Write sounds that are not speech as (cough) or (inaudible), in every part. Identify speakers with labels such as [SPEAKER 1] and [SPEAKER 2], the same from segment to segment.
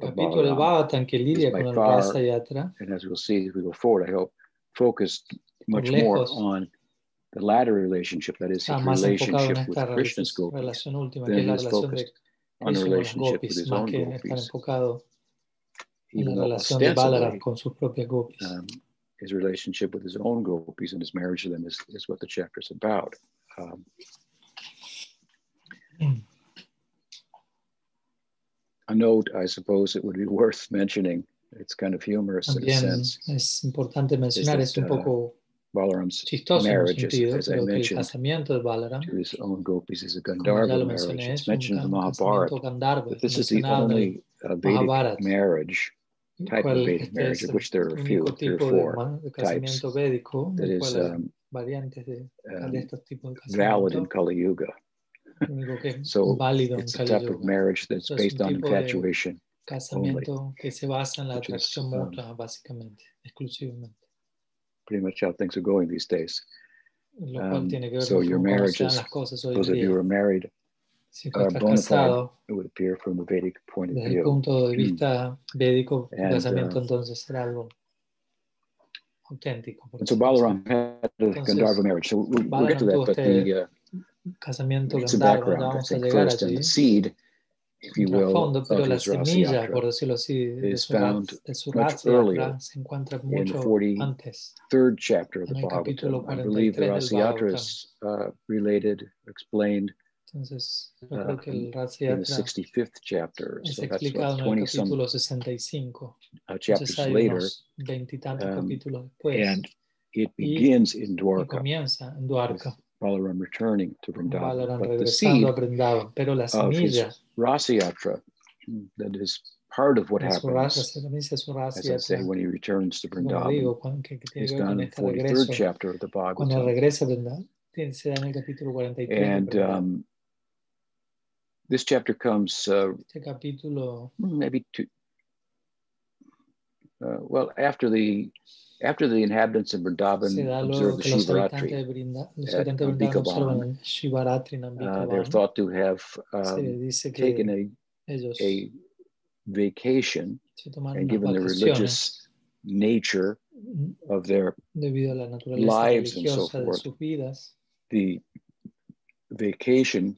[SPEAKER 1] capitolo del Bhagavatam que lidia
[SPEAKER 2] um, by
[SPEAKER 1] con el
[SPEAKER 2] far
[SPEAKER 1] Rasa Yatra,
[SPEAKER 2] and as we'll see as we go forward, I hope, focused much
[SPEAKER 1] Lejos.
[SPEAKER 2] more on the latter relationship, that is
[SPEAKER 1] está
[SPEAKER 2] his
[SPEAKER 1] ah, más enfocado
[SPEAKER 2] relationship
[SPEAKER 1] en
[SPEAKER 2] with
[SPEAKER 1] esta
[SPEAKER 2] Krishna's
[SPEAKER 1] relación,
[SPEAKER 2] gopis,
[SPEAKER 1] relación última, que es
[SPEAKER 2] than
[SPEAKER 1] la
[SPEAKER 2] his
[SPEAKER 1] relación
[SPEAKER 2] focus
[SPEAKER 1] de
[SPEAKER 2] on a
[SPEAKER 1] Krishna con los
[SPEAKER 2] relationship with
[SPEAKER 1] gopis,
[SPEAKER 2] his
[SPEAKER 1] más
[SPEAKER 2] own
[SPEAKER 1] que estar
[SPEAKER 2] gopis,
[SPEAKER 1] enfocado en
[SPEAKER 2] even
[SPEAKER 1] la
[SPEAKER 2] though
[SPEAKER 1] relación de Balarama
[SPEAKER 2] ostensibly
[SPEAKER 1] con sus propias gopis.
[SPEAKER 2] um, his relationship with his own gopis and his marriage to them is, is what the chapter is about. Um,
[SPEAKER 1] Mm.
[SPEAKER 2] a note, I suppose, it would be (laughs) worth mentioning. It's kind of humorous in a
[SPEAKER 1] También
[SPEAKER 2] sense.
[SPEAKER 1] es importante mencionar,
[SPEAKER 2] that,
[SPEAKER 1] es un
[SPEAKER 2] uh,
[SPEAKER 1] poco
[SPEAKER 2] Balaram's
[SPEAKER 1] chistoso en un
[SPEAKER 2] marriage, as-
[SPEAKER 1] sentido,
[SPEAKER 2] as I
[SPEAKER 1] pero que el
[SPEAKER 2] mentioned,
[SPEAKER 1] casamiento de Balaram,
[SPEAKER 2] to his own gopis is a
[SPEAKER 1] como ya
[SPEAKER 2] Gandharva
[SPEAKER 1] lo
[SPEAKER 2] marriage.
[SPEAKER 1] mencioné,
[SPEAKER 2] It's
[SPEAKER 1] es un
[SPEAKER 2] mentioned in the
[SPEAKER 1] ca- casamiento
[SPEAKER 2] Mahabharata.
[SPEAKER 1] Gandharva,
[SPEAKER 2] But this is the
[SPEAKER 1] mencionado en el
[SPEAKER 2] only uh, Vedic
[SPEAKER 1] Mahabharata,
[SPEAKER 2] marriage, type of
[SPEAKER 1] cual
[SPEAKER 2] Vedic
[SPEAKER 1] este
[SPEAKER 2] marriage,
[SPEAKER 1] es
[SPEAKER 2] of
[SPEAKER 1] el
[SPEAKER 2] which there are a few,
[SPEAKER 1] único
[SPEAKER 2] three or
[SPEAKER 1] tipo de,
[SPEAKER 2] four,
[SPEAKER 1] ma- de casamiento védico,
[SPEAKER 2] that
[SPEAKER 1] del
[SPEAKER 2] is
[SPEAKER 1] cual hay
[SPEAKER 2] um,
[SPEAKER 1] variantes de,
[SPEAKER 2] um,
[SPEAKER 1] de estos tipos de
[SPEAKER 2] valid in
[SPEAKER 1] casamiento,
[SPEAKER 2] Kali Yuga.
[SPEAKER 1] lo único que es
[SPEAKER 2] So,
[SPEAKER 1] válido en
[SPEAKER 2] It's a
[SPEAKER 1] Kali
[SPEAKER 2] type of
[SPEAKER 1] Yuga.
[SPEAKER 2] marriage that's
[SPEAKER 1] Entonces,
[SPEAKER 2] based on
[SPEAKER 1] un tipo de-
[SPEAKER 2] infatuation.
[SPEAKER 1] Casamiento que se basa en la
[SPEAKER 2] which is,
[SPEAKER 1] atracción
[SPEAKER 2] um,
[SPEAKER 1] mutua, básicamente, exclusivamente.
[SPEAKER 2] Pretty much how things are going these days.
[SPEAKER 1] Lo cual
[SPEAKER 2] um,
[SPEAKER 1] tiene que ver
[SPEAKER 2] so
[SPEAKER 1] con
[SPEAKER 2] your
[SPEAKER 1] cómo
[SPEAKER 2] marriages,
[SPEAKER 1] se dan las cosas hoy
[SPEAKER 2] Those
[SPEAKER 1] en
[SPEAKER 2] of you who
[SPEAKER 1] día.
[SPEAKER 2] are married,
[SPEAKER 1] Si tú
[SPEAKER 2] are
[SPEAKER 1] estás
[SPEAKER 2] bona fide
[SPEAKER 1] casado,
[SPEAKER 2] it would appear from the Vedic point of
[SPEAKER 1] desde el
[SPEAKER 2] view.
[SPEAKER 1] punto de vista védico, el
[SPEAKER 2] Mm. And,
[SPEAKER 1] casamiento
[SPEAKER 2] uh,
[SPEAKER 1] entonces será algo auténtico. por
[SPEAKER 2] And so
[SPEAKER 1] decirlo así.
[SPEAKER 2] Balaram had a Gandharva marriage. So we'll, we'll get to that, but the, uh,
[SPEAKER 1] Casamiento
[SPEAKER 2] it's a
[SPEAKER 1] Gandharva,
[SPEAKER 2] background, I
[SPEAKER 1] vamos a
[SPEAKER 2] think,
[SPEAKER 1] llegar
[SPEAKER 2] first. And
[SPEAKER 1] allí.
[SPEAKER 2] the seed, if you
[SPEAKER 1] Un
[SPEAKER 2] will,
[SPEAKER 1] trasfondo,
[SPEAKER 2] of
[SPEAKER 1] pero la
[SPEAKER 2] his Rasa
[SPEAKER 1] semilla, por
[SPEAKER 2] Yatra,
[SPEAKER 1] decirlo así, de
[SPEAKER 2] is
[SPEAKER 1] su, ra-
[SPEAKER 2] found
[SPEAKER 1] de su
[SPEAKER 2] much
[SPEAKER 1] raza yatra
[SPEAKER 2] earlier
[SPEAKER 1] se encuentra
[SPEAKER 2] in
[SPEAKER 1] mucho
[SPEAKER 2] 40
[SPEAKER 1] antes.
[SPEAKER 2] third chapter of the
[SPEAKER 1] En el capítulo
[SPEAKER 2] Bhagavatam. I believe the
[SPEAKER 1] 43
[SPEAKER 2] Rasa
[SPEAKER 1] del
[SPEAKER 2] Yatra is uh, related, explained
[SPEAKER 1] Entonces, yo
[SPEAKER 2] Ah,
[SPEAKER 1] creo que el raza
[SPEAKER 2] in the
[SPEAKER 1] yatra
[SPEAKER 2] 65th chapter.
[SPEAKER 1] es
[SPEAKER 2] So that's what,
[SPEAKER 1] explicado en el
[SPEAKER 2] 20 some
[SPEAKER 1] capítulo 65.
[SPEAKER 2] uh,
[SPEAKER 1] Entonces
[SPEAKER 2] chapters
[SPEAKER 1] hay
[SPEAKER 2] later.
[SPEAKER 1] unos veintitantos
[SPEAKER 2] um,
[SPEAKER 1] capítulos después
[SPEAKER 2] And it
[SPEAKER 1] Y-
[SPEAKER 2] begins in
[SPEAKER 1] y
[SPEAKER 2] Dwarka,
[SPEAKER 1] comienza en
[SPEAKER 2] with
[SPEAKER 1] Dwarka,
[SPEAKER 2] Balaram returning to
[SPEAKER 1] con
[SPEAKER 2] Vrindavan.
[SPEAKER 1] Balaram
[SPEAKER 2] But the
[SPEAKER 1] regresando a
[SPEAKER 2] seed,
[SPEAKER 1] Vrindavan, pero la
[SPEAKER 2] of his
[SPEAKER 1] semilla
[SPEAKER 2] Rasa Yatra, hmm, that is part of what
[SPEAKER 1] de su raza,
[SPEAKER 2] happens,
[SPEAKER 1] se dice su raza
[SPEAKER 2] as I say,
[SPEAKER 1] yatra,
[SPEAKER 2] when he returns to
[SPEAKER 1] como
[SPEAKER 2] Vrindavan,
[SPEAKER 1] digo, cuan- que, que tiene
[SPEAKER 2] is
[SPEAKER 1] que ver con
[SPEAKER 2] done in
[SPEAKER 1] este
[SPEAKER 2] 43rd
[SPEAKER 1] regreso
[SPEAKER 2] chapter of the
[SPEAKER 1] cuando
[SPEAKER 2] Bhagavatam.
[SPEAKER 1] regresa ¿verdad? Tiene- se da en el capítulo 43. de
[SPEAKER 2] And
[SPEAKER 1] Brahma.
[SPEAKER 2] um, this chapter comes uh,
[SPEAKER 1] este capítulo
[SPEAKER 2] maybe two, uh, well, after the after the inhabitants of
[SPEAKER 1] se da luego
[SPEAKER 2] Vrindavan observe the
[SPEAKER 1] que los habitantes de
[SPEAKER 2] Shivaratri,
[SPEAKER 1] Brinda, los
[SPEAKER 2] at
[SPEAKER 1] habitantes de Brindavan
[SPEAKER 2] Ambikabhan.
[SPEAKER 1] observan el Shivaratri en
[SPEAKER 2] uh, they're
[SPEAKER 1] Ambikabhan.
[SPEAKER 2] thought to have
[SPEAKER 1] se
[SPEAKER 2] um,
[SPEAKER 1] dice que
[SPEAKER 2] taken a
[SPEAKER 1] ellos
[SPEAKER 2] a vacation
[SPEAKER 1] se tomaron unas
[SPEAKER 2] and given the
[SPEAKER 1] vacaciones
[SPEAKER 2] religious nature
[SPEAKER 1] mm,
[SPEAKER 2] of their
[SPEAKER 1] debido a la naturaleza
[SPEAKER 2] lives and so
[SPEAKER 1] religiosa de
[SPEAKER 2] forth.
[SPEAKER 1] sus vidas.
[SPEAKER 2] the vacation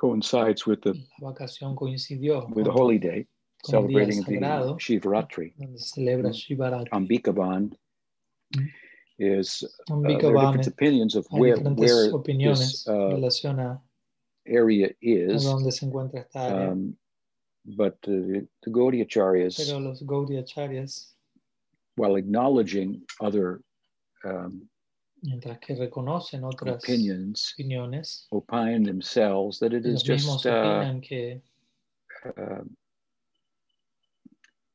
[SPEAKER 2] coincides with the
[SPEAKER 1] La vacación coincidió
[SPEAKER 2] with the
[SPEAKER 1] con-
[SPEAKER 2] holy day
[SPEAKER 1] con el día
[SPEAKER 2] celebrating the
[SPEAKER 1] sagrado
[SPEAKER 2] Shivaratri.
[SPEAKER 1] donde se celebra
[SPEAKER 2] Mm.
[SPEAKER 1] Shivaratri.
[SPEAKER 2] Ambikavan
[SPEAKER 1] Mm.
[SPEAKER 2] is uh, there are
[SPEAKER 1] Ambikabhan,
[SPEAKER 2] different opinions of
[SPEAKER 1] hay
[SPEAKER 2] where where
[SPEAKER 1] diferentes opiniones
[SPEAKER 2] this uh,
[SPEAKER 1] en relación a,
[SPEAKER 2] area
[SPEAKER 1] a
[SPEAKER 2] is,
[SPEAKER 1] dónde se encuentra esta área.
[SPEAKER 2] um, but uh, the Gaudiyacharyas,
[SPEAKER 1] Pero los Gaudiacharyas,
[SPEAKER 2] while acknowledging other um,
[SPEAKER 1] mientras que reconocen otras
[SPEAKER 2] opinions,
[SPEAKER 1] opiniones,
[SPEAKER 2] opine themselves that it is
[SPEAKER 1] los mismos
[SPEAKER 2] just uh,
[SPEAKER 1] opinan que
[SPEAKER 2] uh,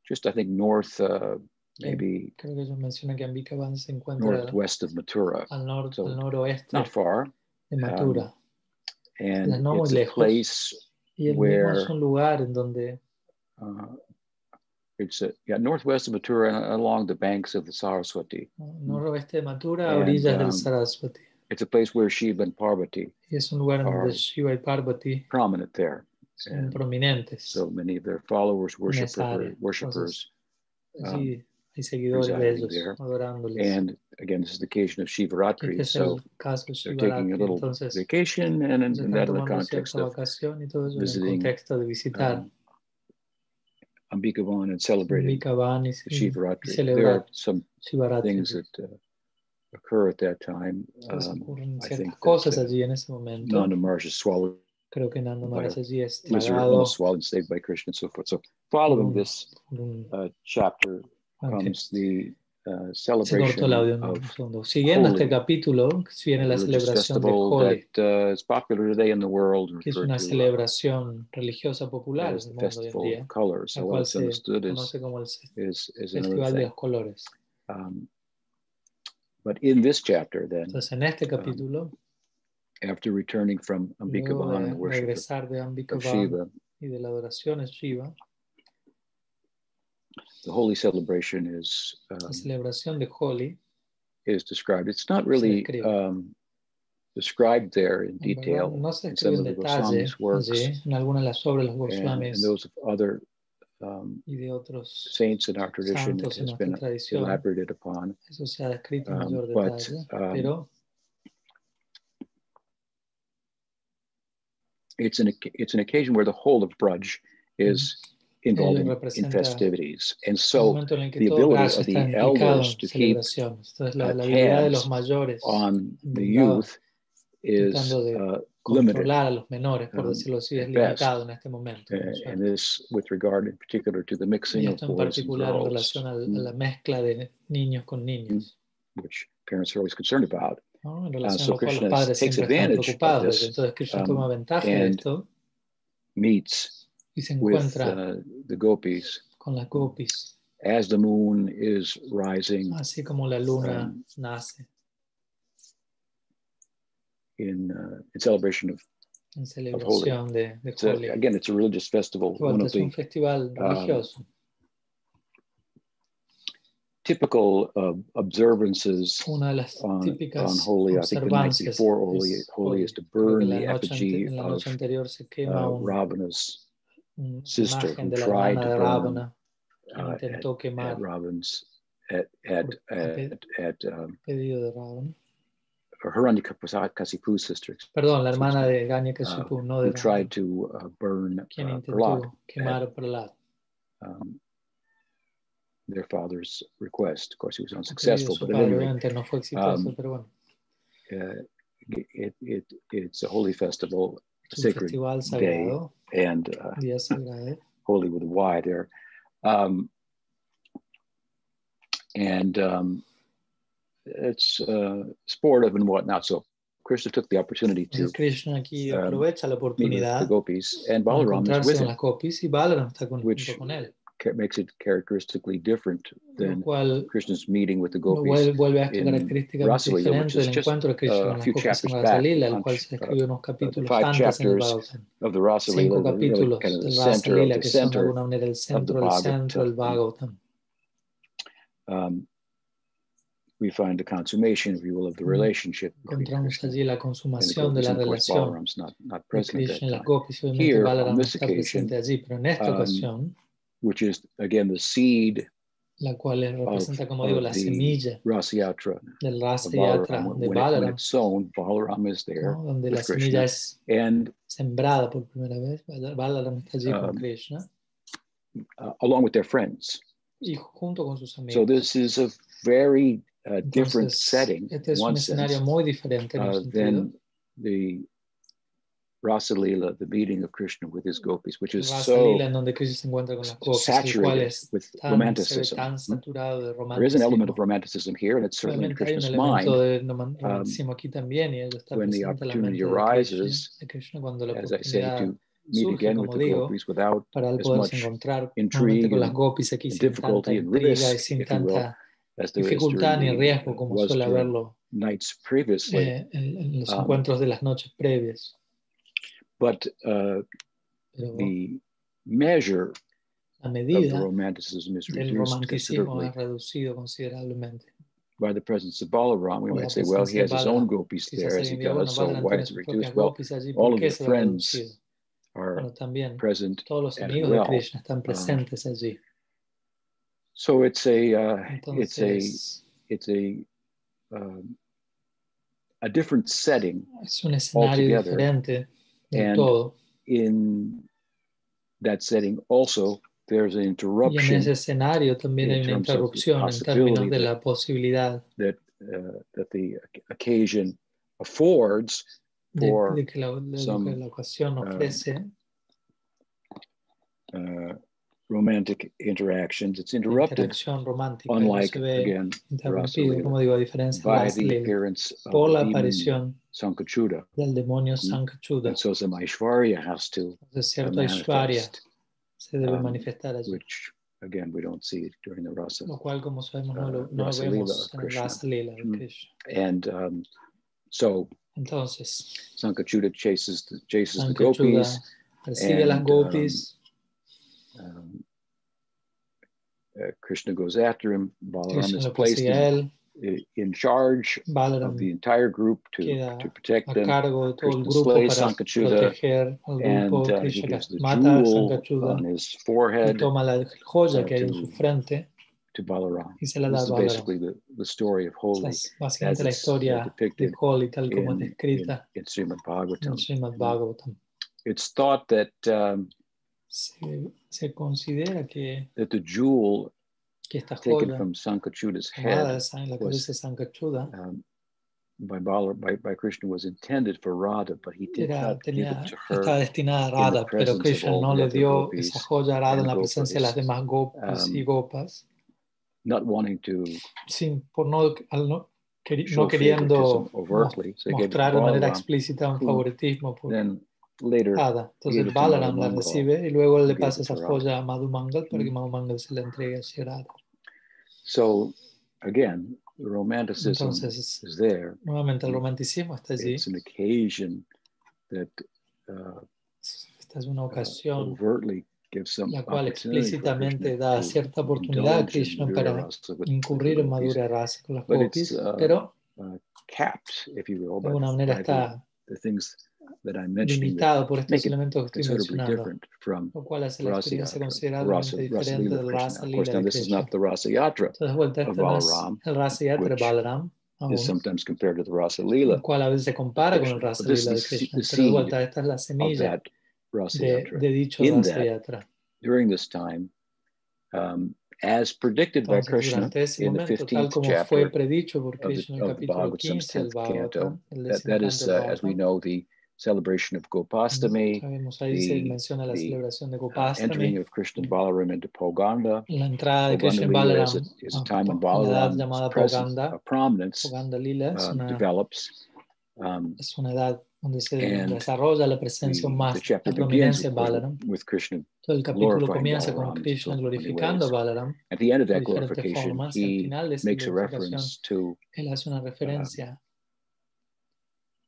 [SPEAKER 2] just I think north uh, maybe
[SPEAKER 1] creo que ellos mencionan que Ambikaban se encuentra
[SPEAKER 2] northwest of Mathura,
[SPEAKER 1] al, nor-
[SPEAKER 2] so-
[SPEAKER 1] al noroeste
[SPEAKER 2] not um, far,
[SPEAKER 1] de Mathura.
[SPEAKER 2] and
[SPEAKER 1] Yeah, no
[SPEAKER 2] it's
[SPEAKER 1] muy
[SPEAKER 2] a
[SPEAKER 1] lejos.
[SPEAKER 2] place.
[SPEAKER 1] y el mismo es
[SPEAKER 2] where-
[SPEAKER 1] un lugar en donde
[SPEAKER 2] Uh, it's a, yeah northwest of Mathura along the banks of the Saraswati.
[SPEAKER 1] ¿no? noroeste de Mathura, a
[SPEAKER 2] Mm. And,
[SPEAKER 1] orillas
[SPEAKER 2] um,
[SPEAKER 1] del Saraswati.
[SPEAKER 2] It's a place where Shiva and Parvati
[SPEAKER 1] Y es un lugar en donde
[SPEAKER 2] are-
[SPEAKER 1] Shiva y Parvati
[SPEAKER 2] prominent there.
[SPEAKER 1] son
[SPEAKER 2] and
[SPEAKER 1] prominentes.
[SPEAKER 2] So many of their followers,
[SPEAKER 1] área.
[SPEAKER 2] worshipers, worshippers,
[SPEAKER 1] Allí hay seguidores de
[SPEAKER 2] residing
[SPEAKER 1] ellos
[SPEAKER 2] there.
[SPEAKER 1] adorándoles.
[SPEAKER 2] um, and again, this is the occasion of
[SPEAKER 1] este
[SPEAKER 2] Shivaratri.
[SPEAKER 1] es
[SPEAKER 2] So
[SPEAKER 1] el caso de
[SPEAKER 2] they're taking
[SPEAKER 1] Shivaratri.
[SPEAKER 2] a little
[SPEAKER 1] Entonces, se
[SPEAKER 2] vacation, and in, in
[SPEAKER 1] están
[SPEAKER 2] that in the
[SPEAKER 1] tomando
[SPEAKER 2] context
[SPEAKER 1] cierta
[SPEAKER 2] of
[SPEAKER 1] vacación y todo eso en el
[SPEAKER 2] visiting,
[SPEAKER 1] contexto de visitar
[SPEAKER 2] um, Ambikavan and celebrating
[SPEAKER 1] Vikavan y,
[SPEAKER 2] the
[SPEAKER 1] y
[SPEAKER 2] Shivaratri.
[SPEAKER 1] celebrar
[SPEAKER 2] There are some
[SPEAKER 1] Shivaratri.
[SPEAKER 2] things that uh, occur at that time.
[SPEAKER 1] Entonces
[SPEAKER 2] Um,
[SPEAKER 1] ocurren
[SPEAKER 2] I
[SPEAKER 1] ciertas
[SPEAKER 2] think
[SPEAKER 1] cosas
[SPEAKER 2] that, uh,
[SPEAKER 1] allí en ese momento.
[SPEAKER 2] Nanda Maharaj is swallowed,
[SPEAKER 1] Creo que Nando Maharaj
[SPEAKER 2] Bueno,
[SPEAKER 1] allí es
[SPEAKER 2] was
[SPEAKER 1] tragado
[SPEAKER 2] swallowed and saved by Krishna and so forth. So following
[SPEAKER 1] Mm.
[SPEAKER 2] this
[SPEAKER 1] por un
[SPEAKER 2] uh, chapter
[SPEAKER 1] ángel.
[SPEAKER 2] comes the uh,
[SPEAKER 1] Se cortó
[SPEAKER 2] celebration
[SPEAKER 1] el audio ¿no?
[SPEAKER 2] of
[SPEAKER 1] un segundo. Siguiendo
[SPEAKER 2] Holi.
[SPEAKER 1] este capítulo, viene la
[SPEAKER 2] religious
[SPEAKER 1] celebración de
[SPEAKER 2] festival
[SPEAKER 1] Holi,
[SPEAKER 2] that uh, is popular today in the world,
[SPEAKER 1] que es
[SPEAKER 2] referred
[SPEAKER 1] una
[SPEAKER 2] to
[SPEAKER 1] celebración religiosa
[SPEAKER 2] uh,
[SPEAKER 1] popular
[SPEAKER 2] as
[SPEAKER 1] en el
[SPEAKER 2] the
[SPEAKER 1] mundo hoy en
[SPEAKER 2] festival
[SPEAKER 1] día,
[SPEAKER 2] of colors.
[SPEAKER 1] la
[SPEAKER 2] So
[SPEAKER 1] cual
[SPEAKER 2] it's
[SPEAKER 1] se
[SPEAKER 2] understood as
[SPEAKER 1] conoce como el
[SPEAKER 2] is is another
[SPEAKER 1] Festival de
[SPEAKER 2] thing.
[SPEAKER 1] los Colores.
[SPEAKER 2] Um, but in this chapter, then,
[SPEAKER 1] Entonces, en
[SPEAKER 2] Ah,
[SPEAKER 1] este capítulo,
[SPEAKER 2] after returning from
[SPEAKER 1] luego
[SPEAKER 2] Ambikavan and the
[SPEAKER 1] de
[SPEAKER 2] worship of-
[SPEAKER 1] regresar de
[SPEAKER 2] of
[SPEAKER 1] Ambikavan
[SPEAKER 2] Shiva,
[SPEAKER 1] y de la adoración a Shiva,
[SPEAKER 2] the holy celebration is um,
[SPEAKER 1] la celebración de Holi,
[SPEAKER 2] is described. It's not really
[SPEAKER 1] describe.
[SPEAKER 2] um, described there
[SPEAKER 1] en
[SPEAKER 2] in
[SPEAKER 1] verdad,
[SPEAKER 2] detail
[SPEAKER 1] no se
[SPEAKER 2] in
[SPEAKER 1] escribe
[SPEAKER 2] some
[SPEAKER 1] en
[SPEAKER 2] of the
[SPEAKER 1] detalle
[SPEAKER 2] Goswamis' works
[SPEAKER 1] allí, en algunas de las obras de los
[SPEAKER 2] and, and
[SPEAKER 1] Goswamis,
[SPEAKER 2] those of other um,
[SPEAKER 1] y de otros
[SPEAKER 2] saints in our tradition
[SPEAKER 1] santos en
[SPEAKER 2] has
[SPEAKER 1] nuestra
[SPEAKER 2] been
[SPEAKER 1] tradición.
[SPEAKER 2] elaborated upon.
[SPEAKER 1] Eso se ha descrito en
[SPEAKER 2] Um,
[SPEAKER 1] mayor
[SPEAKER 2] but,
[SPEAKER 1] detalle,
[SPEAKER 2] um,
[SPEAKER 1] pero
[SPEAKER 2] It's an it's an occasion where the whole of Brudge is involved in, in
[SPEAKER 1] representa
[SPEAKER 2] festivities, and
[SPEAKER 1] es un
[SPEAKER 2] so
[SPEAKER 1] momento en el que
[SPEAKER 2] the
[SPEAKER 1] todo
[SPEAKER 2] ability
[SPEAKER 1] Gaza
[SPEAKER 2] of the
[SPEAKER 1] está implicado
[SPEAKER 2] elders to
[SPEAKER 1] en
[SPEAKER 2] keep,
[SPEAKER 1] celebraciones. Entonces, la,
[SPEAKER 2] uh,
[SPEAKER 1] la habilidad de los
[SPEAKER 2] tabs
[SPEAKER 1] mayores
[SPEAKER 2] on the
[SPEAKER 1] Blindado,
[SPEAKER 2] youth is
[SPEAKER 1] tratando de
[SPEAKER 2] uh, limited,
[SPEAKER 1] controlar a los menores, por
[SPEAKER 2] um,
[SPEAKER 1] decirlo así, es
[SPEAKER 2] at best.
[SPEAKER 1] limitado en este momento.
[SPEAKER 2] uh,
[SPEAKER 1] ¿no? O sea,
[SPEAKER 2] and this with regard in particular to the
[SPEAKER 1] y
[SPEAKER 2] mixing of
[SPEAKER 1] esto en
[SPEAKER 2] boys and
[SPEAKER 1] particular en
[SPEAKER 2] girls,
[SPEAKER 1] relación a la, a
[SPEAKER 2] mm,
[SPEAKER 1] la mezcla de niños con niños,
[SPEAKER 2] which parents are always concerned about.
[SPEAKER 1] ¿no? en relación a
[SPEAKER 2] Mm. Ah, so
[SPEAKER 1] lo cual
[SPEAKER 2] Krishna
[SPEAKER 1] los padres
[SPEAKER 2] takes
[SPEAKER 1] siempre están
[SPEAKER 2] advantage of
[SPEAKER 1] preocupados.
[SPEAKER 2] this,
[SPEAKER 1] Entonces Krishna
[SPEAKER 2] um,
[SPEAKER 1] toma ventaja de
[SPEAKER 2] and
[SPEAKER 1] esto
[SPEAKER 2] Meets
[SPEAKER 1] y se
[SPEAKER 2] with
[SPEAKER 1] encuentra
[SPEAKER 2] uh, the gopis
[SPEAKER 1] con las gopis,
[SPEAKER 2] as the moon is rising
[SPEAKER 1] así como la luna
[SPEAKER 2] um,
[SPEAKER 1] nace
[SPEAKER 2] in uh, in celebration of
[SPEAKER 1] en celebración de, de
[SPEAKER 2] it's a-
[SPEAKER 1] Holi.
[SPEAKER 2] again it's a religious festival
[SPEAKER 1] Bueno,
[SPEAKER 2] one of
[SPEAKER 1] es un
[SPEAKER 2] the
[SPEAKER 1] festival
[SPEAKER 2] um,
[SPEAKER 1] religioso,
[SPEAKER 2] typical uh, observances
[SPEAKER 1] una de las
[SPEAKER 2] on, on
[SPEAKER 1] típicas
[SPEAKER 2] holy i think the night
[SPEAKER 1] observancias.
[SPEAKER 2] before holy
[SPEAKER 1] es
[SPEAKER 2] holy
[SPEAKER 1] Holi.
[SPEAKER 2] is to
[SPEAKER 1] Creo que
[SPEAKER 2] burn
[SPEAKER 1] la
[SPEAKER 2] the
[SPEAKER 1] noche ante-
[SPEAKER 2] effigy
[SPEAKER 1] en la
[SPEAKER 2] of
[SPEAKER 1] noche anterior se quema
[SPEAKER 2] uh,
[SPEAKER 1] un-
[SPEAKER 2] Ravana's
[SPEAKER 1] una
[SPEAKER 2] sister
[SPEAKER 1] imagen
[SPEAKER 2] who
[SPEAKER 1] de la
[SPEAKER 2] tried
[SPEAKER 1] hermana de
[SPEAKER 2] to burn,
[SPEAKER 1] Ravana que
[SPEAKER 2] uh, at,
[SPEAKER 1] intentó quemar
[SPEAKER 2] at Ravana's at at
[SPEAKER 1] Okay.
[SPEAKER 2] at, at um,
[SPEAKER 1] pedido de Ravana.
[SPEAKER 2] Hiranyakasipu's sister
[SPEAKER 1] Perdón, la hermana de Ganya Kasipu, no de
[SPEAKER 2] Uh, who
[SPEAKER 1] Ravana,
[SPEAKER 2] tried to uh, burn
[SPEAKER 1] quien
[SPEAKER 2] uh, Prahlad,
[SPEAKER 1] intentó quemar a Prahlad.
[SPEAKER 2] um, their father's request. Of course, he was
[SPEAKER 1] A pedido de
[SPEAKER 2] unsuccessful,
[SPEAKER 1] su
[SPEAKER 2] but at
[SPEAKER 1] padre,
[SPEAKER 2] any rate,
[SPEAKER 1] obviamente no fue exitoso,
[SPEAKER 2] um,
[SPEAKER 1] pero bueno,
[SPEAKER 2] uh, it, it, it's a holy festival,
[SPEAKER 1] es un
[SPEAKER 2] sacred
[SPEAKER 1] festival sagrado,
[SPEAKER 2] and uh,
[SPEAKER 1] día
[SPEAKER 2] (laughs)
[SPEAKER 1] sagrado.
[SPEAKER 2] holy with a Y there. Um, and um, it's uh, sportive and whatnot. So Krishna took the opportunity to
[SPEAKER 1] Entonces Krishna aquí
[SPEAKER 2] um,
[SPEAKER 1] aprovecha la
[SPEAKER 2] meet with the
[SPEAKER 1] oportunidad
[SPEAKER 2] gopis, and
[SPEAKER 1] para
[SPEAKER 2] Balaram is
[SPEAKER 1] encontrarse
[SPEAKER 2] with
[SPEAKER 1] con
[SPEAKER 2] him,
[SPEAKER 1] las copias y Balaram está con,
[SPEAKER 2] Which
[SPEAKER 1] junto con él,
[SPEAKER 2] ca- makes it characteristically different
[SPEAKER 1] lo
[SPEAKER 2] than
[SPEAKER 1] cual
[SPEAKER 2] Krishna's meeting with the
[SPEAKER 1] lo
[SPEAKER 2] gopis.
[SPEAKER 1] vuel- vuelve a esta
[SPEAKER 2] in
[SPEAKER 1] característica
[SPEAKER 2] Rasalila,
[SPEAKER 1] diferente
[SPEAKER 2] which is
[SPEAKER 1] del
[SPEAKER 2] just,
[SPEAKER 1] encuentro de Krishna
[SPEAKER 2] uh,
[SPEAKER 1] con las
[SPEAKER 2] few
[SPEAKER 1] copias en
[SPEAKER 2] chapters
[SPEAKER 1] Rasalila,
[SPEAKER 2] back,
[SPEAKER 1] el cual
[SPEAKER 2] on-
[SPEAKER 1] se describe unos capítulos
[SPEAKER 2] five
[SPEAKER 1] antes en el
[SPEAKER 2] chapters
[SPEAKER 1] Bhagavatam.
[SPEAKER 2] of the Rasa
[SPEAKER 1] cinco
[SPEAKER 2] Leela, the really
[SPEAKER 1] capítulos
[SPEAKER 2] kind of the
[SPEAKER 1] del
[SPEAKER 2] center of
[SPEAKER 1] Rasalila
[SPEAKER 2] the
[SPEAKER 1] que son de
[SPEAKER 2] center.
[SPEAKER 1] alguna manera el centro del
[SPEAKER 2] Bhagavatam.
[SPEAKER 1] centro del Bhagavatam.
[SPEAKER 2] Um, we find the consummation, if you will, of the relationship between
[SPEAKER 1] Mm-hmm. Encontramos
[SPEAKER 2] Krishna
[SPEAKER 1] allí la
[SPEAKER 2] and the
[SPEAKER 1] consumación de
[SPEAKER 2] gopis,
[SPEAKER 1] la
[SPEAKER 2] and of course
[SPEAKER 1] relación
[SPEAKER 2] Balaram's not, not
[SPEAKER 1] de
[SPEAKER 2] present at
[SPEAKER 1] Krishna y
[SPEAKER 2] that
[SPEAKER 1] las
[SPEAKER 2] time,
[SPEAKER 1] gopis. Obviamente
[SPEAKER 2] Here,
[SPEAKER 1] Balaram
[SPEAKER 2] on this
[SPEAKER 1] está presente allí, pero en esta
[SPEAKER 2] um,
[SPEAKER 1] ocasión,
[SPEAKER 2] which is again the seed
[SPEAKER 1] la cual es- representa, como digo,
[SPEAKER 2] of
[SPEAKER 1] la
[SPEAKER 2] the
[SPEAKER 1] semilla
[SPEAKER 2] Rasa Yatra
[SPEAKER 1] del
[SPEAKER 2] of
[SPEAKER 1] Rasa Yatra,
[SPEAKER 2] Balaram.
[SPEAKER 1] de
[SPEAKER 2] When, it, when
[SPEAKER 1] Balaram, Oh.
[SPEAKER 2] it's sown, Balaram is there,
[SPEAKER 1] ¿no? donde
[SPEAKER 2] with
[SPEAKER 1] la
[SPEAKER 2] Krishna.
[SPEAKER 1] semilla es
[SPEAKER 2] and
[SPEAKER 1] sembrada por primera vez. Bal- Balaram está allí con
[SPEAKER 2] Um,
[SPEAKER 1] Krishna
[SPEAKER 2] uh, along with their friends.
[SPEAKER 1] y junto con sus
[SPEAKER 2] So
[SPEAKER 1] amigos.
[SPEAKER 2] this is a very uh, different
[SPEAKER 1] Entonces,
[SPEAKER 2] setting,
[SPEAKER 1] este
[SPEAKER 2] in
[SPEAKER 1] es un
[SPEAKER 2] one sense,
[SPEAKER 1] escenario muy diferente en un
[SPEAKER 2] uh,
[SPEAKER 1] sentido.
[SPEAKER 2] than the Rasa Leela, the meeting of Krishna with his gopis, which is
[SPEAKER 1] Rasa
[SPEAKER 2] so
[SPEAKER 1] Lila, en donde Krishna se encuentra con las copis, el cual
[SPEAKER 2] saturated
[SPEAKER 1] es
[SPEAKER 2] with
[SPEAKER 1] tan, se ve
[SPEAKER 2] romanticism. Mm-hmm.
[SPEAKER 1] tan saturado de
[SPEAKER 2] There is an element of
[SPEAKER 1] romanticismo.
[SPEAKER 2] romanticism here, and it's certainly in
[SPEAKER 1] Obviamente hay un
[SPEAKER 2] Krishna's
[SPEAKER 1] elemento
[SPEAKER 2] mind. um,
[SPEAKER 1] de roman- romanticismo aquí también, y ello está
[SPEAKER 2] when
[SPEAKER 1] presente
[SPEAKER 2] the
[SPEAKER 1] en la
[SPEAKER 2] opportunity
[SPEAKER 1] mente de Krishna,
[SPEAKER 2] arises,
[SPEAKER 1] de Krishna cuando la
[SPEAKER 2] As I say,
[SPEAKER 1] oportunidad
[SPEAKER 2] to meet
[SPEAKER 1] surge,
[SPEAKER 2] again with
[SPEAKER 1] como
[SPEAKER 2] the
[SPEAKER 1] digo,
[SPEAKER 2] gopis without
[SPEAKER 1] para él
[SPEAKER 2] as
[SPEAKER 1] poderse
[SPEAKER 2] much
[SPEAKER 1] encontrar nuevamente
[SPEAKER 2] intrigue
[SPEAKER 1] con las
[SPEAKER 2] and
[SPEAKER 1] gopis aquí sin tanta
[SPEAKER 2] difficulty and
[SPEAKER 1] intriga y
[SPEAKER 2] risk,
[SPEAKER 1] sin
[SPEAKER 2] if you will,
[SPEAKER 1] tanta
[SPEAKER 2] as there is
[SPEAKER 1] dificultad ni
[SPEAKER 2] during the
[SPEAKER 1] riesgo como
[SPEAKER 2] was
[SPEAKER 1] suele
[SPEAKER 2] during
[SPEAKER 1] haberlo
[SPEAKER 2] nights previously.
[SPEAKER 1] eh, en, en los
[SPEAKER 2] Um,
[SPEAKER 1] encuentros de las noches previas.
[SPEAKER 2] But uh,
[SPEAKER 1] Pero
[SPEAKER 2] the measure
[SPEAKER 1] la
[SPEAKER 2] of the
[SPEAKER 1] medida
[SPEAKER 2] romanticism is
[SPEAKER 1] del
[SPEAKER 2] reduced
[SPEAKER 1] romanticismo eh,
[SPEAKER 2] considerably
[SPEAKER 1] es reducido considerablemente.
[SPEAKER 2] by the presence of Balaram. We
[SPEAKER 1] Por la
[SPEAKER 2] might say, well, he
[SPEAKER 1] presencia de
[SPEAKER 2] has his own
[SPEAKER 1] Balaram.
[SPEAKER 2] gopis
[SPEAKER 1] Quizás
[SPEAKER 2] there as he
[SPEAKER 1] alguien diga, bueno,
[SPEAKER 2] does, so
[SPEAKER 1] Balaram
[SPEAKER 2] why
[SPEAKER 1] tiene
[SPEAKER 2] is it
[SPEAKER 1] sus
[SPEAKER 2] reduced?
[SPEAKER 1] propias
[SPEAKER 2] Well,
[SPEAKER 1] gopis allí,
[SPEAKER 2] all
[SPEAKER 1] ¿por
[SPEAKER 2] of
[SPEAKER 1] qué
[SPEAKER 2] the
[SPEAKER 1] se va
[SPEAKER 2] friends
[SPEAKER 1] reducido?
[SPEAKER 2] are
[SPEAKER 1] Bueno, también
[SPEAKER 2] present.
[SPEAKER 1] todos los
[SPEAKER 2] as
[SPEAKER 1] amigos
[SPEAKER 2] well. um,
[SPEAKER 1] de Krishna están presentes allí.
[SPEAKER 2] So it's a, uh, it's a,
[SPEAKER 1] Entonces,
[SPEAKER 2] it's a, um, a different setting
[SPEAKER 1] es un escenario
[SPEAKER 2] altogether,
[SPEAKER 1] diferente de
[SPEAKER 2] and
[SPEAKER 1] todo.
[SPEAKER 2] in that setting also there's an
[SPEAKER 1] Y en ese
[SPEAKER 2] interruption
[SPEAKER 1] escenario también
[SPEAKER 2] in
[SPEAKER 1] hay una
[SPEAKER 2] terms of the
[SPEAKER 1] interrupción en
[SPEAKER 2] possibility
[SPEAKER 1] términos de
[SPEAKER 2] that-
[SPEAKER 1] la posibilidad
[SPEAKER 2] that uh, that the occasion affords
[SPEAKER 1] de,
[SPEAKER 2] for
[SPEAKER 1] de que la, de lo que
[SPEAKER 2] some,
[SPEAKER 1] la ocasión
[SPEAKER 2] um,
[SPEAKER 1] ofrece
[SPEAKER 2] uh, romantic interactions it's
[SPEAKER 1] la
[SPEAKER 2] interrupted
[SPEAKER 1] interacción romántica. No
[SPEAKER 2] unlike
[SPEAKER 1] se ve
[SPEAKER 2] again
[SPEAKER 1] interrumpido,
[SPEAKER 2] Rasalila,
[SPEAKER 1] como digo, a diferencia de
[SPEAKER 2] by the
[SPEAKER 1] Rasalila,
[SPEAKER 2] appearance
[SPEAKER 1] por
[SPEAKER 2] of
[SPEAKER 1] la
[SPEAKER 2] the demon
[SPEAKER 1] aparición
[SPEAKER 2] Sankachuta
[SPEAKER 1] del demonio
[SPEAKER 2] Mm.
[SPEAKER 1] Sankachuda.
[SPEAKER 2] and so some Aishwarya has to
[SPEAKER 1] Entonces, cierto Aishwarya
[SPEAKER 2] manifest
[SPEAKER 1] se debe
[SPEAKER 2] este, um,
[SPEAKER 1] manifestar allí.
[SPEAKER 2] which again we don't see during the rasa
[SPEAKER 1] lo cual, como sabemos, no
[SPEAKER 2] pues, uh,
[SPEAKER 1] lo, no lo
[SPEAKER 2] Rasalila
[SPEAKER 1] vemos
[SPEAKER 2] of
[SPEAKER 1] en
[SPEAKER 2] Krishna.
[SPEAKER 1] Rasa Lila de
[SPEAKER 2] Mm.
[SPEAKER 1] Krishna.
[SPEAKER 2] and um, so
[SPEAKER 1] Entonces,
[SPEAKER 2] Sankachuta chases the, chases the
[SPEAKER 1] Sankachuda
[SPEAKER 2] gopis
[SPEAKER 1] persigue a las
[SPEAKER 2] and,
[SPEAKER 1] gopis,
[SPEAKER 2] um, uh, Krishna goes after him. Balaram
[SPEAKER 1] Krishna
[SPEAKER 2] is
[SPEAKER 1] lo
[SPEAKER 2] placed
[SPEAKER 1] persigue
[SPEAKER 2] in
[SPEAKER 1] a él,
[SPEAKER 2] i- in charge
[SPEAKER 1] Balaram
[SPEAKER 2] of the entire group to,
[SPEAKER 1] queda
[SPEAKER 2] to protect
[SPEAKER 1] a
[SPEAKER 2] them.
[SPEAKER 1] cargo de todo el
[SPEAKER 2] Krishna
[SPEAKER 1] grupo
[SPEAKER 2] slays
[SPEAKER 1] para
[SPEAKER 2] Sankachuta,
[SPEAKER 1] proteger al
[SPEAKER 2] And
[SPEAKER 1] grupo.
[SPEAKER 2] uh, he
[SPEAKER 1] Krishna
[SPEAKER 2] gives
[SPEAKER 1] las
[SPEAKER 2] the
[SPEAKER 1] mata a
[SPEAKER 2] jewel
[SPEAKER 1] Sankachuta
[SPEAKER 2] on his
[SPEAKER 1] y
[SPEAKER 2] forehead
[SPEAKER 1] toma la joya que hay en
[SPEAKER 2] to-
[SPEAKER 1] su frente
[SPEAKER 2] to Balaram.
[SPEAKER 1] y se la da
[SPEAKER 2] This
[SPEAKER 1] a
[SPEAKER 2] is
[SPEAKER 1] Balaram.
[SPEAKER 2] basically the, the story of
[SPEAKER 1] Esa
[SPEAKER 2] Holi
[SPEAKER 1] es
[SPEAKER 2] as
[SPEAKER 1] básicamente la
[SPEAKER 2] it's uh,
[SPEAKER 1] historia de
[SPEAKER 2] depicted
[SPEAKER 1] Holi tal
[SPEAKER 2] in,
[SPEAKER 1] como es
[SPEAKER 2] in, um,
[SPEAKER 1] descrita
[SPEAKER 2] in Srimad
[SPEAKER 1] en
[SPEAKER 2] Bhagavatam.
[SPEAKER 1] Srimad Bhagavatam.
[SPEAKER 2] It's thought that um,
[SPEAKER 1] Se, se considera que,
[SPEAKER 2] that the jewel
[SPEAKER 1] que esta
[SPEAKER 2] taken
[SPEAKER 1] joya
[SPEAKER 2] from Sankachuta's
[SPEAKER 1] tomada
[SPEAKER 2] head
[SPEAKER 1] de San-
[SPEAKER 2] pues
[SPEAKER 1] la cruz de Sankachuda
[SPEAKER 2] um, by, Bala, by, by Krishna was intended for Radha, but he did
[SPEAKER 1] era,
[SPEAKER 2] not give
[SPEAKER 1] tenía,
[SPEAKER 2] it to
[SPEAKER 1] estaba
[SPEAKER 2] her.
[SPEAKER 1] destinada a
[SPEAKER 2] in the
[SPEAKER 1] Radha, pero
[SPEAKER 2] presence of
[SPEAKER 1] Krishna
[SPEAKER 2] all
[SPEAKER 1] no
[SPEAKER 2] the
[SPEAKER 1] le
[SPEAKER 2] other
[SPEAKER 1] dio
[SPEAKER 2] gopis
[SPEAKER 1] esa joya a Radha en la
[SPEAKER 2] and
[SPEAKER 1] presencia de las
[SPEAKER 2] gopas,
[SPEAKER 1] demás gopas y
[SPEAKER 2] um,
[SPEAKER 1] gopas,
[SPEAKER 2] Not wanting to
[SPEAKER 1] sin, por no, al no, queri- no
[SPEAKER 2] show favoritism
[SPEAKER 1] queriendo
[SPEAKER 2] overtly, so he gave it to
[SPEAKER 1] mostrar de manera
[SPEAKER 2] Balaram.
[SPEAKER 1] explícita un
[SPEAKER 2] who
[SPEAKER 1] favoritismo por
[SPEAKER 2] Then later,
[SPEAKER 1] Radha.
[SPEAKER 2] gave it
[SPEAKER 1] Entonces
[SPEAKER 2] to
[SPEAKER 1] Balaram la
[SPEAKER 2] Madhumangal,
[SPEAKER 1] recibe y luego él le
[SPEAKER 2] who gave
[SPEAKER 1] pasa
[SPEAKER 2] it to
[SPEAKER 1] esa
[SPEAKER 2] Radha.
[SPEAKER 1] joya a Madhumangal para que
[SPEAKER 2] Mm.
[SPEAKER 1] Madhumangal se la entregue a Sri Radha.
[SPEAKER 2] so again, the romanticism
[SPEAKER 1] Entonces,
[SPEAKER 2] is there.
[SPEAKER 1] nuevamente el
[SPEAKER 2] Mm.
[SPEAKER 1] romanticismo está allí.
[SPEAKER 2] It's an occasion that uh,
[SPEAKER 1] Esta es una ocasión
[SPEAKER 2] overtly gives some
[SPEAKER 1] la cual
[SPEAKER 2] opportunity for
[SPEAKER 1] explícitamente
[SPEAKER 2] Krishna
[SPEAKER 1] da
[SPEAKER 2] to
[SPEAKER 1] cierta oportunidad a
[SPEAKER 2] indulge in
[SPEAKER 1] Krishna para
[SPEAKER 2] Madhurarasa with-
[SPEAKER 1] incurrir en
[SPEAKER 2] with these
[SPEAKER 1] madura raza con las
[SPEAKER 2] But
[SPEAKER 1] gopis,
[SPEAKER 2] it's, uh,
[SPEAKER 1] pero
[SPEAKER 2] capped, if you will,
[SPEAKER 1] de
[SPEAKER 2] by,
[SPEAKER 1] alguna manera
[SPEAKER 2] by the-
[SPEAKER 1] está
[SPEAKER 2] the things that I'm mentioning that
[SPEAKER 1] limitado por estos
[SPEAKER 2] make it
[SPEAKER 1] elementos que estoy
[SPEAKER 2] considerably
[SPEAKER 1] mencionando,
[SPEAKER 2] different from
[SPEAKER 1] lo cual hace la
[SPEAKER 2] Rasa
[SPEAKER 1] experiencia
[SPEAKER 2] Yatra,
[SPEAKER 1] considerablemente
[SPEAKER 2] Rasa, Rasa
[SPEAKER 1] diferente
[SPEAKER 2] Leela
[SPEAKER 1] del
[SPEAKER 2] Krishna.
[SPEAKER 1] Rasa
[SPEAKER 2] Of course,
[SPEAKER 1] Lila
[SPEAKER 2] now
[SPEAKER 1] de
[SPEAKER 2] this is
[SPEAKER 1] Krishna.
[SPEAKER 2] not the Rasa Yatra,
[SPEAKER 1] Entonces, de vuelta,
[SPEAKER 2] of
[SPEAKER 1] este no es
[SPEAKER 2] Balaram,
[SPEAKER 1] el Rasa Yatra
[SPEAKER 2] which
[SPEAKER 1] Balaram, aún,
[SPEAKER 2] is sometimes compared to the Rasa
[SPEAKER 1] el
[SPEAKER 2] Leela
[SPEAKER 1] cual a veces se compara con el
[SPEAKER 2] Krishna.
[SPEAKER 1] Rasa
[SPEAKER 2] But this
[SPEAKER 1] Lila de
[SPEAKER 2] is the
[SPEAKER 1] Krishna,
[SPEAKER 2] seed
[SPEAKER 1] pero de vuelta, esta es la
[SPEAKER 2] of
[SPEAKER 1] semilla
[SPEAKER 2] that Rasa
[SPEAKER 1] de,
[SPEAKER 2] Yatra.
[SPEAKER 1] de dicho
[SPEAKER 2] In
[SPEAKER 1] Rasa
[SPEAKER 2] that,
[SPEAKER 1] Yatra.
[SPEAKER 2] During this time, um, as predicted by
[SPEAKER 1] Entonces,
[SPEAKER 2] Krishna
[SPEAKER 1] durante ese
[SPEAKER 2] in the
[SPEAKER 1] momento, tal
[SPEAKER 2] 15th
[SPEAKER 1] como
[SPEAKER 2] chapter,
[SPEAKER 1] fue predicho por
[SPEAKER 2] of the-
[SPEAKER 1] Krishna en
[SPEAKER 2] of
[SPEAKER 1] el
[SPEAKER 2] the
[SPEAKER 1] capítulo
[SPEAKER 2] Bhagavatam's
[SPEAKER 1] 15 del
[SPEAKER 2] 10th canto,
[SPEAKER 1] Bhagavatam, el
[SPEAKER 2] that,
[SPEAKER 1] décimo
[SPEAKER 2] that
[SPEAKER 1] canto
[SPEAKER 2] is,
[SPEAKER 1] del
[SPEAKER 2] uh, as we
[SPEAKER 1] Bhagavatam,
[SPEAKER 2] know, the celebration of
[SPEAKER 1] Mm,
[SPEAKER 2] Gopastami,
[SPEAKER 1] Sabemos, ahí se
[SPEAKER 2] the-
[SPEAKER 1] menciona la
[SPEAKER 2] the,
[SPEAKER 1] celebración de
[SPEAKER 2] uh, entering
[SPEAKER 1] Gopastami,
[SPEAKER 2] of Krishna and Balaram into Poganda.
[SPEAKER 1] la entrada de Krishna en
[SPEAKER 2] Poganda
[SPEAKER 1] Balaram, Oh,
[SPEAKER 2] is, a- is a
[SPEAKER 1] a
[SPEAKER 2] time in
[SPEAKER 1] una edad
[SPEAKER 2] Balaram's
[SPEAKER 1] llamada
[SPEAKER 2] presence,
[SPEAKER 1] Poganda,
[SPEAKER 2] uh, prominence
[SPEAKER 1] Poganda Lila, es
[SPEAKER 2] um,
[SPEAKER 1] una,
[SPEAKER 2] develops. Um,
[SPEAKER 1] es una edad donde se
[SPEAKER 2] And
[SPEAKER 1] desarrolla la
[SPEAKER 2] the,
[SPEAKER 1] presencia o más,
[SPEAKER 2] the
[SPEAKER 1] la
[SPEAKER 2] chapter begins,
[SPEAKER 1] prominencia
[SPEAKER 2] of
[SPEAKER 1] de
[SPEAKER 2] course, with-
[SPEAKER 1] Balaram.
[SPEAKER 2] with Krishna.
[SPEAKER 1] Todo el capítulo
[SPEAKER 2] glorifying
[SPEAKER 1] comienza con
[SPEAKER 2] Balaram in so
[SPEAKER 1] Krishna
[SPEAKER 2] many
[SPEAKER 1] glorificando a
[SPEAKER 2] ways.
[SPEAKER 1] Balaram
[SPEAKER 2] At the end of
[SPEAKER 1] de
[SPEAKER 2] that
[SPEAKER 1] diferentes
[SPEAKER 2] glorification,
[SPEAKER 1] formas. Al
[SPEAKER 2] he
[SPEAKER 1] final de esa
[SPEAKER 2] makes a
[SPEAKER 1] glorificación,
[SPEAKER 2] reference uh, to
[SPEAKER 1] él hace una referencia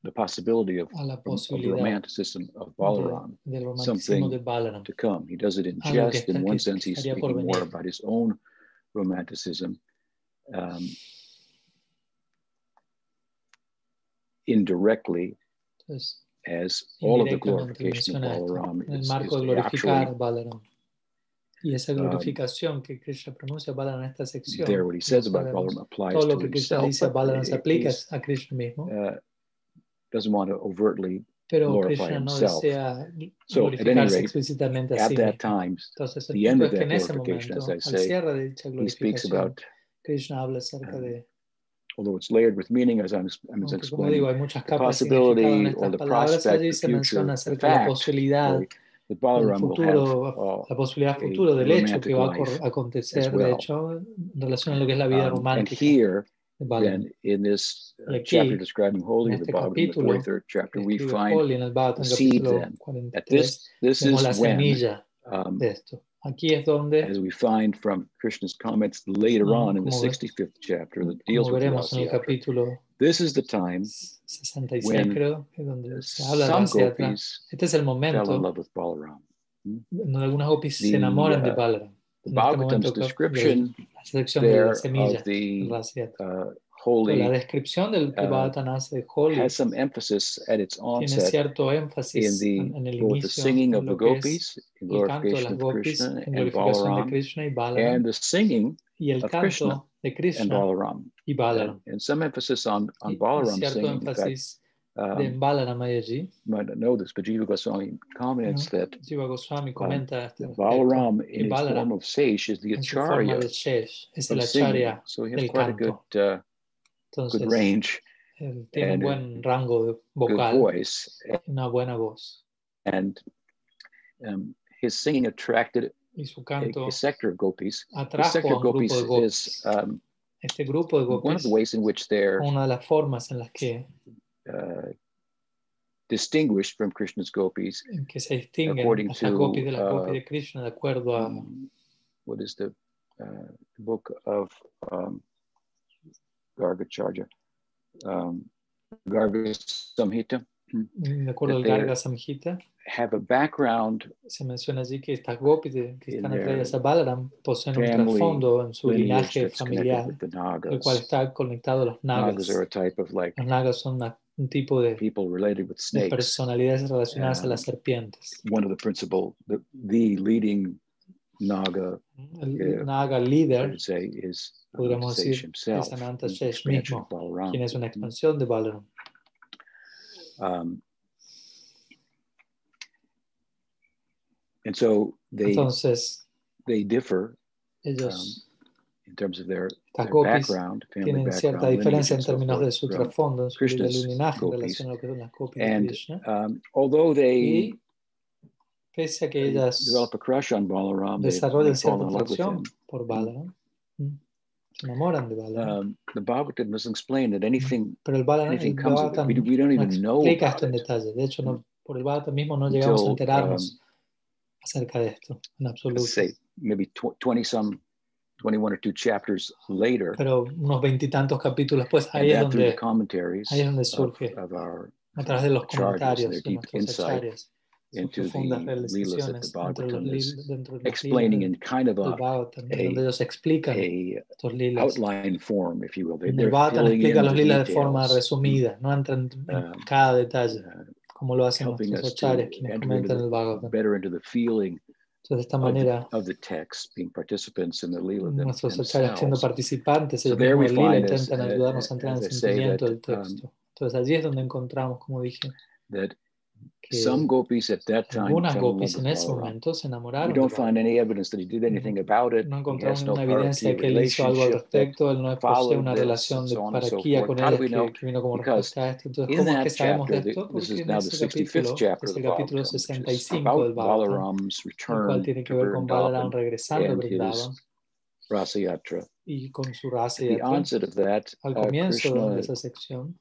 [SPEAKER 2] the possibility of,
[SPEAKER 1] a la
[SPEAKER 2] of the
[SPEAKER 1] posibilidad
[SPEAKER 2] romanticism of
[SPEAKER 1] de-
[SPEAKER 2] Balaram
[SPEAKER 1] del romanticismo de Balaram.
[SPEAKER 2] to come. He does it in
[SPEAKER 1] Algo que
[SPEAKER 2] jest. In
[SPEAKER 1] está-
[SPEAKER 2] one
[SPEAKER 1] que- que
[SPEAKER 2] sense, he's
[SPEAKER 1] estaría por
[SPEAKER 2] speaking more
[SPEAKER 1] venir.
[SPEAKER 2] about his own romanticism. um, indirectly,
[SPEAKER 1] Entonces,
[SPEAKER 2] as all of the
[SPEAKER 1] indirectamente
[SPEAKER 2] glorification of
[SPEAKER 1] menciona esto,
[SPEAKER 2] Balaram
[SPEAKER 1] en el
[SPEAKER 2] is,
[SPEAKER 1] marco
[SPEAKER 2] is
[SPEAKER 1] de
[SPEAKER 2] actually
[SPEAKER 1] glorificar a Balaram. Y esa
[SPEAKER 2] um,
[SPEAKER 1] glorificación que Krishna pronuncia a Balaram en esta sección,
[SPEAKER 2] there. What he
[SPEAKER 1] no
[SPEAKER 2] says about
[SPEAKER 1] sabemos.
[SPEAKER 2] Balaram applies
[SPEAKER 1] todo
[SPEAKER 2] to
[SPEAKER 1] lo que Krishna
[SPEAKER 2] himself,
[SPEAKER 1] dice a
[SPEAKER 2] but
[SPEAKER 1] Balaram se
[SPEAKER 2] he-
[SPEAKER 1] aplica
[SPEAKER 2] he's,
[SPEAKER 1] a Krishna mismo,
[SPEAKER 2] uh, doesn't want to overtly
[SPEAKER 1] pero
[SPEAKER 2] glorify
[SPEAKER 1] Krishna no
[SPEAKER 2] himself.
[SPEAKER 1] desea
[SPEAKER 2] So, at any
[SPEAKER 1] glorificarse
[SPEAKER 2] rate,
[SPEAKER 1] explícitamente a
[SPEAKER 2] at
[SPEAKER 1] sí
[SPEAKER 2] that
[SPEAKER 1] mismo.
[SPEAKER 2] time,
[SPEAKER 1] Entonces, el
[SPEAKER 2] the end
[SPEAKER 1] punto
[SPEAKER 2] of
[SPEAKER 1] es que
[SPEAKER 2] that
[SPEAKER 1] en ese
[SPEAKER 2] glorification,
[SPEAKER 1] momento,
[SPEAKER 2] as I
[SPEAKER 1] al
[SPEAKER 2] say,
[SPEAKER 1] cierre de dicha
[SPEAKER 2] he speaks
[SPEAKER 1] glorificación,
[SPEAKER 2] about,
[SPEAKER 1] Krishna habla acerca
[SPEAKER 2] um,
[SPEAKER 1] de,
[SPEAKER 2] although it's layered with meaning, as I'm, I'm
[SPEAKER 1] aunque como
[SPEAKER 2] explaining,
[SPEAKER 1] digo, hay muchas
[SPEAKER 2] the
[SPEAKER 1] capas de significado en
[SPEAKER 2] possibility or
[SPEAKER 1] estas
[SPEAKER 2] the
[SPEAKER 1] palabras,
[SPEAKER 2] prospect,
[SPEAKER 1] allí
[SPEAKER 2] the
[SPEAKER 1] se
[SPEAKER 2] future,
[SPEAKER 1] menciona
[SPEAKER 2] the
[SPEAKER 1] acerca de la
[SPEAKER 2] fact,
[SPEAKER 1] posibilidad
[SPEAKER 2] really, that
[SPEAKER 1] el
[SPEAKER 2] Balaram will have uh,
[SPEAKER 1] futuro,
[SPEAKER 2] all
[SPEAKER 1] la posibilidad
[SPEAKER 2] a
[SPEAKER 1] futura del hecho que va a
[SPEAKER 2] romantic
[SPEAKER 1] cor-
[SPEAKER 2] life
[SPEAKER 1] acontecer,
[SPEAKER 2] as well.
[SPEAKER 1] de hecho, en relación a lo que es la vida
[SPEAKER 2] Um, and
[SPEAKER 1] romántica
[SPEAKER 2] here,
[SPEAKER 1] de Balaram.
[SPEAKER 2] then, in this uh,
[SPEAKER 1] Y aquí,
[SPEAKER 2] chapter describing
[SPEAKER 1] en
[SPEAKER 2] holy of the
[SPEAKER 1] este
[SPEAKER 2] Bhagavatam, the
[SPEAKER 1] capítulo,
[SPEAKER 2] 43rd chapter, we
[SPEAKER 1] Escribe
[SPEAKER 2] find
[SPEAKER 1] Paul en el Bhagavatam,
[SPEAKER 2] the seed
[SPEAKER 1] capítulo
[SPEAKER 2] then. that this
[SPEAKER 1] 43,
[SPEAKER 2] this
[SPEAKER 1] vemos la
[SPEAKER 2] is when,
[SPEAKER 1] semilla
[SPEAKER 2] um,
[SPEAKER 1] de esto. Aquí es donde,
[SPEAKER 2] as we find from Krishna's comments later
[SPEAKER 1] Mm,
[SPEAKER 2] on in the
[SPEAKER 1] como ve-
[SPEAKER 2] 65th chapter that deals
[SPEAKER 1] como
[SPEAKER 2] with
[SPEAKER 1] veremos en el
[SPEAKER 2] Rasa Yatra,
[SPEAKER 1] capítulo
[SPEAKER 2] this is the time
[SPEAKER 1] 66,
[SPEAKER 2] when
[SPEAKER 1] creo, es donde se habla de
[SPEAKER 2] some
[SPEAKER 1] Rasyatra.
[SPEAKER 2] gopis
[SPEAKER 1] Este es el
[SPEAKER 2] fell in
[SPEAKER 1] momento
[SPEAKER 2] love with Balaram.
[SPEAKER 1] en donde algunas gopis se
[SPEAKER 2] The,
[SPEAKER 1] enamoran de
[SPEAKER 2] uh,
[SPEAKER 1] Balaram.
[SPEAKER 2] The
[SPEAKER 1] En este
[SPEAKER 2] Bhagavatam's
[SPEAKER 1] momento, creo,
[SPEAKER 2] description
[SPEAKER 1] la sección de
[SPEAKER 2] there
[SPEAKER 1] la semilla
[SPEAKER 2] of the
[SPEAKER 1] del Rasyatra.
[SPEAKER 2] uh,
[SPEAKER 1] Pero La
[SPEAKER 2] holy
[SPEAKER 1] descripción del
[SPEAKER 2] uh,
[SPEAKER 1] Bhavatanasse de Holi
[SPEAKER 2] has some emphasis at its
[SPEAKER 1] tiene
[SPEAKER 2] onset
[SPEAKER 1] cierto
[SPEAKER 2] in
[SPEAKER 1] énfasis
[SPEAKER 2] the
[SPEAKER 1] en en el
[SPEAKER 2] both the
[SPEAKER 1] inicio,
[SPEAKER 2] singing
[SPEAKER 1] en
[SPEAKER 2] of the
[SPEAKER 1] lo que es
[SPEAKER 2] gopis, in
[SPEAKER 1] el canto de
[SPEAKER 2] glorification
[SPEAKER 1] las
[SPEAKER 2] of
[SPEAKER 1] gopis,
[SPEAKER 2] Krishna
[SPEAKER 1] en
[SPEAKER 2] and
[SPEAKER 1] glorificación de
[SPEAKER 2] Balaram,
[SPEAKER 1] Krishna y Balaram,
[SPEAKER 2] and the singing
[SPEAKER 1] y el
[SPEAKER 2] of Krishna
[SPEAKER 1] canto de
[SPEAKER 2] and
[SPEAKER 1] Krishna
[SPEAKER 2] Balaram,
[SPEAKER 1] y
[SPEAKER 2] and,
[SPEAKER 1] Balaram.
[SPEAKER 2] and some emphasis on
[SPEAKER 1] Y
[SPEAKER 2] on
[SPEAKER 1] y
[SPEAKER 2] Balaram
[SPEAKER 1] cierto
[SPEAKER 2] singing. In fact,
[SPEAKER 1] énfasis de
[SPEAKER 2] um,
[SPEAKER 1] Balaram hay allí.
[SPEAKER 2] you might not know this, but Jiva Goswami comments that
[SPEAKER 1] Jiva Goswami comenta este
[SPEAKER 2] that
[SPEAKER 1] aspecto.
[SPEAKER 2] uh, Balaram
[SPEAKER 1] Y
[SPEAKER 2] in his
[SPEAKER 1] Balaram
[SPEAKER 2] form of Seish is the
[SPEAKER 1] En su forma
[SPEAKER 2] acharya
[SPEAKER 1] de Shesh, es el
[SPEAKER 2] of singing,
[SPEAKER 1] acharya.
[SPEAKER 2] so he
[SPEAKER 1] del
[SPEAKER 2] has quite a good
[SPEAKER 1] canto.
[SPEAKER 2] uh, good
[SPEAKER 1] Entonces,
[SPEAKER 2] range,
[SPEAKER 1] él tiene un
[SPEAKER 2] and
[SPEAKER 1] buen rango de
[SPEAKER 2] good
[SPEAKER 1] vocal,
[SPEAKER 2] voice,
[SPEAKER 1] una buena voz.
[SPEAKER 2] and um, his singing attracted
[SPEAKER 1] Y su
[SPEAKER 2] a,
[SPEAKER 1] canto
[SPEAKER 2] a sector of gopis. The
[SPEAKER 1] atrajo
[SPEAKER 2] sector
[SPEAKER 1] a
[SPEAKER 2] of
[SPEAKER 1] un grupo
[SPEAKER 2] gopis
[SPEAKER 1] de
[SPEAKER 2] is
[SPEAKER 1] gopis.
[SPEAKER 2] um,
[SPEAKER 1] Este grupo de
[SPEAKER 2] one of
[SPEAKER 1] gopis
[SPEAKER 2] the ways in which they're
[SPEAKER 1] una de las formas en las que,
[SPEAKER 2] uh, distinguished from Krishna's gopis.
[SPEAKER 1] en que se distinguen
[SPEAKER 2] According
[SPEAKER 1] las
[SPEAKER 2] to,
[SPEAKER 1] gopis de las
[SPEAKER 2] uh,
[SPEAKER 1] gopis de Krishna de acuerdo a
[SPEAKER 2] Um, what is the uh, book of um, Gargacharya? Um, Garga Samhita.
[SPEAKER 1] Me acuerdo del
[SPEAKER 2] Este-
[SPEAKER 1] Garga Samhita.
[SPEAKER 2] have a background
[SPEAKER 1] Se menciona allí que estas gopis de- que están
[SPEAKER 2] In their
[SPEAKER 1] atraídas a Balaram poseen un
[SPEAKER 2] family
[SPEAKER 1] trasfondo en su
[SPEAKER 2] lineage
[SPEAKER 1] linaje
[SPEAKER 2] that's connected
[SPEAKER 1] familiar,
[SPEAKER 2] with the
[SPEAKER 1] el cual
[SPEAKER 2] Nagas.
[SPEAKER 1] está conectado
[SPEAKER 2] Ah,
[SPEAKER 1] a los nagas.
[SPEAKER 2] Nagas are a type of like
[SPEAKER 1] Los nagas son una- un tipo de, de
[SPEAKER 2] people related with snakes.
[SPEAKER 1] personalidades relacionadas a
[SPEAKER 2] Um,
[SPEAKER 1] las serpientes.
[SPEAKER 2] One of the principal, the, the leading Naga,
[SPEAKER 1] El
[SPEAKER 2] yeah.
[SPEAKER 1] naga
[SPEAKER 2] I
[SPEAKER 1] líder,
[SPEAKER 2] would say, is
[SPEAKER 1] Podríamos
[SPEAKER 2] Ananta
[SPEAKER 1] decir,
[SPEAKER 2] Seish himself.
[SPEAKER 1] es Ananta
[SPEAKER 2] an
[SPEAKER 1] Seish mismo,
[SPEAKER 2] expansion of Balaram.
[SPEAKER 1] quien es una expansión de Balaram.
[SPEAKER 2] Um, and so they
[SPEAKER 1] Entonces,
[SPEAKER 2] they differ
[SPEAKER 1] ellos,
[SPEAKER 2] in terms of their,
[SPEAKER 1] estas
[SPEAKER 2] their
[SPEAKER 1] gopis,
[SPEAKER 2] background, family
[SPEAKER 1] tienen cierta
[SPEAKER 2] background, lineage,
[SPEAKER 1] diferencia en
[SPEAKER 2] and so
[SPEAKER 1] términos de
[SPEAKER 2] forth
[SPEAKER 1] su
[SPEAKER 2] from-
[SPEAKER 1] trasfondo, en su
[SPEAKER 2] Krishna's
[SPEAKER 1] linaje en
[SPEAKER 2] gopis.
[SPEAKER 1] relación a lo que son las copias
[SPEAKER 2] And,
[SPEAKER 1] de Krishna.
[SPEAKER 2] um, although they
[SPEAKER 1] Y pese a que
[SPEAKER 2] they
[SPEAKER 1] ellas
[SPEAKER 2] develop a crush on Balaram, they, they
[SPEAKER 1] desarrollan
[SPEAKER 2] fall
[SPEAKER 1] cierta
[SPEAKER 2] in love with
[SPEAKER 1] atracción
[SPEAKER 2] him.
[SPEAKER 1] por Balaram, ¿m? se enamoran de Balaram,
[SPEAKER 2] Um, the Bhagavatam doesn't explain that anything
[SPEAKER 1] pero el Balaram, el
[SPEAKER 2] anything comes of it.
[SPEAKER 1] Bhagavatam
[SPEAKER 2] We, do- we don't
[SPEAKER 1] no
[SPEAKER 2] even know
[SPEAKER 1] explica
[SPEAKER 2] about
[SPEAKER 1] esto en
[SPEAKER 2] it Mm.
[SPEAKER 1] detalle. De hecho, no, por el Bhagavatam mismo no llegamos a
[SPEAKER 2] until um,
[SPEAKER 1] enterarnos acerca de esto, en absoluto.
[SPEAKER 2] let's say maybe tw- twenty some, twenty one or two chapters later,
[SPEAKER 1] Pero unos veintitantos capítulos, pues ahí
[SPEAKER 2] and
[SPEAKER 1] es
[SPEAKER 2] then through the
[SPEAKER 1] donde,
[SPEAKER 2] commentaries
[SPEAKER 1] ahí es donde
[SPEAKER 2] of,
[SPEAKER 1] surge,
[SPEAKER 2] of our
[SPEAKER 1] a través de los
[SPEAKER 2] charges, their
[SPEAKER 1] comentarios de
[SPEAKER 2] deep
[SPEAKER 1] nuestros
[SPEAKER 2] insight
[SPEAKER 1] acharyas, sus
[SPEAKER 2] into the
[SPEAKER 1] profundas
[SPEAKER 2] leelas that the
[SPEAKER 1] realizaciones dentro de los
[SPEAKER 2] Bhagavatam is
[SPEAKER 1] lil- dentro de los
[SPEAKER 2] explaining
[SPEAKER 1] lilas
[SPEAKER 2] in kind of
[SPEAKER 1] del
[SPEAKER 2] a,
[SPEAKER 1] Bhagavatam,
[SPEAKER 2] a-
[SPEAKER 1] donde ellos explican
[SPEAKER 2] a
[SPEAKER 1] estos lilas.
[SPEAKER 2] outline form, if you will. They-
[SPEAKER 1] En
[SPEAKER 2] They're
[SPEAKER 1] el Bhagavatam
[SPEAKER 2] filling in
[SPEAKER 1] explica los
[SPEAKER 2] the
[SPEAKER 1] lilas de forma
[SPEAKER 2] details, mm,
[SPEAKER 1] resumida, no entran en
[SPEAKER 2] Um,
[SPEAKER 1] cada detalle,
[SPEAKER 2] uh,
[SPEAKER 1] como lo hacen
[SPEAKER 2] helping
[SPEAKER 1] nuestros
[SPEAKER 2] us to
[SPEAKER 1] acharyas, quienes
[SPEAKER 2] enter into
[SPEAKER 1] comentan el
[SPEAKER 2] the,
[SPEAKER 1] Bhagavatam.
[SPEAKER 2] better into the feeling
[SPEAKER 1] Entonces, de esta
[SPEAKER 2] of the,
[SPEAKER 1] manera,
[SPEAKER 2] of the text, being participants in the Leela them-
[SPEAKER 1] nuestros acharyas, siendo
[SPEAKER 2] themselves.
[SPEAKER 1] participantes, ellos
[SPEAKER 2] So there we
[SPEAKER 1] mismos del lila
[SPEAKER 2] find us,
[SPEAKER 1] intentan
[SPEAKER 2] uh,
[SPEAKER 1] ayudarnos a entrar en el
[SPEAKER 2] as I say
[SPEAKER 1] sentimiento
[SPEAKER 2] that, um,
[SPEAKER 1] del texto. Entonces, allí es donde encontramos, como dije,
[SPEAKER 2] That
[SPEAKER 1] que
[SPEAKER 2] some gopis at that time
[SPEAKER 1] algunas
[SPEAKER 2] fell in
[SPEAKER 1] gopis en
[SPEAKER 2] love with
[SPEAKER 1] ese
[SPEAKER 2] Balaram.
[SPEAKER 1] momento se
[SPEAKER 2] We
[SPEAKER 1] enamoraron. de
[SPEAKER 2] don't find
[SPEAKER 1] Balaram.
[SPEAKER 2] any evidence that he did anything about it.
[SPEAKER 1] No
[SPEAKER 2] He has
[SPEAKER 1] encontramos
[SPEAKER 2] no
[SPEAKER 1] una evidencia de
[SPEAKER 2] parakeet
[SPEAKER 1] que él hizo algo al
[SPEAKER 2] relationship that
[SPEAKER 1] respecto, él no posee
[SPEAKER 2] followed
[SPEAKER 1] una
[SPEAKER 2] this,
[SPEAKER 1] relación
[SPEAKER 2] and
[SPEAKER 1] de
[SPEAKER 2] so on and so
[SPEAKER 1] paraquía
[SPEAKER 2] forth.
[SPEAKER 1] con
[SPEAKER 2] How do
[SPEAKER 1] ella
[SPEAKER 2] we
[SPEAKER 1] que,
[SPEAKER 2] know?
[SPEAKER 1] que vino como
[SPEAKER 2] Because
[SPEAKER 1] respuesta a esto. Entonces,
[SPEAKER 2] in
[SPEAKER 1] ¿cómo es
[SPEAKER 2] that
[SPEAKER 1] que sabemos de
[SPEAKER 2] chapter,
[SPEAKER 1] esto?
[SPEAKER 2] the- this
[SPEAKER 1] Porque
[SPEAKER 2] is
[SPEAKER 1] en
[SPEAKER 2] now the
[SPEAKER 1] este capítulo,
[SPEAKER 2] 65th chapter
[SPEAKER 1] que es
[SPEAKER 2] of
[SPEAKER 1] el
[SPEAKER 2] the
[SPEAKER 1] capítulo
[SPEAKER 2] Bhagavatam, which is
[SPEAKER 1] 65
[SPEAKER 2] about
[SPEAKER 1] del Bhagavatam,
[SPEAKER 2] Balaram's
[SPEAKER 1] el cual
[SPEAKER 2] return
[SPEAKER 1] tiene que
[SPEAKER 2] to
[SPEAKER 1] ver con Balaram
[SPEAKER 2] Vrindavan,
[SPEAKER 1] regresando a
[SPEAKER 2] and his
[SPEAKER 1] Vrindavan
[SPEAKER 2] Rasa Yatra.
[SPEAKER 1] y con su raza
[SPEAKER 2] At
[SPEAKER 1] y
[SPEAKER 2] the
[SPEAKER 1] atrás.
[SPEAKER 2] onset of that,
[SPEAKER 1] Al
[SPEAKER 2] uh,
[SPEAKER 1] comienzo de
[SPEAKER 2] Krishna
[SPEAKER 1] esa sección,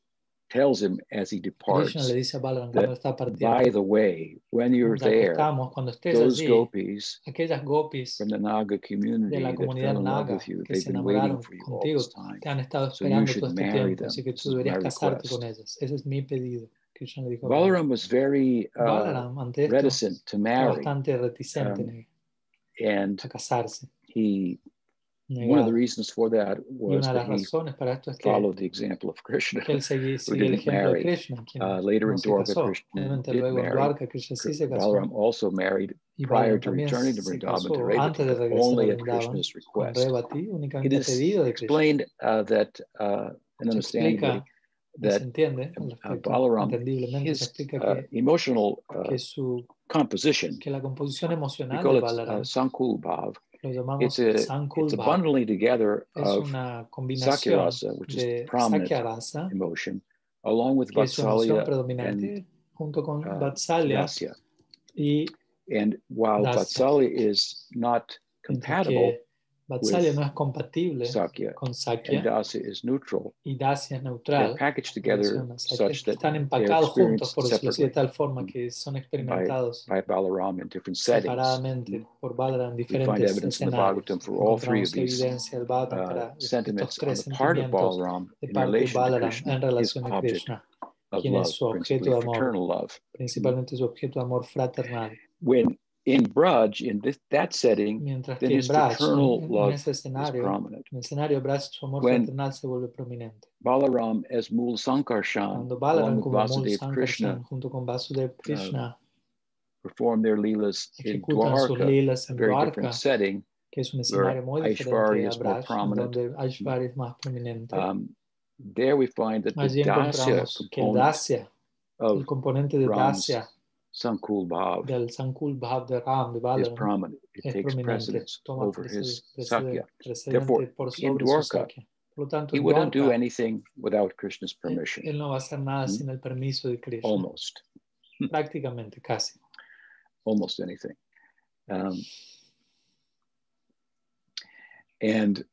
[SPEAKER 2] tells him as he
[SPEAKER 1] Krishna
[SPEAKER 2] departs,
[SPEAKER 1] le dice a Balaram
[SPEAKER 2] that
[SPEAKER 1] cuando está partiendo,
[SPEAKER 2] by the way, when you're
[SPEAKER 1] mientras que
[SPEAKER 2] there,
[SPEAKER 1] estamos, cuando estés
[SPEAKER 2] those
[SPEAKER 1] allí,
[SPEAKER 2] gopis
[SPEAKER 1] aquellas gopis
[SPEAKER 2] from the Naga community
[SPEAKER 1] de la
[SPEAKER 2] that fell
[SPEAKER 1] comunidad
[SPEAKER 2] in love
[SPEAKER 1] naga
[SPEAKER 2] with you,
[SPEAKER 1] que
[SPEAKER 2] they've
[SPEAKER 1] se
[SPEAKER 2] been waiting
[SPEAKER 1] enamoraron
[SPEAKER 2] for you all
[SPEAKER 1] contigo
[SPEAKER 2] this time.
[SPEAKER 1] te han estado
[SPEAKER 2] So you
[SPEAKER 1] esperando
[SPEAKER 2] should
[SPEAKER 1] todo este
[SPEAKER 2] marry
[SPEAKER 1] tiempo,
[SPEAKER 2] them.
[SPEAKER 1] así que
[SPEAKER 2] This
[SPEAKER 1] tú
[SPEAKER 2] is
[SPEAKER 1] deberías
[SPEAKER 2] my
[SPEAKER 1] casarte
[SPEAKER 2] request.
[SPEAKER 1] con ellas. Ese es mi pedido. Krishna le dijo a Balaram.
[SPEAKER 2] Balaram was very uh,
[SPEAKER 1] Balaram, ante esto,
[SPEAKER 2] reticent to
[SPEAKER 1] era
[SPEAKER 2] marry,
[SPEAKER 1] bastante reticente
[SPEAKER 2] um,
[SPEAKER 1] en-
[SPEAKER 2] and
[SPEAKER 1] a casarse.
[SPEAKER 2] he one of
[SPEAKER 1] negado.
[SPEAKER 2] the reasons for that
[SPEAKER 1] Y
[SPEAKER 2] was
[SPEAKER 1] una de las
[SPEAKER 2] that he
[SPEAKER 1] razones para esto es que,
[SPEAKER 2] followed the example of Krishna.
[SPEAKER 1] que él seguía, sigue el
[SPEAKER 2] didn't
[SPEAKER 1] ejemplo de
[SPEAKER 2] marry.
[SPEAKER 1] Krishna, quien
[SPEAKER 2] Uh, later
[SPEAKER 1] no
[SPEAKER 2] in
[SPEAKER 1] se
[SPEAKER 2] Dwarka,
[SPEAKER 1] casó.
[SPEAKER 2] Krishna
[SPEAKER 1] Obviamente
[SPEAKER 2] did
[SPEAKER 1] luego en
[SPEAKER 2] marry.
[SPEAKER 1] Dwarka Krishna sí se casó.
[SPEAKER 2] Balaram also married
[SPEAKER 1] Y Balaram
[SPEAKER 2] prior to
[SPEAKER 1] también
[SPEAKER 2] returning to
[SPEAKER 1] se
[SPEAKER 2] Vrindavan to
[SPEAKER 1] casó
[SPEAKER 2] Revati,
[SPEAKER 1] antes de
[SPEAKER 2] but
[SPEAKER 1] regresar a
[SPEAKER 2] only at
[SPEAKER 1] Vrindavan
[SPEAKER 2] Krishna's
[SPEAKER 1] con
[SPEAKER 2] request.
[SPEAKER 1] Revati,
[SPEAKER 2] It
[SPEAKER 1] únicamente a
[SPEAKER 2] is
[SPEAKER 1] pedido de Krishna.
[SPEAKER 2] explained uh, that, uh, and
[SPEAKER 1] Se
[SPEAKER 2] understandably,
[SPEAKER 1] explica, y se
[SPEAKER 2] that
[SPEAKER 1] entiende, al
[SPEAKER 2] uh,
[SPEAKER 1] respecto,
[SPEAKER 2] Balaram,
[SPEAKER 1] entendiblemente se
[SPEAKER 2] his
[SPEAKER 1] explica
[SPEAKER 2] uh,
[SPEAKER 1] que
[SPEAKER 2] emotional uh,
[SPEAKER 1] que su
[SPEAKER 2] composition,
[SPEAKER 1] que la composición
[SPEAKER 2] we
[SPEAKER 1] emocional
[SPEAKER 2] call
[SPEAKER 1] de
[SPEAKER 2] it uh,
[SPEAKER 1] Balaram
[SPEAKER 2] Sankul Bhav,
[SPEAKER 1] lo llamamos
[SPEAKER 2] it's, a, it's a
[SPEAKER 1] Sankulpa.
[SPEAKER 2] bundling together
[SPEAKER 1] Es
[SPEAKER 2] of
[SPEAKER 1] una combinación
[SPEAKER 2] Sakirasa, which is the
[SPEAKER 1] de
[SPEAKER 2] prominent
[SPEAKER 1] Sakya Rasa,
[SPEAKER 2] emotion, along with
[SPEAKER 1] que es su emoción
[SPEAKER 2] Vatsalya
[SPEAKER 1] predominante, junto con
[SPEAKER 2] uh,
[SPEAKER 1] Vatsalya
[SPEAKER 2] Dasya.
[SPEAKER 1] y
[SPEAKER 2] And while
[SPEAKER 1] Dasya.
[SPEAKER 2] Vatsalya is not
[SPEAKER 1] mientras
[SPEAKER 2] compatible
[SPEAKER 1] que Vatsalya
[SPEAKER 2] with
[SPEAKER 1] no es compatible
[SPEAKER 2] Sakya,
[SPEAKER 1] con
[SPEAKER 2] and uh,
[SPEAKER 1] Sakya
[SPEAKER 2] Dasya is neutral,
[SPEAKER 1] y Dasya es
[SPEAKER 2] they're
[SPEAKER 1] neutral.
[SPEAKER 2] packaged
[SPEAKER 1] en
[SPEAKER 2] together
[SPEAKER 1] relación a Sakya.
[SPEAKER 2] such that
[SPEAKER 1] Están
[SPEAKER 2] they're
[SPEAKER 1] empacados juntos,
[SPEAKER 2] experienced
[SPEAKER 1] por decirlo así, de
[SPEAKER 2] separately
[SPEAKER 1] tal forma que son experimentados
[SPEAKER 2] by Balaram in different settings.
[SPEAKER 1] separadamente por Balaram en
[SPEAKER 2] We find
[SPEAKER 1] diferentes
[SPEAKER 2] evidence in the
[SPEAKER 1] escenarios.
[SPEAKER 2] Bhagavatam for all three of
[SPEAKER 1] encontramos
[SPEAKER 2] these
[SPEAKER 1] evidencia del Bhagavatam
[SPEAKER 2] uh,
[SPEAKER 1] para estos
[SPEAKER 2] sentiments on
[SPEAKER 1] tres
[SPEAKER 2] the part of
[SPEAKER 1] sentimientos
[SPEAKER 2] Balaram
[SPEAKER 1] de
[SPEAKER 2] in
[SPEAKER 1] parte de
[SPEAKER 2] relation to
[SPEAKER 1] Balaram
[SPEAKER 2] Krishna,
[SPEAKER 1] en
[SPEAKER 2] his
[SPEAKER 1] relación a
[SPEAKER 2] object
[SPEAKER 1] Krishna,
[SPEAKER 2] of
[SPEAKER 1] quien es
[SPEAKER 2] love,
[SPEAKER 1] su objeto
[SPEAKER 2] principally
[SPEAKER 1] de amor.
[SPEAKER 2] fraternal love.
[SPEAKER 1] principalmente su objeto de amor fraternal.
[SPEAKER 2] When in Braj, in this, that setting,
[SPEAKER 1] Mientras
[SPEAKER 2] Then
[SPEAKER 1] que en
[SPEAKER 2] his
[SPEAKER 1] Braj,
[SPEAKER 2] fraternal
[SPEAKER 1] en, en
[SPEAKER 2] love
[SPEAKER 1] ese
[SPEAKER 2] is
[SPEAKER 1] escenario,
[SPEAKER 2] prominent.
[SPEAKER 1] en el escenario Braj, su amor
[SPEAKER 2] When-
[SPEAKER 1] fraternal se vuelve prominente.
[SPEAKER 2] Balaram as Mool Sankarshan,
[SPEAKER 1] Cuando
[SPEAKER 2] um, along
[SPEAKER 1] Balaram
[SPEAKER 2] with
[SPEAKER 1] como Mool
[SPEAKER 2] Vasudev Krishna,
[SPEAKER 1] Sankarshan junto con Vasudev Krishna
[SPEAKER 2] perform their leelas in
[SPEAKER 1] ejecutan sus
[SPEAKER 2] Dwarka,
[SPEAKER 1] lilas
[SPEAKER 2] a
[SPEAKER 1] en
[SPEAKER 2] very
[SPEAKER 1] Dwarka,
[SPEAKER 2] different setting.
[SPEAKER 1] que es un
[SPEAKER 2] where
[SPEAKER 1] escenario muy diferente
[SPEAKER 2] Aishwarya
[SPEAKER 1] a
[SPEAKER 2] is more
[SPEAKER 1] Braj, en
[SPEAKER 2] prominent.
[SPEAKER 1] donde Aishwarya es más prominente.
[SPEAKER 2] Um, there we find that the
[SPEAKER 1] Allí
[SPEAKER 2] Dasya
[SPEAKER 1] encontramos que el
[SPEAKER 2] component
[SPEAKER 1] Dasya, el
[SPEAKER 2] of
[SPEAKER 1] componente de
[SPEAKER 2] Ram's
[SPEAKER 1] Dasya
[SPEAKER 2] Sankul Bhav
[SPEAKER 1] del Sankul Bhav de Ram, de
[SPEAKER 2] is
[SPEAKER 1] Balaram,
[SPEAKER 2] prominent. It
[SPEAKER 1] es
[SPEAKER 2] takes
[SPEAKER 1] prominente,
[SPEAKER 2] precedence
[SPEAKER 1] toma
[SPEAKER 2] over
[SPEAKER 1] preced-
[SPEAKER 2] his
[SPEAKER 1] preced-
[SPEAKER 2] Sakya. Therefore,
[SPEAKER 1] precedente por
[SPEAKER 2] in
[SPEAKER 1] sobre su
[SPEAKER 2] Dwarka,
[SPEAKER 1] Sakya. Por lo tanto,
[SPEAKER 2] He
[SPEAKER 1] en
[SPEAKER 2] wouldn't do
[SPEAKER 1] Dwarka,
[SPEAKER 2] anything without Krishna's
[SPEAKER 1] él,
[SPEAKER 2] permission,
[SPEAKER 1] él no va a hacer nada
[SPEAKER 2] Mm.
[SPEAKER 1] sin el permiso de Krishna,
[SPEAKER 2] almost,
[SPEAKER 1] prácticamente, casi.
[SPEAKER 2] almost anything. Um, and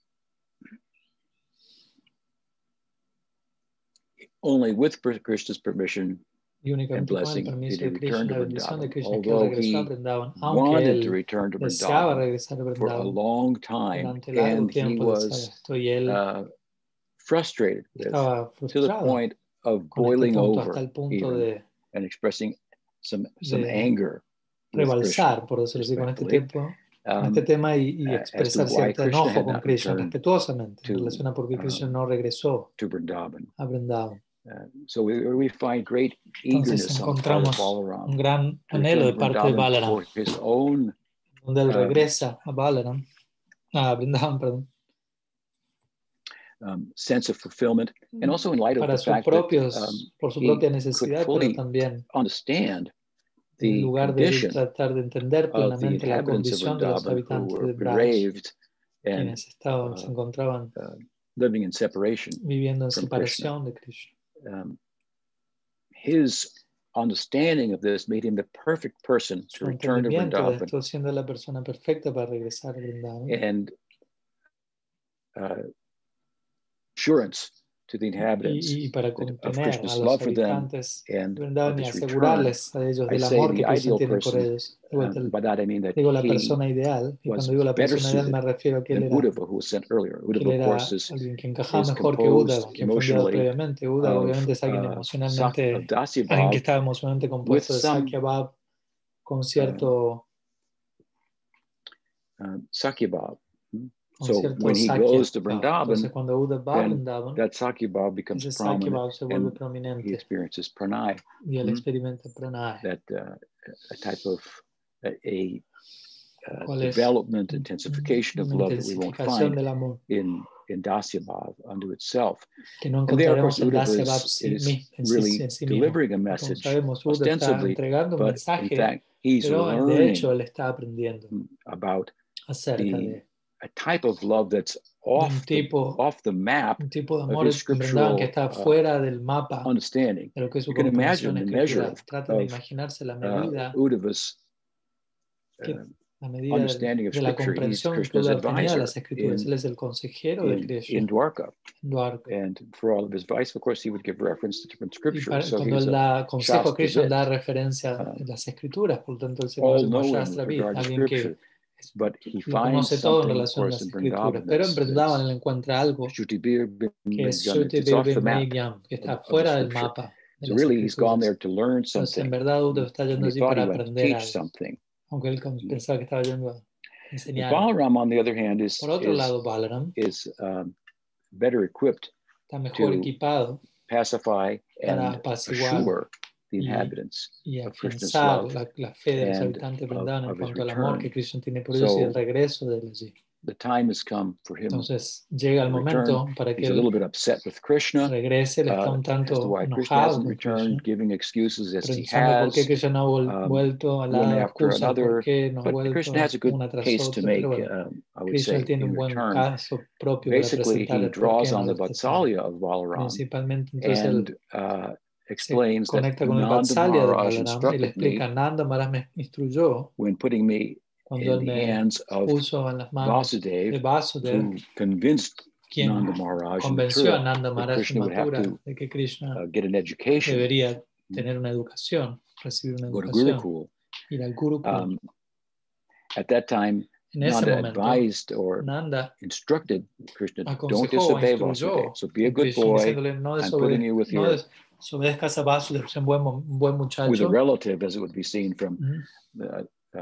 [SPEAKER 2] only with Krishna's permission
[SPEAKER 1] Y únicamente con el
[SPEAKER 2] blessing,
[SPEAKER 1] permiso
[SPEAKER 2] did he
[SPEAKER 1] de Krishna,
[SPEAKER 2] return to
[SPEAKER 1] la bendición de
[SPEAKER 2] Vrindavan?
[SPEAKER 1] Krishna, que él
[SPEAKER 2] Although
[SPEAKER 1] regresó a
[SPEAKER 2] he
[SPEAKER 1] Vrindavan, aunque
[SPEAKER 2] wanted to
[SPEAKER 1] él
[SPEAKER 2] return to
[SPEAKER 1] deseaba
[SPEAKER 2] Vrindavan
[SPEAKER 1] regresar a
[SPEAKER 2] for a
[SPEAKER 1] Vrindavan
[SPEAKER 2] long time,
[SPEAKER 1] durante largo
[SPEAKER 2] and he
[SPEAKER 1] tiempo, deseaba
[SPEAKER 2] was
[SPEAKER 1] esto, y él
[SPEAKER 2] uh, frustrated with,
[SPEAKER 1] estaba
[SPEAKER 2] to the
[SPEAKER 1] frustrado
[SPEAKER 2] point
[SPEAKER 1] con
[SPEAKER 2] of
[SPEAKER 1] este
[SPEAKER 2] boiling
[SPEAKER 1] punto, hasta
[SPEAKER 2] over.
[SPEAKER 1] el punto
[SPEAKER 2] even.
[SPEAKER 1] de
[SPEAKER 2] and expressing some some
[SPEAKER 1] De
[SPEAKER 2] anger. with
[SPEAKER 1] rebalsar, por decirlo así, con este,
[SPEAKER 2] respectfully.
[SPEAKER 1] tiempo,
[SPEAKER 2] Krishna.
[SPEAKER 1] con
[SPEAKER 2] Um,
[SPEAKER 1] este tema y, y
[SPEAKER 2] as to
[SPEAKER 1] expresar
[SPEAKER 2] why
[SPEAKER 1] cierto
[SPEAKER 2] Krishna
[SPEAKER 1] enojo
[SPEAKER 2] had
[SPEAKER 1] con
[SPEAKER 2] not
[SPEAKER 1] Krishna,
[SPEAKER 2] returned
[SPEAKER 1] respetuosamente, en
[SPEAKER 2] to,
[SPEAKER 1] relación a por qué
[SPEAKER 2] um,
[SPEAKER 1] Krishna no regresó
[SPEAKER 2] to Vrindavan.
[SPEAKER 1] a Vrindavan.
[SPEAKER 2] Uh, so we, we find great eagerness on the part of
[SPEAKER 1] encontramos Un
[SPEAKER 2] Balaram
[SPEAKER 1] gran
[SPEAKER 2] to
[SPEAKER 1] anhelo de
[SPEAKER 2] return
[SPEAKER 1] parte de
[SPEAKER 2] Vrindavan
[SPEAKER 1] Balaram,
[SPEAKER 2] for his own
[SPEAKER 1] donde él
[SPEAKER 2] um,
[SPEAKER 1] regresa a Balaram, a Vrindavan, perdón,
[SPEAKER 2] um, sense of fulfillment, and also in light of
[SPEAKER 1] para
[SPEAKER 2] the
[SPEAKER 1] sus
[SPEAKER 2] fact
[SPEAKER 1] propios,
[SPEAKER 2] that um,
[SPEAKER 1] por su
[SPEAKER 2] he
[SPEAKER 1] propia necesidad, pero
[SPEAKER 2] fully
[SPEAKER 1] también
[SPEAKER 2] understand
[SPEAKER 1] en
[SPEAKER 2] the
[SPEAKER 1] lugar de
[SPEAKER 2] condition
[SPEAKER 1] tratar de entender
[SPEAKER 2] of the
[SPEAKER 1] plenamente la
[SPEAKER 2] inhabitants of
[SPEAKER 1] condición de los
[SPEAKER 2] Vrindavan who
[SPEAKER 1] habitantes de
[SPEAKER 2] were
[SPEAKER 1] Braj,
[SPEAKER 2] bereaved and
[SPEAKER 1] quienes estaban, se
[SPEAKER 2] uh,
[SPEAKER 1] encontraban
[SPEAKER 2] living in separation.
[SPEAKER 1] viviendo en
[SPEAKER 2] from
[SPEAKER 1] separación de Krishna.
[SPEAKER 2] Um, his understanding of this made him the perfect person to
[SPEAKER 1] Su
[SPEAKER 2] return to
[SPEAKER 1] entendimiento de
[SPEAKER 2] Vrindavan
[SPEAKER 1] esto, siendo la persona perfecta para regresar a Vrindavan,
[SPEAKER 2] and uh, assurance to the inhabitants
[SPEAKER 1] y, y para
[SPEAKER 2] that- of
[SPEAKER 1] contener a
[SPEAKER 2] Krishna's
[SPEAKER 1] los
[SPEAKER 2] love for them
[SPEAKER 1] habitantes
[SPEAKER 2] and
[SPEAKER 1] de
[SPEAKER 2] of
[SPEAKER 1] Vrindavan y
[SPEAKER 2] his return.
[SPEAKER 1] asegurarles a ellos
[SPEAKER 2] I
[SPEAKER 1] del
[SPEAKER 2] say
[SPEAKER 1] amor
[SPEAKER 2] the
[SPEAKER 1] que Krishna
[SPEAKER 2] ideal
[SPEAKER 1] tiene por
[SPEAKER 2] person,
[SPEAKER 1] ellos. De vuelta,
[SPEAKER 2] Um, by that I mean that
[SPEAKER 1] digo la
[SPEAKER 2] he
[SPEAKER 1] persona ideal, y
[SPEAKER 2] was
[SPEAKER 1] cuando digo la
[SPEAKER 2] better
[SPEAKER 1] persona ideal
[SPEAKER 2] suited
[SPEAKER 1] me refiero a que él
[SPEAKER 2] and
[SPEAKER 1] era,
[SPEAKER 2] Uddhava, who was sent earlier.
[SPEAKER 1] que él
[SPEAKER 2] Uddhava, of
[SPEAKER 1] era
[SPEAKER 2] course, is
[SPEAKER 1] alguien que encajaba
[SPEAKER 2] is
[SPEAKER 1] mejor que
[SPEAKER 2] composed
[SPEAKER 1] Uddhava, quien fue enviado
[SPEAKER 2] emotionally
[SPEAKER 1] previamente. Uddhava
[SPEAKER 2] of,
[SPEAKER 1] obviamente es alguien
[SPEAKER 2] uh, Sak-
[SPEAKER 1] emocionalmente,
[SPEAKER 2] of Dasya
[SPEAKER 1] alguien
[SPEAKER 2] Bhav,
[SPEAKER 1] que estaba emocionalmente compuesto de
[SPEAKER 2] some, uh,
[SPEAKER 1] Sakyabab, con cierto,
[SPEAKER 2] um, Sakya Bhav.
[SPEAKER 1] con
[SPEAKER 2] So
[SPEAKER 1] cierto
[SPEAKER 2] when he
[SPEAKER 1] Sakya
[SPEAKER 2] goes to
[SPEAKER 1] Bhav.
[SPEAKER 2] Vrindavan,
[SPEAKER 1] Entonces cuando Uddhava va a
[SPEAKER 2] then
[SPEAKER 1] Vrindavan,
[SPEAKER 2] that Sakya Bhav becomes
[SPEAKER 1] ese
[SPEAKER 2] prominent.
[SPEAKER 1] Sakyabab se vuelve
[SPEAKER 2] and He
[SPEAKER 1] prominente
[SPEAKER 2] experiences pranay,
[SPEAKER 1] y él
[SPEAKER 2] Mm.
[SPEAKER 1] experimenta pranaya.
[SPEAKER 2] that uh, a type of a, a uh,
[SPEAKER 1] ¿Cuál es? Mm,
[SPEAKER 2] development, intensification of
[SPEAKER 1] una
[SPEAKER 2] love that we won't
[SPEAKER 1] intensificación
[SPEAKER 2] find
[SPEAKER 1] del amor
[SPEAKER 2] in in Dasya Bhav unto itself.
[SPEAKER 1] que no
[SPEAKER 2] And there, of
[SPEAKER 1] encontraremos
[SPEAKER 2] course,
[SPEAKER 1] en
[SPEAKER 2] Uddhava
[SPEAKER 1] Dasya Bab
[SPEAKER 2] is,
[SPEAKER 1] sí,
[SPEAKER 2] is
[SPEAKER 1] mi- en sí,
[SPEAKER 2] really
[SPEAKER 1] en sí mismo.
[SPEAKER 2] delivering a
[SPEAKER 1] Como
[SPEAKER 2] message,
[SPEAKER 1] sabemos, Buda está
[SPEAKER 2] ostensibly,
[SPEAKER 1] entregando un
[SPEAKER 2] but in
[SPEAKER 1] mensaje,
[SPEAKER 2] fact, he's
[SPEAKER 1] pero él, de hecho
[SPEAKER 2] learning
[SPEAKER 1] él está aprendiendo
[SPEAKER 2] about
[SPEAKER 1] acerca
[SPEAKER 2] the-
[SPEAKER 1] de,
[SPEAKER 2] a type of love that's off the,
[SPEAKER 1] tipo-
[SPEAKER 2] off the map
[SPEAKER 1] un tipo de
[SPEAKER 2] of
[SPEAKER 1] amor
[SPEAKER 2] his
[SPEAKER 1] Vrindavan que está
[SPEAKER 2] scriptural, uh,
[SPEAKER 1] fuera del mapa
[SPEAKER 2] understanding.
[SPEAKER 1] de lo que es su
[SPEAKER 2] you can
[SPEAKER 1] comprensión
[SPEAKER 2] imagine the measure
[SPEAKER 1] escritural.
[SPEAKER 2] of-
[SPEAKER 1] Trata de
[SPEAKER 2] of,
[SPEAKER 1] imaginarse la
[SPEAKER 2] Uh,
[SPEAKER 1] medida,
[SPEAKER 2] Uddhava's uh,
[SPEAKER 1] que- la medida de,
[SPEAKER 2] understanding of
[SPEAKER 1] de la
[SPEAKER 2] scripture, he's
[SPEAKER 1] comprensión que
[SPEAKER 2] Krishna's
[SPEAKER 1] Buda tenía de
[SPEAKER 2] advisor
[SPEAKER 1] las escrituras.
[SPEAKER 2] in,
[SPEAKER 1] Él es el consejero de
[SPEAKER 2] in, in
[SPEAKER 1] Krishna,
[SPEAKER 2] Dwarka.
[SPEAKER 1] Dwarka.
[SPEAKER 2] And for all of his advice, of course, he would give reference to different
[SPEAKER 1] Y para-
[SPEAKER 2] scriptures. So
[SPEAKER 1] cuando
[SPEAKER 2] he's
[SPEAKER 1] él
[SPEAKER 2] a
[SPEAKER 1] da consejo a
[SPEAKER 2] Shastra
[SPEAKER 1] Krishna,
[SPEAKER 2] vet.
[SPEAKER 1] da referencia
[SPEAKER 2] Ah.
[SPEAKER 1] en las escrituras, por lo tanto él se conoce como
[SPEAKER 2] all-knowing with
[SPEAKER 1] Shastravid,
[SPEAKER 2] regard to
[SPEAKER 1] alguien que
[SPEAKER 2] scripture, but he
[SPEAKER 1] lo conoce todo en
[SPEAKER 2] finds something, of
[SPEAKER 1] relación a
[SPEAKER 2] course,
[SPEAKER 1] las
[SPEAKER 2] in
[SPEAKER 1] escrituras,
[SPEAKER 2] Vrindavan
[SPEAKER 1] pero en
[SPEAKER 2] that's,
[SPEAKER 1] Vrindavan él
[SPEAKER 2] that's
[SPEAKER 1] encuentra algo
[SPEAKER 2] Shruti-bir bin-
[SPEAKER 1] que es
[SPEAKER 2] bin-
[SPEAKER 1] Shruti
[SPEAKER 2] it's off the
[SPEAKER 1] Birben
[SPEAKER 2] map.
[SPEAKER 1] Mayam, que
[SPEAKER 2] of-
[SPEAKER 1] está
[SPEAKER 2] of the
[SPEAKER 1] fuera del
[SPEAKER 2] scripture.
[SPEAKER 1] mapa de
[SPEAKER 2] So
[SPEAKER 1] las
[SPEAKER 2] really, he's gone there
[SPEAKER 1] escrituras.
[SPEAKER 2] to learn
[SPEAKER 1] Entonces, en
[SPEAKER 2] something.
[SPEAKER 1] verdad, Udo está
[SPEAKER 2] And
[SPEAKER 1] yendo
[SPEAKER 2] he
[SPEAKER 1] allí
[SPEAKER 2] thought he
[SPEAKER 1] para
[SPEAKER 2] went to
[SPEAKER 1] aprender
[SPEAKER 2] teach
[SPEAKER 1] algo,
[SPEAKER 2] something.
[SPEAKER 1] aunque él como pensaba que estaba yendo a enseñar. algo.
[SPEAKER 2] Balaram, on the other hand, is
[SPEAKER 1] Por otro
[SPEAKER 2] is,
[SPEAKER 1] lado, Balaram
[SPEAKER 2] is um, better equipped
[SPEAKER 1] está mejor
[SPEAKER 2] to-
[SPEAKER 1] equipado
[SPEAKER 2] pacify
[SPEAKER 1] para
[SPEAKER 2] and
[SPEAKER 1] apaciguar
[SPEAKER 2] assure the
[SPEAKER 1] y-
[SPEAKER 2] inhabitants
[SPEAKER 1] y
[SPEAKER 2] of Krishna's
[SPEAKER 1] afianzar
[SPEAKER 2] love.
[SPEAKER 1] la, la fe de los
[SPEAKER 2] and
[SPEAKER 1] habitantes de
[SPEAKER 2] of-
[SPEAKER 1] Vrindavan en
[SPEAKER 2] of his
[SPEAKER 1] cuanto al amor
[SPEAKER 2] return.
[SPEAKER 1] que Krishna tiene por ellos y el
[SPEAKER 2] So,
[SPEAKER 1] regreso de él allí.
[SPEAKER 2] The time has come for him.
[SPEAKER 1] Entonces llega el
[SPEAKER 2] return,
[SPEAKER 1] momento para que
[SPEAKER 2] He's a
[SPEAKER 1] él
[SPEAKER 2] little bit upset with Krishna
[SPEAKER 1] regrese, él está
[SPEAKER 2] uh,
[SPEAKER 1] un
[SPEAKER 2] as to
[SPEAKER 1] tanto
[SPEAKER 2] why Krishna
[SPEAKER 1] enojado
[SPEAKER 2] hasn't
[SPEAKER 1] con Krishna,
[SPEAKER 2] returned, giving excuses as he
[SPEAKER 1] pensando por
[SPEAKER 2] has.
[SPEAKER 1] qué Krishna no ha vol-
[SPEAKER 2] um,
[SPEAKER 1] vuelto, ha
[SPEAKER 2] one
[SPEAKER 1] dado
[SPEAKER 2] after
[SPEAKER 1] excusas, por
[SPEAKER 2] another,
[SPEAKER 1] qué no ha
[SPEAKER 2] But
[SPEAKER 1] vuelto
[SPEAKER 2] Krishna has a good
[SPEAKER 1] una tras
[SPEAKER 2] case to
[SPEAKER 1] otra,
[SPEAKER 2] make,
[SPEAKER 1] pero bueno,
[SPEAKER 2] um, I would
[SPEAKER 1] Krishna
[SPEAKER 2] say,
[SPEAKER 1] tiene
[SPEAKER 2] in
[SPEAKER 1] un buen
[SPEAKER 2] return.
[SPEAKER 1] caso propio para
[SPEAKER 2] Basically,
[SPEAKER 1] presentar
[SPEAKER 2] he
[SPEAKER 1] el por qué
[SPEAKER 2] draws
[SPEAKER 1] no
[SPEAKER 2] on the
[SPEAKER 1] lo rechazó.
[SPEAKER 2] Vatsalya of Balaram
[SPEAKER 1] Principalmente entonces él
[SPEAKER 2] and uh, explains that
[SPEAKER 1] conecta con el
[SPEAKER 2] Nanda
[SPEAKER 1] Vatsalya de
[SPEAKER 2] Maharaj
[SPEAKER 1] Balaram y le
[SPEAKER 2] instructed me
[SPEAKER 1] explica, Nanda Maharaj me instruyó
[SPEAKER 2] when putting me
[SPEAKER 1] cuando él
[SPEAKER 2] in the
[SPEAKER 1] me
[SPEAKER 2] hands of
[SPEAKER 1] puso en las manos de
[SPEAKER 2] Vasudev,
[SPEAKER 1] Vasudev,
[SPEAKER 2] who convinced
[SPEAKER 1] quien
[SPEAKER 2] Nanda Maharaj in
[SPEAKER 1] convenció a
[SPEAKER 2] Mathura
[SPEAKER 1] Nanda Maharaj en
[SPEAKER 2] Krishna would have
[SPEAKER 1] Mathura
[SPEAKER 2] to,
[SPEAKER 1] de que Krishna
[SPEAKER 2] uh, get an education,
[SPEAKER 1] debería tener una educación, recibir una
[SPEAKER 2] go to
[SPEAKER 1] educación,
[SPEAKER 2] Gurukul.
[SPEAKER 1] ir al Gurukul.
[SPEAKER 2] Um, at that time,
[SPEAKER 1] En ese
[SPEAKER 2] Nanda
[SPEAKER 1] momento,
[SPEAKER 2] advised or
[SPEAKER 1] Nanda
[SPEAKER 2] instructed Krishna, don't
[SPEAKER 1] aconsejó,
[SPEAKER 2] disobey
[SPEAKER 1] instruyó
[SPEAKER 2] Vasudev. So be a
[SPEAKER 1] a
[SPEAKER 2] good
[SPEAKER 1] Krishna
[SPEAKER 2] boy.
[SPEAKER 1] diciéndole, no,
[SPEAKER 2] I'm putting
[SPEAKER 1] desobede-
[SPEAKER 2] you with
[SPEAKER 1] no
[SPEAKER 2] your
[SPEAKER 1] desobedezcas a Vasudev, sé un buen, mo- un buen
[SPEAKER 2] with a
[SPEAKER 1] muchacho.
[SPEAKER 2] relative, as it would be seen from
[SPEAKER 1] Ujú.
[SPEAKER 2] uh, uh,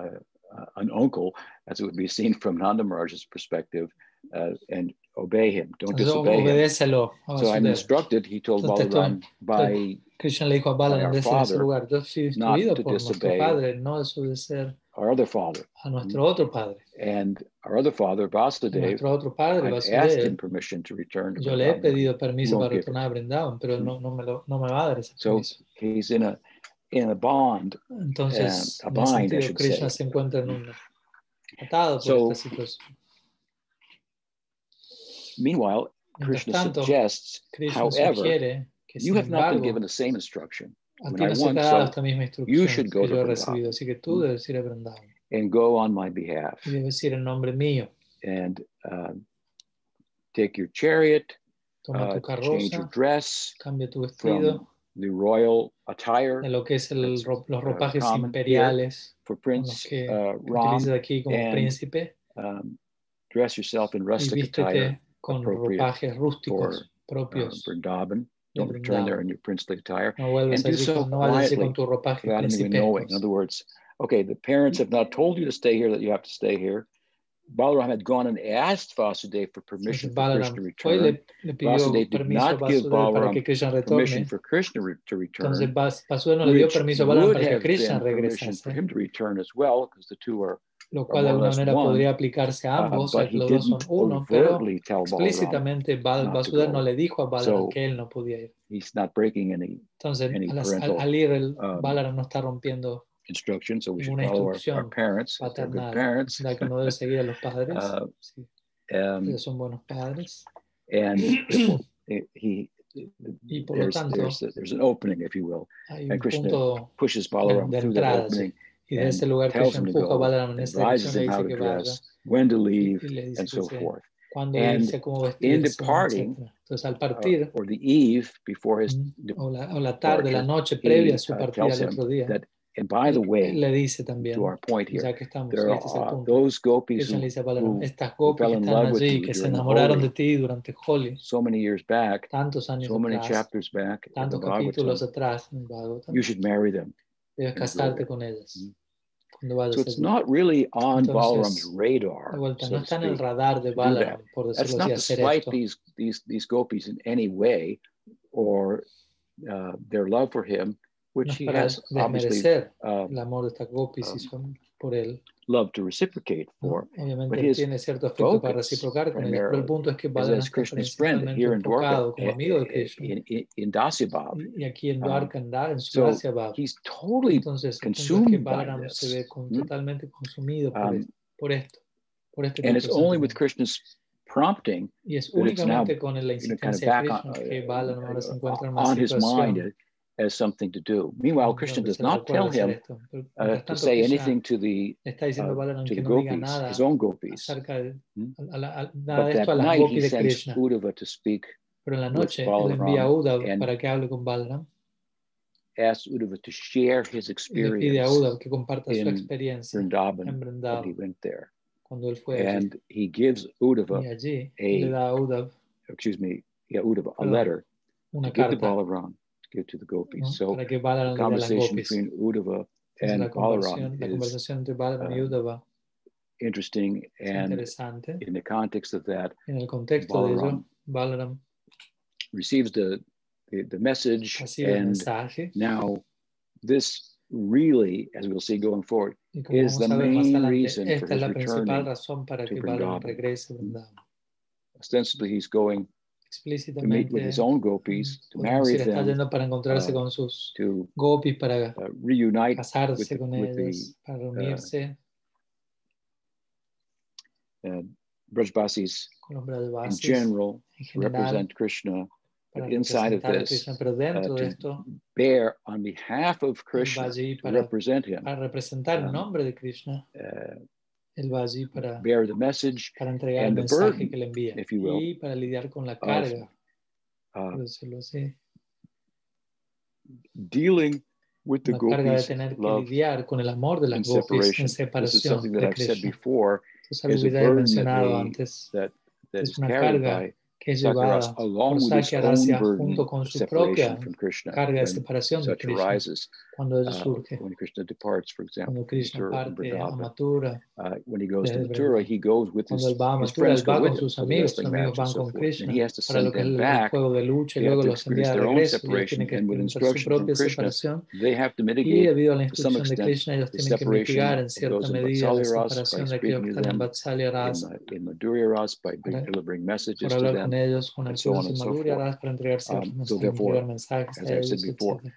[SPEAKER 2] uh, an uncle, as it would be seen from Nanda Maharaj's perspective, uh, and obey him. Don't
[SPEAKER 1] Entonces,
[SPEAKER 2] disobey him.
[SPEAKER 1] obedécelo a
[SPEAKER 2] So I'm
[SPEAKER 1] Vasudev.
[SPEAKER 2] instructed, he told
[SPEAKER 1] Entonces,
[SPEAKER 2] Balaram, by
[SPEAKER 1] Krishna le dijo a Balaram
[SPEAKER 2] our
[SPEAKER 1] desde ese
[SPEAKER 2] father
[SPEAKER 1] lugar, yo fui
[SPEAKER 2] not
[SPEAKER 1] instruido
[SPEAKER 2] to
[SPEAKER 1] por nuestro
[SPEAKER 2] disobey
[SPEAKER 1] padre, no desobedecer
[SPEAKER 2] our other father.
[SPEAKER 1] a nuestro otro padre.
[SPEAKER 2] And our other father,
[SPEAKER 1] A
[SPEAKER 2] Vasudev,
[SPEAKER 1] nuestro otro padre,
[SPEAKER 2] I've asked him
[SPEAKER 1] Vasudev,
[SPEAKER 2] permission to return to
[SPEAKER 1] yo le he
[SPEAKER 2] Vrindavan.
[SPEAKER 1] pedido permiso
[SPEAKER 2] won't
[SPEAKER 1] para
[SPEAKER 2] give it.
[SPEAKER 1] retornar a Brindavan, pero él no, no, me lo, no me va a dar ese
[SPEAKER 2] So
[SPEAKER 1] permiso.
[SPEAKER 2] he's in a in a bond.
[SPEAKER 1] Entonces,
[SPEAKER 2] eh,
[SPEAKER 1] en ese
[SPEAKER 2] abide, I
[SPEAKER 1] sentido,
[SPEAKER 2] should
[SPEAKER 1] Krishna
[SPEAKER 2] say.
[SPEAKER 1] se encuentra en un atado por
[SPEAKER 2] So,
[SPEAKER 1] esta situación.
[SPEAKER 2] Meanwhile,
[SPEAKER 1] Mientras
[SPEAKER 2] Krishna
[SPEAKER 1] tanto,
[SPEAKER 2] suggests,
[SPEAKER 1] Krishna
[SPEAKER 2] however,
[SPEAKER 1] sugiere que,
[SPEAKER 2] you
[SPEAKER 1] sin
[SPEAKER 2] have not been given
[SPEAKER 1] embargo,
[SPEAKER 2] the same instruction
[SPEAKER 1] a
[SPEAKER 2] when
[SPEAKER 1] ti
[SPEAKER 2] I
[SPEAKER 1] no se
[SPEAKER 2] want
[SPEAKER 1] te ha dado
[SPEAKER 2] some,
[SPEAKER 1] esta misma
[SPEAKER 2] you
[SPEAKER 1] instrucción
[SPEAKER 2] should go
[SPEAKER 1] que
[SPEAKER 2] to
[SPEAKER 1] yo he
[SPEAKER 2] Vrindavan
[SPEAKER 1] recibido, así que tú debes ir a Brindavan
[SPEAKER 2] and go on my behalf
[SPEAKER 1] y debes ir en nombre mío.
[SPEAKER 2] and um, take your chariot,
[SPEAKER 1] Toma tu
[SPEAKER 2] uh, change your
[SPEAKER 1] carroza,
[SPEAKER 2] dress
[SPEAKER 1] cambia tu vestido
[SPEAKER 2] from the royal attire
[SPEAKER 1] de lo que es el,
[SPEAKER 2] that's,
[SPEAKER 1] ro- los
[SPEAKER 2] uh,
[SPEAKER 1] ropajes
[SPEAKER 2] common here
[SPEAKER 1] imperiales con
[SPEAKER 2] for
[SPEAKER 1] los
[SPEAKER 2] Prince
[SPEAKER 1] que
[SPEAKER 2] uh,
[SPEAKER 1] que utilizas
[SPEAKER 2] Ram,
[SPEAKER 1] aquí como
[SPEAKER 2] and
[SPEAKER 1] príncipe
[SPEAKER 2] um, dress yourself in
[SPEAKER 1] y
[SPEAKER 2] rustic attire
[SPEAKER 1] vístete con
[SPEAKER 2] appropriate
[SPEAKER 1] ropajes rústicos
[SPEAKER 2] for uh,
[SPEAKER 1] propios
[SPEAKER 2] Vrindavan,
[SPEAKER 1] de
[SPEAKER 2] Don't return there
[SPEAKER 1] Vrindavan.
[SPEAKER 2] in your princely attire.
[SPEAKER 1] No vuelves
[SPEAKER 2] And do
[SPEAKER 1] allí,
[SPEAKER 2] so
[SPEAKER 1] con- no vayas allí con tu
[SPEAKER 2] quietly,
[SPEAKER 1] ropaje
[SPEAKER 2] without anyone knowing. In
[SPEAKER 1] principesco.
[SPEAKER 2] other words, okay, the parents
[SPEAKER 1] Mm.
[SPEAKER 2] have not told you to stay here, that you have to stay here. Balaram had gone and asked Vasudeva for permission
[SPEAKER 1] Entonces,
[SPEAKER 2] for Krishna to
[SPEAKER 1] Balaram fue y
[SPEAKER 2] return.
[SPEAKER 1] le, le pidió
[SPEAKER 2] Vasudev did
[SPEAKER 1] permiso a
[SPEAKER 2] not give
[SPEAKER 1] Vasudeva para
[SPEAKER 2] Balaram
[SPEAKER 1] que Krishna
[SPEAKER 2] Permission
[SPEAKER 1] retorne.
[SPEAKER 2] for Krishna re- to return,
[SPEAKER 1] Entonces Vas- Vasudeva no le dio
[SPEAKER 2] which
[SPEAKER 1] permiso a Balaram
[SPEAKER 2] would
[SPEAKER 1] para que
[SPEAKER 2] have
[SPEAKER 1] Krishna
[SPEAKER 2] been permission for
[SPEAKER 1] regresase,
[SPEAKER 2] him to return as well, because the two are.
[SPEAKER 1] lo cual de
[SPEAKER 2] more or
[SPEAKER 1] alguna
[SPEAKER 2] less
[SPEAKER 1] manera
[SPEAKER 2] one,
[SPEAKER 1] podría aplicarse a
[SPEAKER 2] uh,
[SPEAKER 1] ambos, o sea,
[SPEAKER 2] but
[SPEAKER 1] que
[SPEAKER 2] he
[SPEAKER 1] Ah, eh, los dos son
[SPEAKER 2] didn't
[SPEAKER 1] uno, pero
[SPEAKER 2] overtly tell Balaram
[SPEAKER 1] explícitamente Bal-
[SPEAKER 2] not to
[SPEAKER 1] Vasudeva
[SPEAKER 2] go.
[SPEAKER 1] no le dijo a Balaram
[SPEAKER 2] So,
[SPEAKER 1] que él no podía ir.
[SPEAKER 2] he's not breaking any
[SPEAKER 1] Entonces,
[SPEAKER 2] any
[SPEAKER 1] al, as- al-
[SPEAKER 2] parental,
[SPEAKER 1] al ir, el
[SPEAKER 2] um,
[SPEAKER 1] Balaram no está rompiendo
[SPEAKER 2] instruction, so we should
[SPEAKER 1] Ninguna
[SPEAKER 2] follow our, our
[SPEAKER 1] instrucción
[SPEAKER 2] parents. if They're good
[SPEAKER 1] paternal,
[SPEAKER 2] parents.
[SPEAKER 1] la que uno
[SPEAKER 2] (laughs)
[SPEAKER 1] debe seguir a los padres,
[SPEAKER 2] Uh,
[SPEAKER 1] sí,
[SPEAKER 2] Um,
[SPEAKER 1] ellos son buenos padres. (coughs)
[SPEAKER 2] and therefore, eh, he,
[SPEAKER 1] Y por lo
[SPEAKER 2] there's,
[SPEAKER 1] tanto-
[SPEAKER 2] there's, there's an opening, if you will,
[SPEAKER 1] Hay
[SPEAKER 2] and
[SPEAKER 1] un
[SPEAKER 2] Krishna
[SPEAKER 1] punto
[SPEAKER 2] pushes Balaram
[SPEAKER 1] de
[SPEAKER 2] through that
[SPEAKER 1] entrada, sí.
[SPEAKER 2] opening,
[SPEAKER 1] y de ese
[SPEAKER 2] and
[SPEAKER 1] lugar
[SPEAKER 2] tells
[SPEAKER 1] Krishna
[SPEAKER 2] him to
[SPEAKER 1] empuja a
[SPEAKER 2] go,
[SPEAKER 1] Balaram en esa
[SPEAKER 2] advises
[SPEAKER 1] dirección, le
[SPEAKER 2] him
[SPEAKER 1] dice
[SPEAKER 2] how to
[SPEAKER 1] que vaya.
[SPEAKER 2] dress, when to
[SPEAKER 1] y
[SPEAKER 2] leave,
[SPEAKER 1] y le dice
[SPEAKER 2] and
[SPEAKER 1] que
[SPEAKER 2] so
[SPEAKER 1] se,
[SPEAKER 2] forth.
[SPEAKER 1] cuándo
[SPEAKER 2] And
[SPEAKER 1] irse, cómo
[SPEAKER 2] in
[SPEAKER 1] vestirse,
[SPEAKER 2] departing,
[SPEAKER 1] etcétera. Entonces, al
[SPEAKER 2] uh,
[SPEAKER 1] partir,
[SPEAKER 2] or the eve before his,
[SPEAKER 1] mm,
[SPEAKER 2] de-
[SPEAKER 1] o la, o la tarde, la
[SPEAKER 2] departure,
[SPEAKER 1] noche
[SPEAKER 2] he,
[SPEAKER 1] previa a su
[SPEAKER 2] uh,
[SPEAKER 1] partida
[SPEAKER 2] tells
[SPEAKER 1] al
[SPEAKER 2] him
[SPEAKER 1] other día,
[SPEAKER 2] that, and by the way,
[SPEAKER 1] le dice
[SPEAKER 2] to
[SPEAKER 1] también,
[SPEAKER 2] our point here,
[SPEAKER 1] ya que estamos,
[SPEAKER 2] there
[SPEAKER 1] y este es el
[SPEAKER 2] are
[SPEAKER 1] punto,
[SPEAKER 2] those gopis
[SPEAKER 1] Krishna
[SPEAKER 2] who
[SPEAKER 1] le dice a Balaram,
[SPEAKER 2] who
[SPEAKER 1] estas gopis
[SPEAKER 2] fell
[SPEAKER 1] que
[SPEAKER 2] in
[SPEAKER 1] están
[SPEAKER 2] love with
[SPEAKER 1] allí,
[SPEAKER 2] you
[SPEAKER 1] que se
[SPEAKER 2] during the
[SPEAKER 1] enamoraron
[SPEAKER 2] Holi.
[SPEAKER 1] de ti durante Holi,
[SPEAKER 2] so many years back,
[SPEAKER 1] tantos años
[SPEAKER 2] so many
[SPEAKER 1] atrás,
[SPEAKER 2] chapters back in the
[SPEAKER 1] tantos capítulos
[SPEAKER 2] Bhagavatam,
[SPEAKER 1] atrás en el Bhagavatam,
[SPEAKER 2] you should marry them.
[SPEAKER 1] debes
[SPEAKER 2] and
[SPEAKER 1] casarte
[SPEAKER 2] glory.
[SPEAKER 1] con ellas
[SPEAKER 2] Mm.
[SPEAKER 1] cuando vayas
[SPEAKER 2] So it's
[SPEAKER 1] allí.
[SPEAKER 2] not really on
[SPEAKER 1] Entonces,
[SPEAKER 2] Balaram's radar.
[SPEAKER 1] De vuelta,
[SPEAKER 2] So
[SPEAKER 1] no
[SPEAKER 2] to
[SPEAKER 1] está en el
[SPEAKER 2] speak.
[SPEAKER 1] radar de
[SPEAKER 2] do
[SPEAKER 1] Balaram, por
[SPEAKER 2] That's
[SPEAKER 1] decirlo
[SPEAKER 2] not
[SPEAKER 1] así,
[SPEAKER 2] to
[SPEAKER 1] hacer
[SPEAKER 2] slight
[SPEAKER 1] esto.
[SPEAKER 2] these these these gopis in any way, or uh, their love for him,
[SPEAKER 1] No
[SPEAKER 2] which
[SPEAKER 1] es
[SPEAKER 2] he
[SPEAKER 1] para
[SPEAKER 2] has obviously
[SPEAKER 1] desmerecer
[SPEAKER 2] uh,
[SPEAKER 1] el amor de estas gopis y su amor por él.
[SPEAKER 2] love to reciprocate
[SPEAKER 1] ¿no?
[SPEAKER 2] for.
[SPEAKER 1] Obviamente
[SPEAKER 2] but
[SPEAKER 1] él
[SPEAKER 2] his
[SPEAKER 1] tiene cierto afecto para
[SPEAKER 2] focus
[SPEAKER 1] reciprocar con ellas, pero el
[SPEAKER 2] primarily
[SPEAKER 1] punto es que
[SPEAKER 2] As,
[SPEAKER 1] Balaram
[SPEAKER 2] as
[SPEAKER 1] está
[SPEAKER 2] Krishna's friend
[SPEAKER 1] principalmente
[SPEAKER 2] here in Dwarka,
[SPEAKER 1] enfocado como amigo de
[SPEAKER 2] eh, eh,
[SPEAKER 1] Krishna Mm-hmm.
[SPEAKER 2] in, in, in Dasibhav,
[SPEAKER 1] y, y aquí en
[SPEAKER 2] um,
[SPEAKER 1] Dwarka anda en su
[SPEAKER 2] so
[SPEAKER 1] gracia va.
[SPEAKER 2] he's totally
[SPEAKER 1] Entonces el punto es que
[SPEAKER 2] consumed by
[SPEAKER 1] Balaram se
[SPEAKER 2] this.
[SPEAKER 1] ve con-
[SPEAKER 2] ¿Mm?
[SPEAKER 1] totalmente consumido por,
[SPEAKER 2] um,
[SPEAKER 1] es- por esto, por este tipo
[SPEAKER 2] and
[SPEAKER 1] de
[SPEAKER 2] it's only with
[SPEAKER 1] sentimiento.
[SPEAKER 2] Krishna's prompting
[SPEAKER 1] Y es
[SPEAKER 2] that it's now,
[SPEAKER 1] únicamente con la
[SPEAKER 2] you know, kind of
[SPEAKER 1] insistencia de
[SPEAKER 2] back on,
[SPEAKER 1] Krishna que Balaram ahora se
[SPEAKER 2] uh,
[SPEAKER 1] encuentra en una
[SPEAKER 2] on his mind
[SPEAKER 1] situación
[SPEAKER 2] as- as something to do. Meanwhile, Krishna
[SPEAKER 1] donde
[SPEAKER 2] does
[SPEAKER 1] se le
[SPEAKER 2] not
[SPEAKER 1] recuerda
[SPEAKER 2] tell
[SPEAKER 1] hacer
[SPEAKER 2] him
[SPEAKER 1] esto. Pero,
[SPEAKER 2] uh,
[SPEAKER 1] mientras
[SPEAKER 2] to
[SPEAKER 1] tanto,
[SPEAKER 2] say
[SPEAKER 1] Krishna
[SPEAKER 2] anything to the
[SPEAKER 1] le está diciendo a
[SPEAKER 2] uh,
[SPEAKER 1] Balaram que
[SPEAKER 2] to the
[SPEAKER 1] no diga
[SPEAKER 2] gopis,
[SPEAKER 1] nada
[SPEAKER 2] his own gopis.
[SPEAKER 1] acerca de
[SPEAKER 2] Hmm?
[SPEAKER 1] a- a- a- nada
[SPEAKER 2] But
[SPEAKER 1] de
[SPEAKER 2] that
[SPEAKER 1] esto a las
[SPEAKER 2] night he
[SPEAKER 1] gopis de
[SPEAKER 2] sends
[SPEAKER 1] Krishna.
[SPEAKER 2] Uddhava to speak,
[SPEAKER 1] Pero en la
[SPEAKER 2] with
[SPEAKER 1] noche él envía a
[SPEAKER 2] Balaram
[SPEAKER 1] Uddhav
[SPEAKER 2] and-
[SPEAKER 1] para que hable con Balaram
[SPEAKER 2] asks Uddhava to share
[SPEAKER 1] y
[SPEAKER 2] his
[SPEAKER 1] le pide a
[SPEAKER 2] experience
[SPEAKER 1] Uddhav que comparta su
[SPEAKER 2] in
[SPEAKER 1] experiencia en
[SPEAKER 2] Vrindavan when he
[SPEAKER 1] Vrindavan
[SPEAKER 2] went there.
[SPEAKER 1] cuando él fue allí.
[SPEAKER 2] And he gives Uddhava,
[SPEAKER 1] Y allí él le da a Uddhav
[SPEAKER 2] excuse me, yeah, Uddhava, a
[SPEAKER 1] Perdón.
[SPEAKER 2] letter
[SPEAKER 1] una
[SPEAKER 2] to give to
[SPEAKER 1] Oh, carta Uh-huh.
[SPEAKER 2] Balaram, to give to the
[SPEAKER 1] ¿no?
[SPEAKER 2] gopis. este So
[SPEAKER 1] para que Balaram le dé a las
[SPEAKER 2] conversation
[SPEAKER 1] gopis.
[SPEAKER 2] between Uddhava
[SPEAKER 1] Entonces,
[SPEAKER 2] and
[SPEAKER 1] la, conversación, la
[SPEAKER 2] Balaram is
[SPEAKER 1] conversación entre Balaram y
[SPEAKER 2] um,
[SPEAKER 1] Uddhava
[SPEAKER 2] interesting.
[SPEAKER 1] es
[SPEAKER 2] And
[SPEAKER 1] interesante.
[SPEAKER 2] in the context of that,
[SPEAKER 1] En el contexto de ello,
[SPEAKER 2] Balaram
[SPEAKER 1] Balaram
[SPEAKER 2] receives the, the, the message.
[SPEAKER 1] recibe el
[SPEAKER 2] And
[SPEAKER 1] mensaje
[SPEAKER 2] now, this really, as we'll see going forward,
[SPEAKER 1] Y como
[SPEAKER 2] is the
[SPEAKER 1] vamos a ver más
[SPEAKER 2] main
[SPEAKER 1] adelante,
[SPEAKER 2] reason for
[SPEAKER 1] esta es
[SPEAKER 2] his
[SPEAKER 1] la principal
[SPEAKER 2] returning
[SPEAKER 1] razón para
[SPEAKER 2] to
[SPEAKER 1] que Balaram
[SPEAKER 2] Vrindavan.
[SPEAKER 1] regrese a Vrindavan.
[SPEAKER 2] ostensibly he's going to meet with
[SPEAKER 1] Explícitamente,
[SPEAKER 2] his own gopis, to
[SPEAKER 1] podemos
[SPEAKER 2] marry
[SPEAKER 1] decir, está
[SPEAKER 2] them,
[SPEAKER 1] yendo para encontrarse
[SPEAKER 2] uh,
[SPEAKER 1] con sus
[SPEAKER 2] to
[SPEAKER 1] gopis, para
[SPEAKER 2] uh, reunite
[SPEAKER 1] casarse
[SPEAKER 2] the-
[SPEAKER 1] con
[SPEAKER 2] with the,
[SPEAKER 1] ellas, para reunirse
[SPEAKER 2] uh, Brajbasis
[SPEAKER 1] con los Brajavasis
[SPEAKER 2] in general,
[SPEAKER 1] en
[SPEAKER 2] to
[SPEAKER 1] general,
[SPEAKER 2] represent Krishna,
[SPEAKER 1] para
[SPEAKER 2] but inside of
[SPEAKER 1] representar a
[SPEAKER 2] this,
[SPEAKER 1] Krishna, pero dentro
[SPEAKER 2] uh,
[SPEAKER 1] de
[SPEAKER 2] to
[SPEAKER 1] esto,
[SPEAKER 2] bear on behalf of
[SPEAKER 1] él va
[SPEAKER 2] Krishna,
[SPEAKER 1] allí
[SPEAKER 2] to
[SPEAKER 1] para,
[SPEAKER 2] represent him,
[SPEAKER 1] para representar el
[SPEAKER 2] um,
[SPEAKER 1] nombre de Krishna,
[SPEAKER 2] uh,
[SPEAKER 1] él va allí para,
[SPEAKER 2] bear the message
[SPEAKER 1] para entregar el
[SPEAKER 2] and the
[SPEAKER 1] mensaje
[SPEAKER 2] burden,
[SPEAKER 1] que le envía
[SPEAKER 2] if you will,
[SPEAKER 1] y para lidiar con la
[SPEAKER 2] of-
[SPEAKER 1] carga,
[SPEAKER 2] uh,
[SPEAKER 1] por decirlo así.
[SPEAKER 2] dealing with the
[SPEAKER 1] la carga de
[SPEAKER 2] gopis'
[SPEAKER 1] tener que
[SPEAKER 2] love
[SPEAKER 1] lidiar con el amor de las
[SPEAKER 2] and
[SPEAKER 1] gopis
[SPEAKER 2] separation.
[SPEAKER 1] en
[SPEAKER 2] This is
[SPEAKER 1] separación
[SPEAKER 2] something that
[SPEAKER 1] de
[SPEAKER 2] I've said
[SPEAKER 1] Krishna.
[SPEAKER 2] before
[SPEAKER 1] Esto es algo
[SPEAKER 2] is
[SPEAKER 1] que
[SPEAKER 2] a
[SPEAKER 1] ya he
[SPEAKER 2] burden that
[SPEAKER 1] mencionado
[SPEAKER 2] we-
[SPEAKER 1] antes,
[SPEAKER 2] that
[SPEAKER 1] Es
[SPEAKER 2] is
[SPEAKER 1] una
[SPEAKER 2] carried
[SPEAKER 1] carga
[SPEAKER 2] by
[SPEAKER 1] que es
[SPEAKER 2] Sakuras
[SPEAKER 1] llevada por
[SPEAKER 2] along with his own
[SPEAKER 1] Sakyarasya
[SPEAKER 2] burden
[SPEAKER 1] junto con
[SPEAKER 2] of
[SPEAKER 1] su propia
[SPEAKER 2] separation from Krishna
[SPEAKER 1] carga de
[SPEAKER 2] when
[SPEAKER 1] separación de
[SPEAKER 2] such
[SPEAKER 1] Krishna
[SPEAKER 2] arises.
[SPEAKER 1] cuando ello
[SPEAKER 2] uh,
[SPEAKER 1] surge.
[SPEAKER 2] when Krishna departs, for example,
[SPEAKER 1] Cuando
[SPEAKER 2] from
[SPEAKER 1] Krishna
[SPEAKER 2] Mathura and
[SPEAKER 1] parte a
[SPEAKER 2] Vrindavan.
[SPEAKER 1] Mathura,
[SPEAKER 2] Uh, when he goes to
[SPEAKER 1] desde
[SPEAKER 2] Mathura,
[SPEAKER 1] Vrindavan.
[SPEAKER 2] he goes with his,
[SPEAKER 1] cuando él va a
[SPEAKER 2] his
[SPEAKER 1] Mathura,
[SPEAKER 2] friends
[SPEAKER 1] él
[SPEAKER 2] go
[SPEAKER 1] va
[SPEAKER 2] with
[SPEAKER 1] con
[SPEAKER 2] him
[SPEAKER 1] sus
[SPEAKER 2] for the
[SPEAKER 1] amigos, sus
[SPEAKER 2] wrestling
[SPEAKER 1] amigos
[SPEAKER 2] match and
[SPEAKER 1] van
[SPEAKER 2] so
[SPEAKER 1] con
[SPEAKER 2] forth. And he
[SPEAKER 1] Krishna
[SPEAKER 2] has to
[SPEAKER 1] para lo
[SPEAKER 2] send
[SPEAKER 1] que es el el
[SPEAKER 2] them back.
[SPEAKER 1] juego de lucha y
[SPEAKER 2] They have
[SPEAKER 1] luego
[SPEAKER 2] to
[SPEAKER 1] los envía de
[SPEAKER 2] experience their own
[SPEAKER 1] regreso y ellos tienen
[SPEAKER 2] separation,
[SPEAKER 1] que
[SPEAKER 2] and with
[SPEAKER 1] experimentar su
[SPEAKER 2] instruction from
[SPEAKER 1] propia
[SPEAKER 2] Krishna,
[SPEAKER 1] separación
[SPEAKER 2] They have to
[SPEAKER 1] y
[SPEAKER 2] mitigate
[SPEAKER 1] debido a la
[SPEAKER 2] to some
[SPEAKER 1] instrucción de
[SPEAKER 2] extent
[SPEAKER 1] Krishna ellos
[SPEAKER 2] the
[SPEAKER 1] tienen que mitigar
[SPEAKER 2] separation
[SPEAKER 1] en
[SPEAKER 2] of
[SPEAKER 1] cierta
[SPEAKER 2] those in
[SPEAKER 1] medida la
[SPEAKER 2] Vatsalya Ras by
[SPEAKER 1] separación de aquellos que están
[SPEAKER 2] speaking to
[SPEAKER 1] en
[SPEAKER 2] them,
[SPEAKER 1] Vatsalya
[SPEAKER 2] in,
[SPEAKER 1] Ras
[SPEAKER 2] uh, in Madhurya Ras by
[SPEAKER 1] para-
[SPEAKER 2] bring, delivering
[SPEAKER 1] por
[SPEAKER 2] messages to
[SPEAKER 1] hablar
[SPEAKER 2] them.
[SPEAKER 1] con ellos, con
[SPEAKER 2] and so
[SPEAKER 1] acciones
[SPEAKER 2] on
[SPEAKER 1] en
[SPEAKER 2] and so
[SPEAKER 1] Madhurya
[SPEAKER 2] forth.
[SPEAKER 1] Ras para entregar ciertos
[SPEAKER 2] Um, so
[SPEAKER 1] mensajes, entregar
[SPEAKER 2] therefore,
[SPEAKER 1] mensajes
[SPEAKER 2] as
[SPEAKER 1] a
[SPEAKER 2] I've said
[SPEAKER 1] ellos,
[SPEAKER 2] before,
[SPEAKER 1] etc.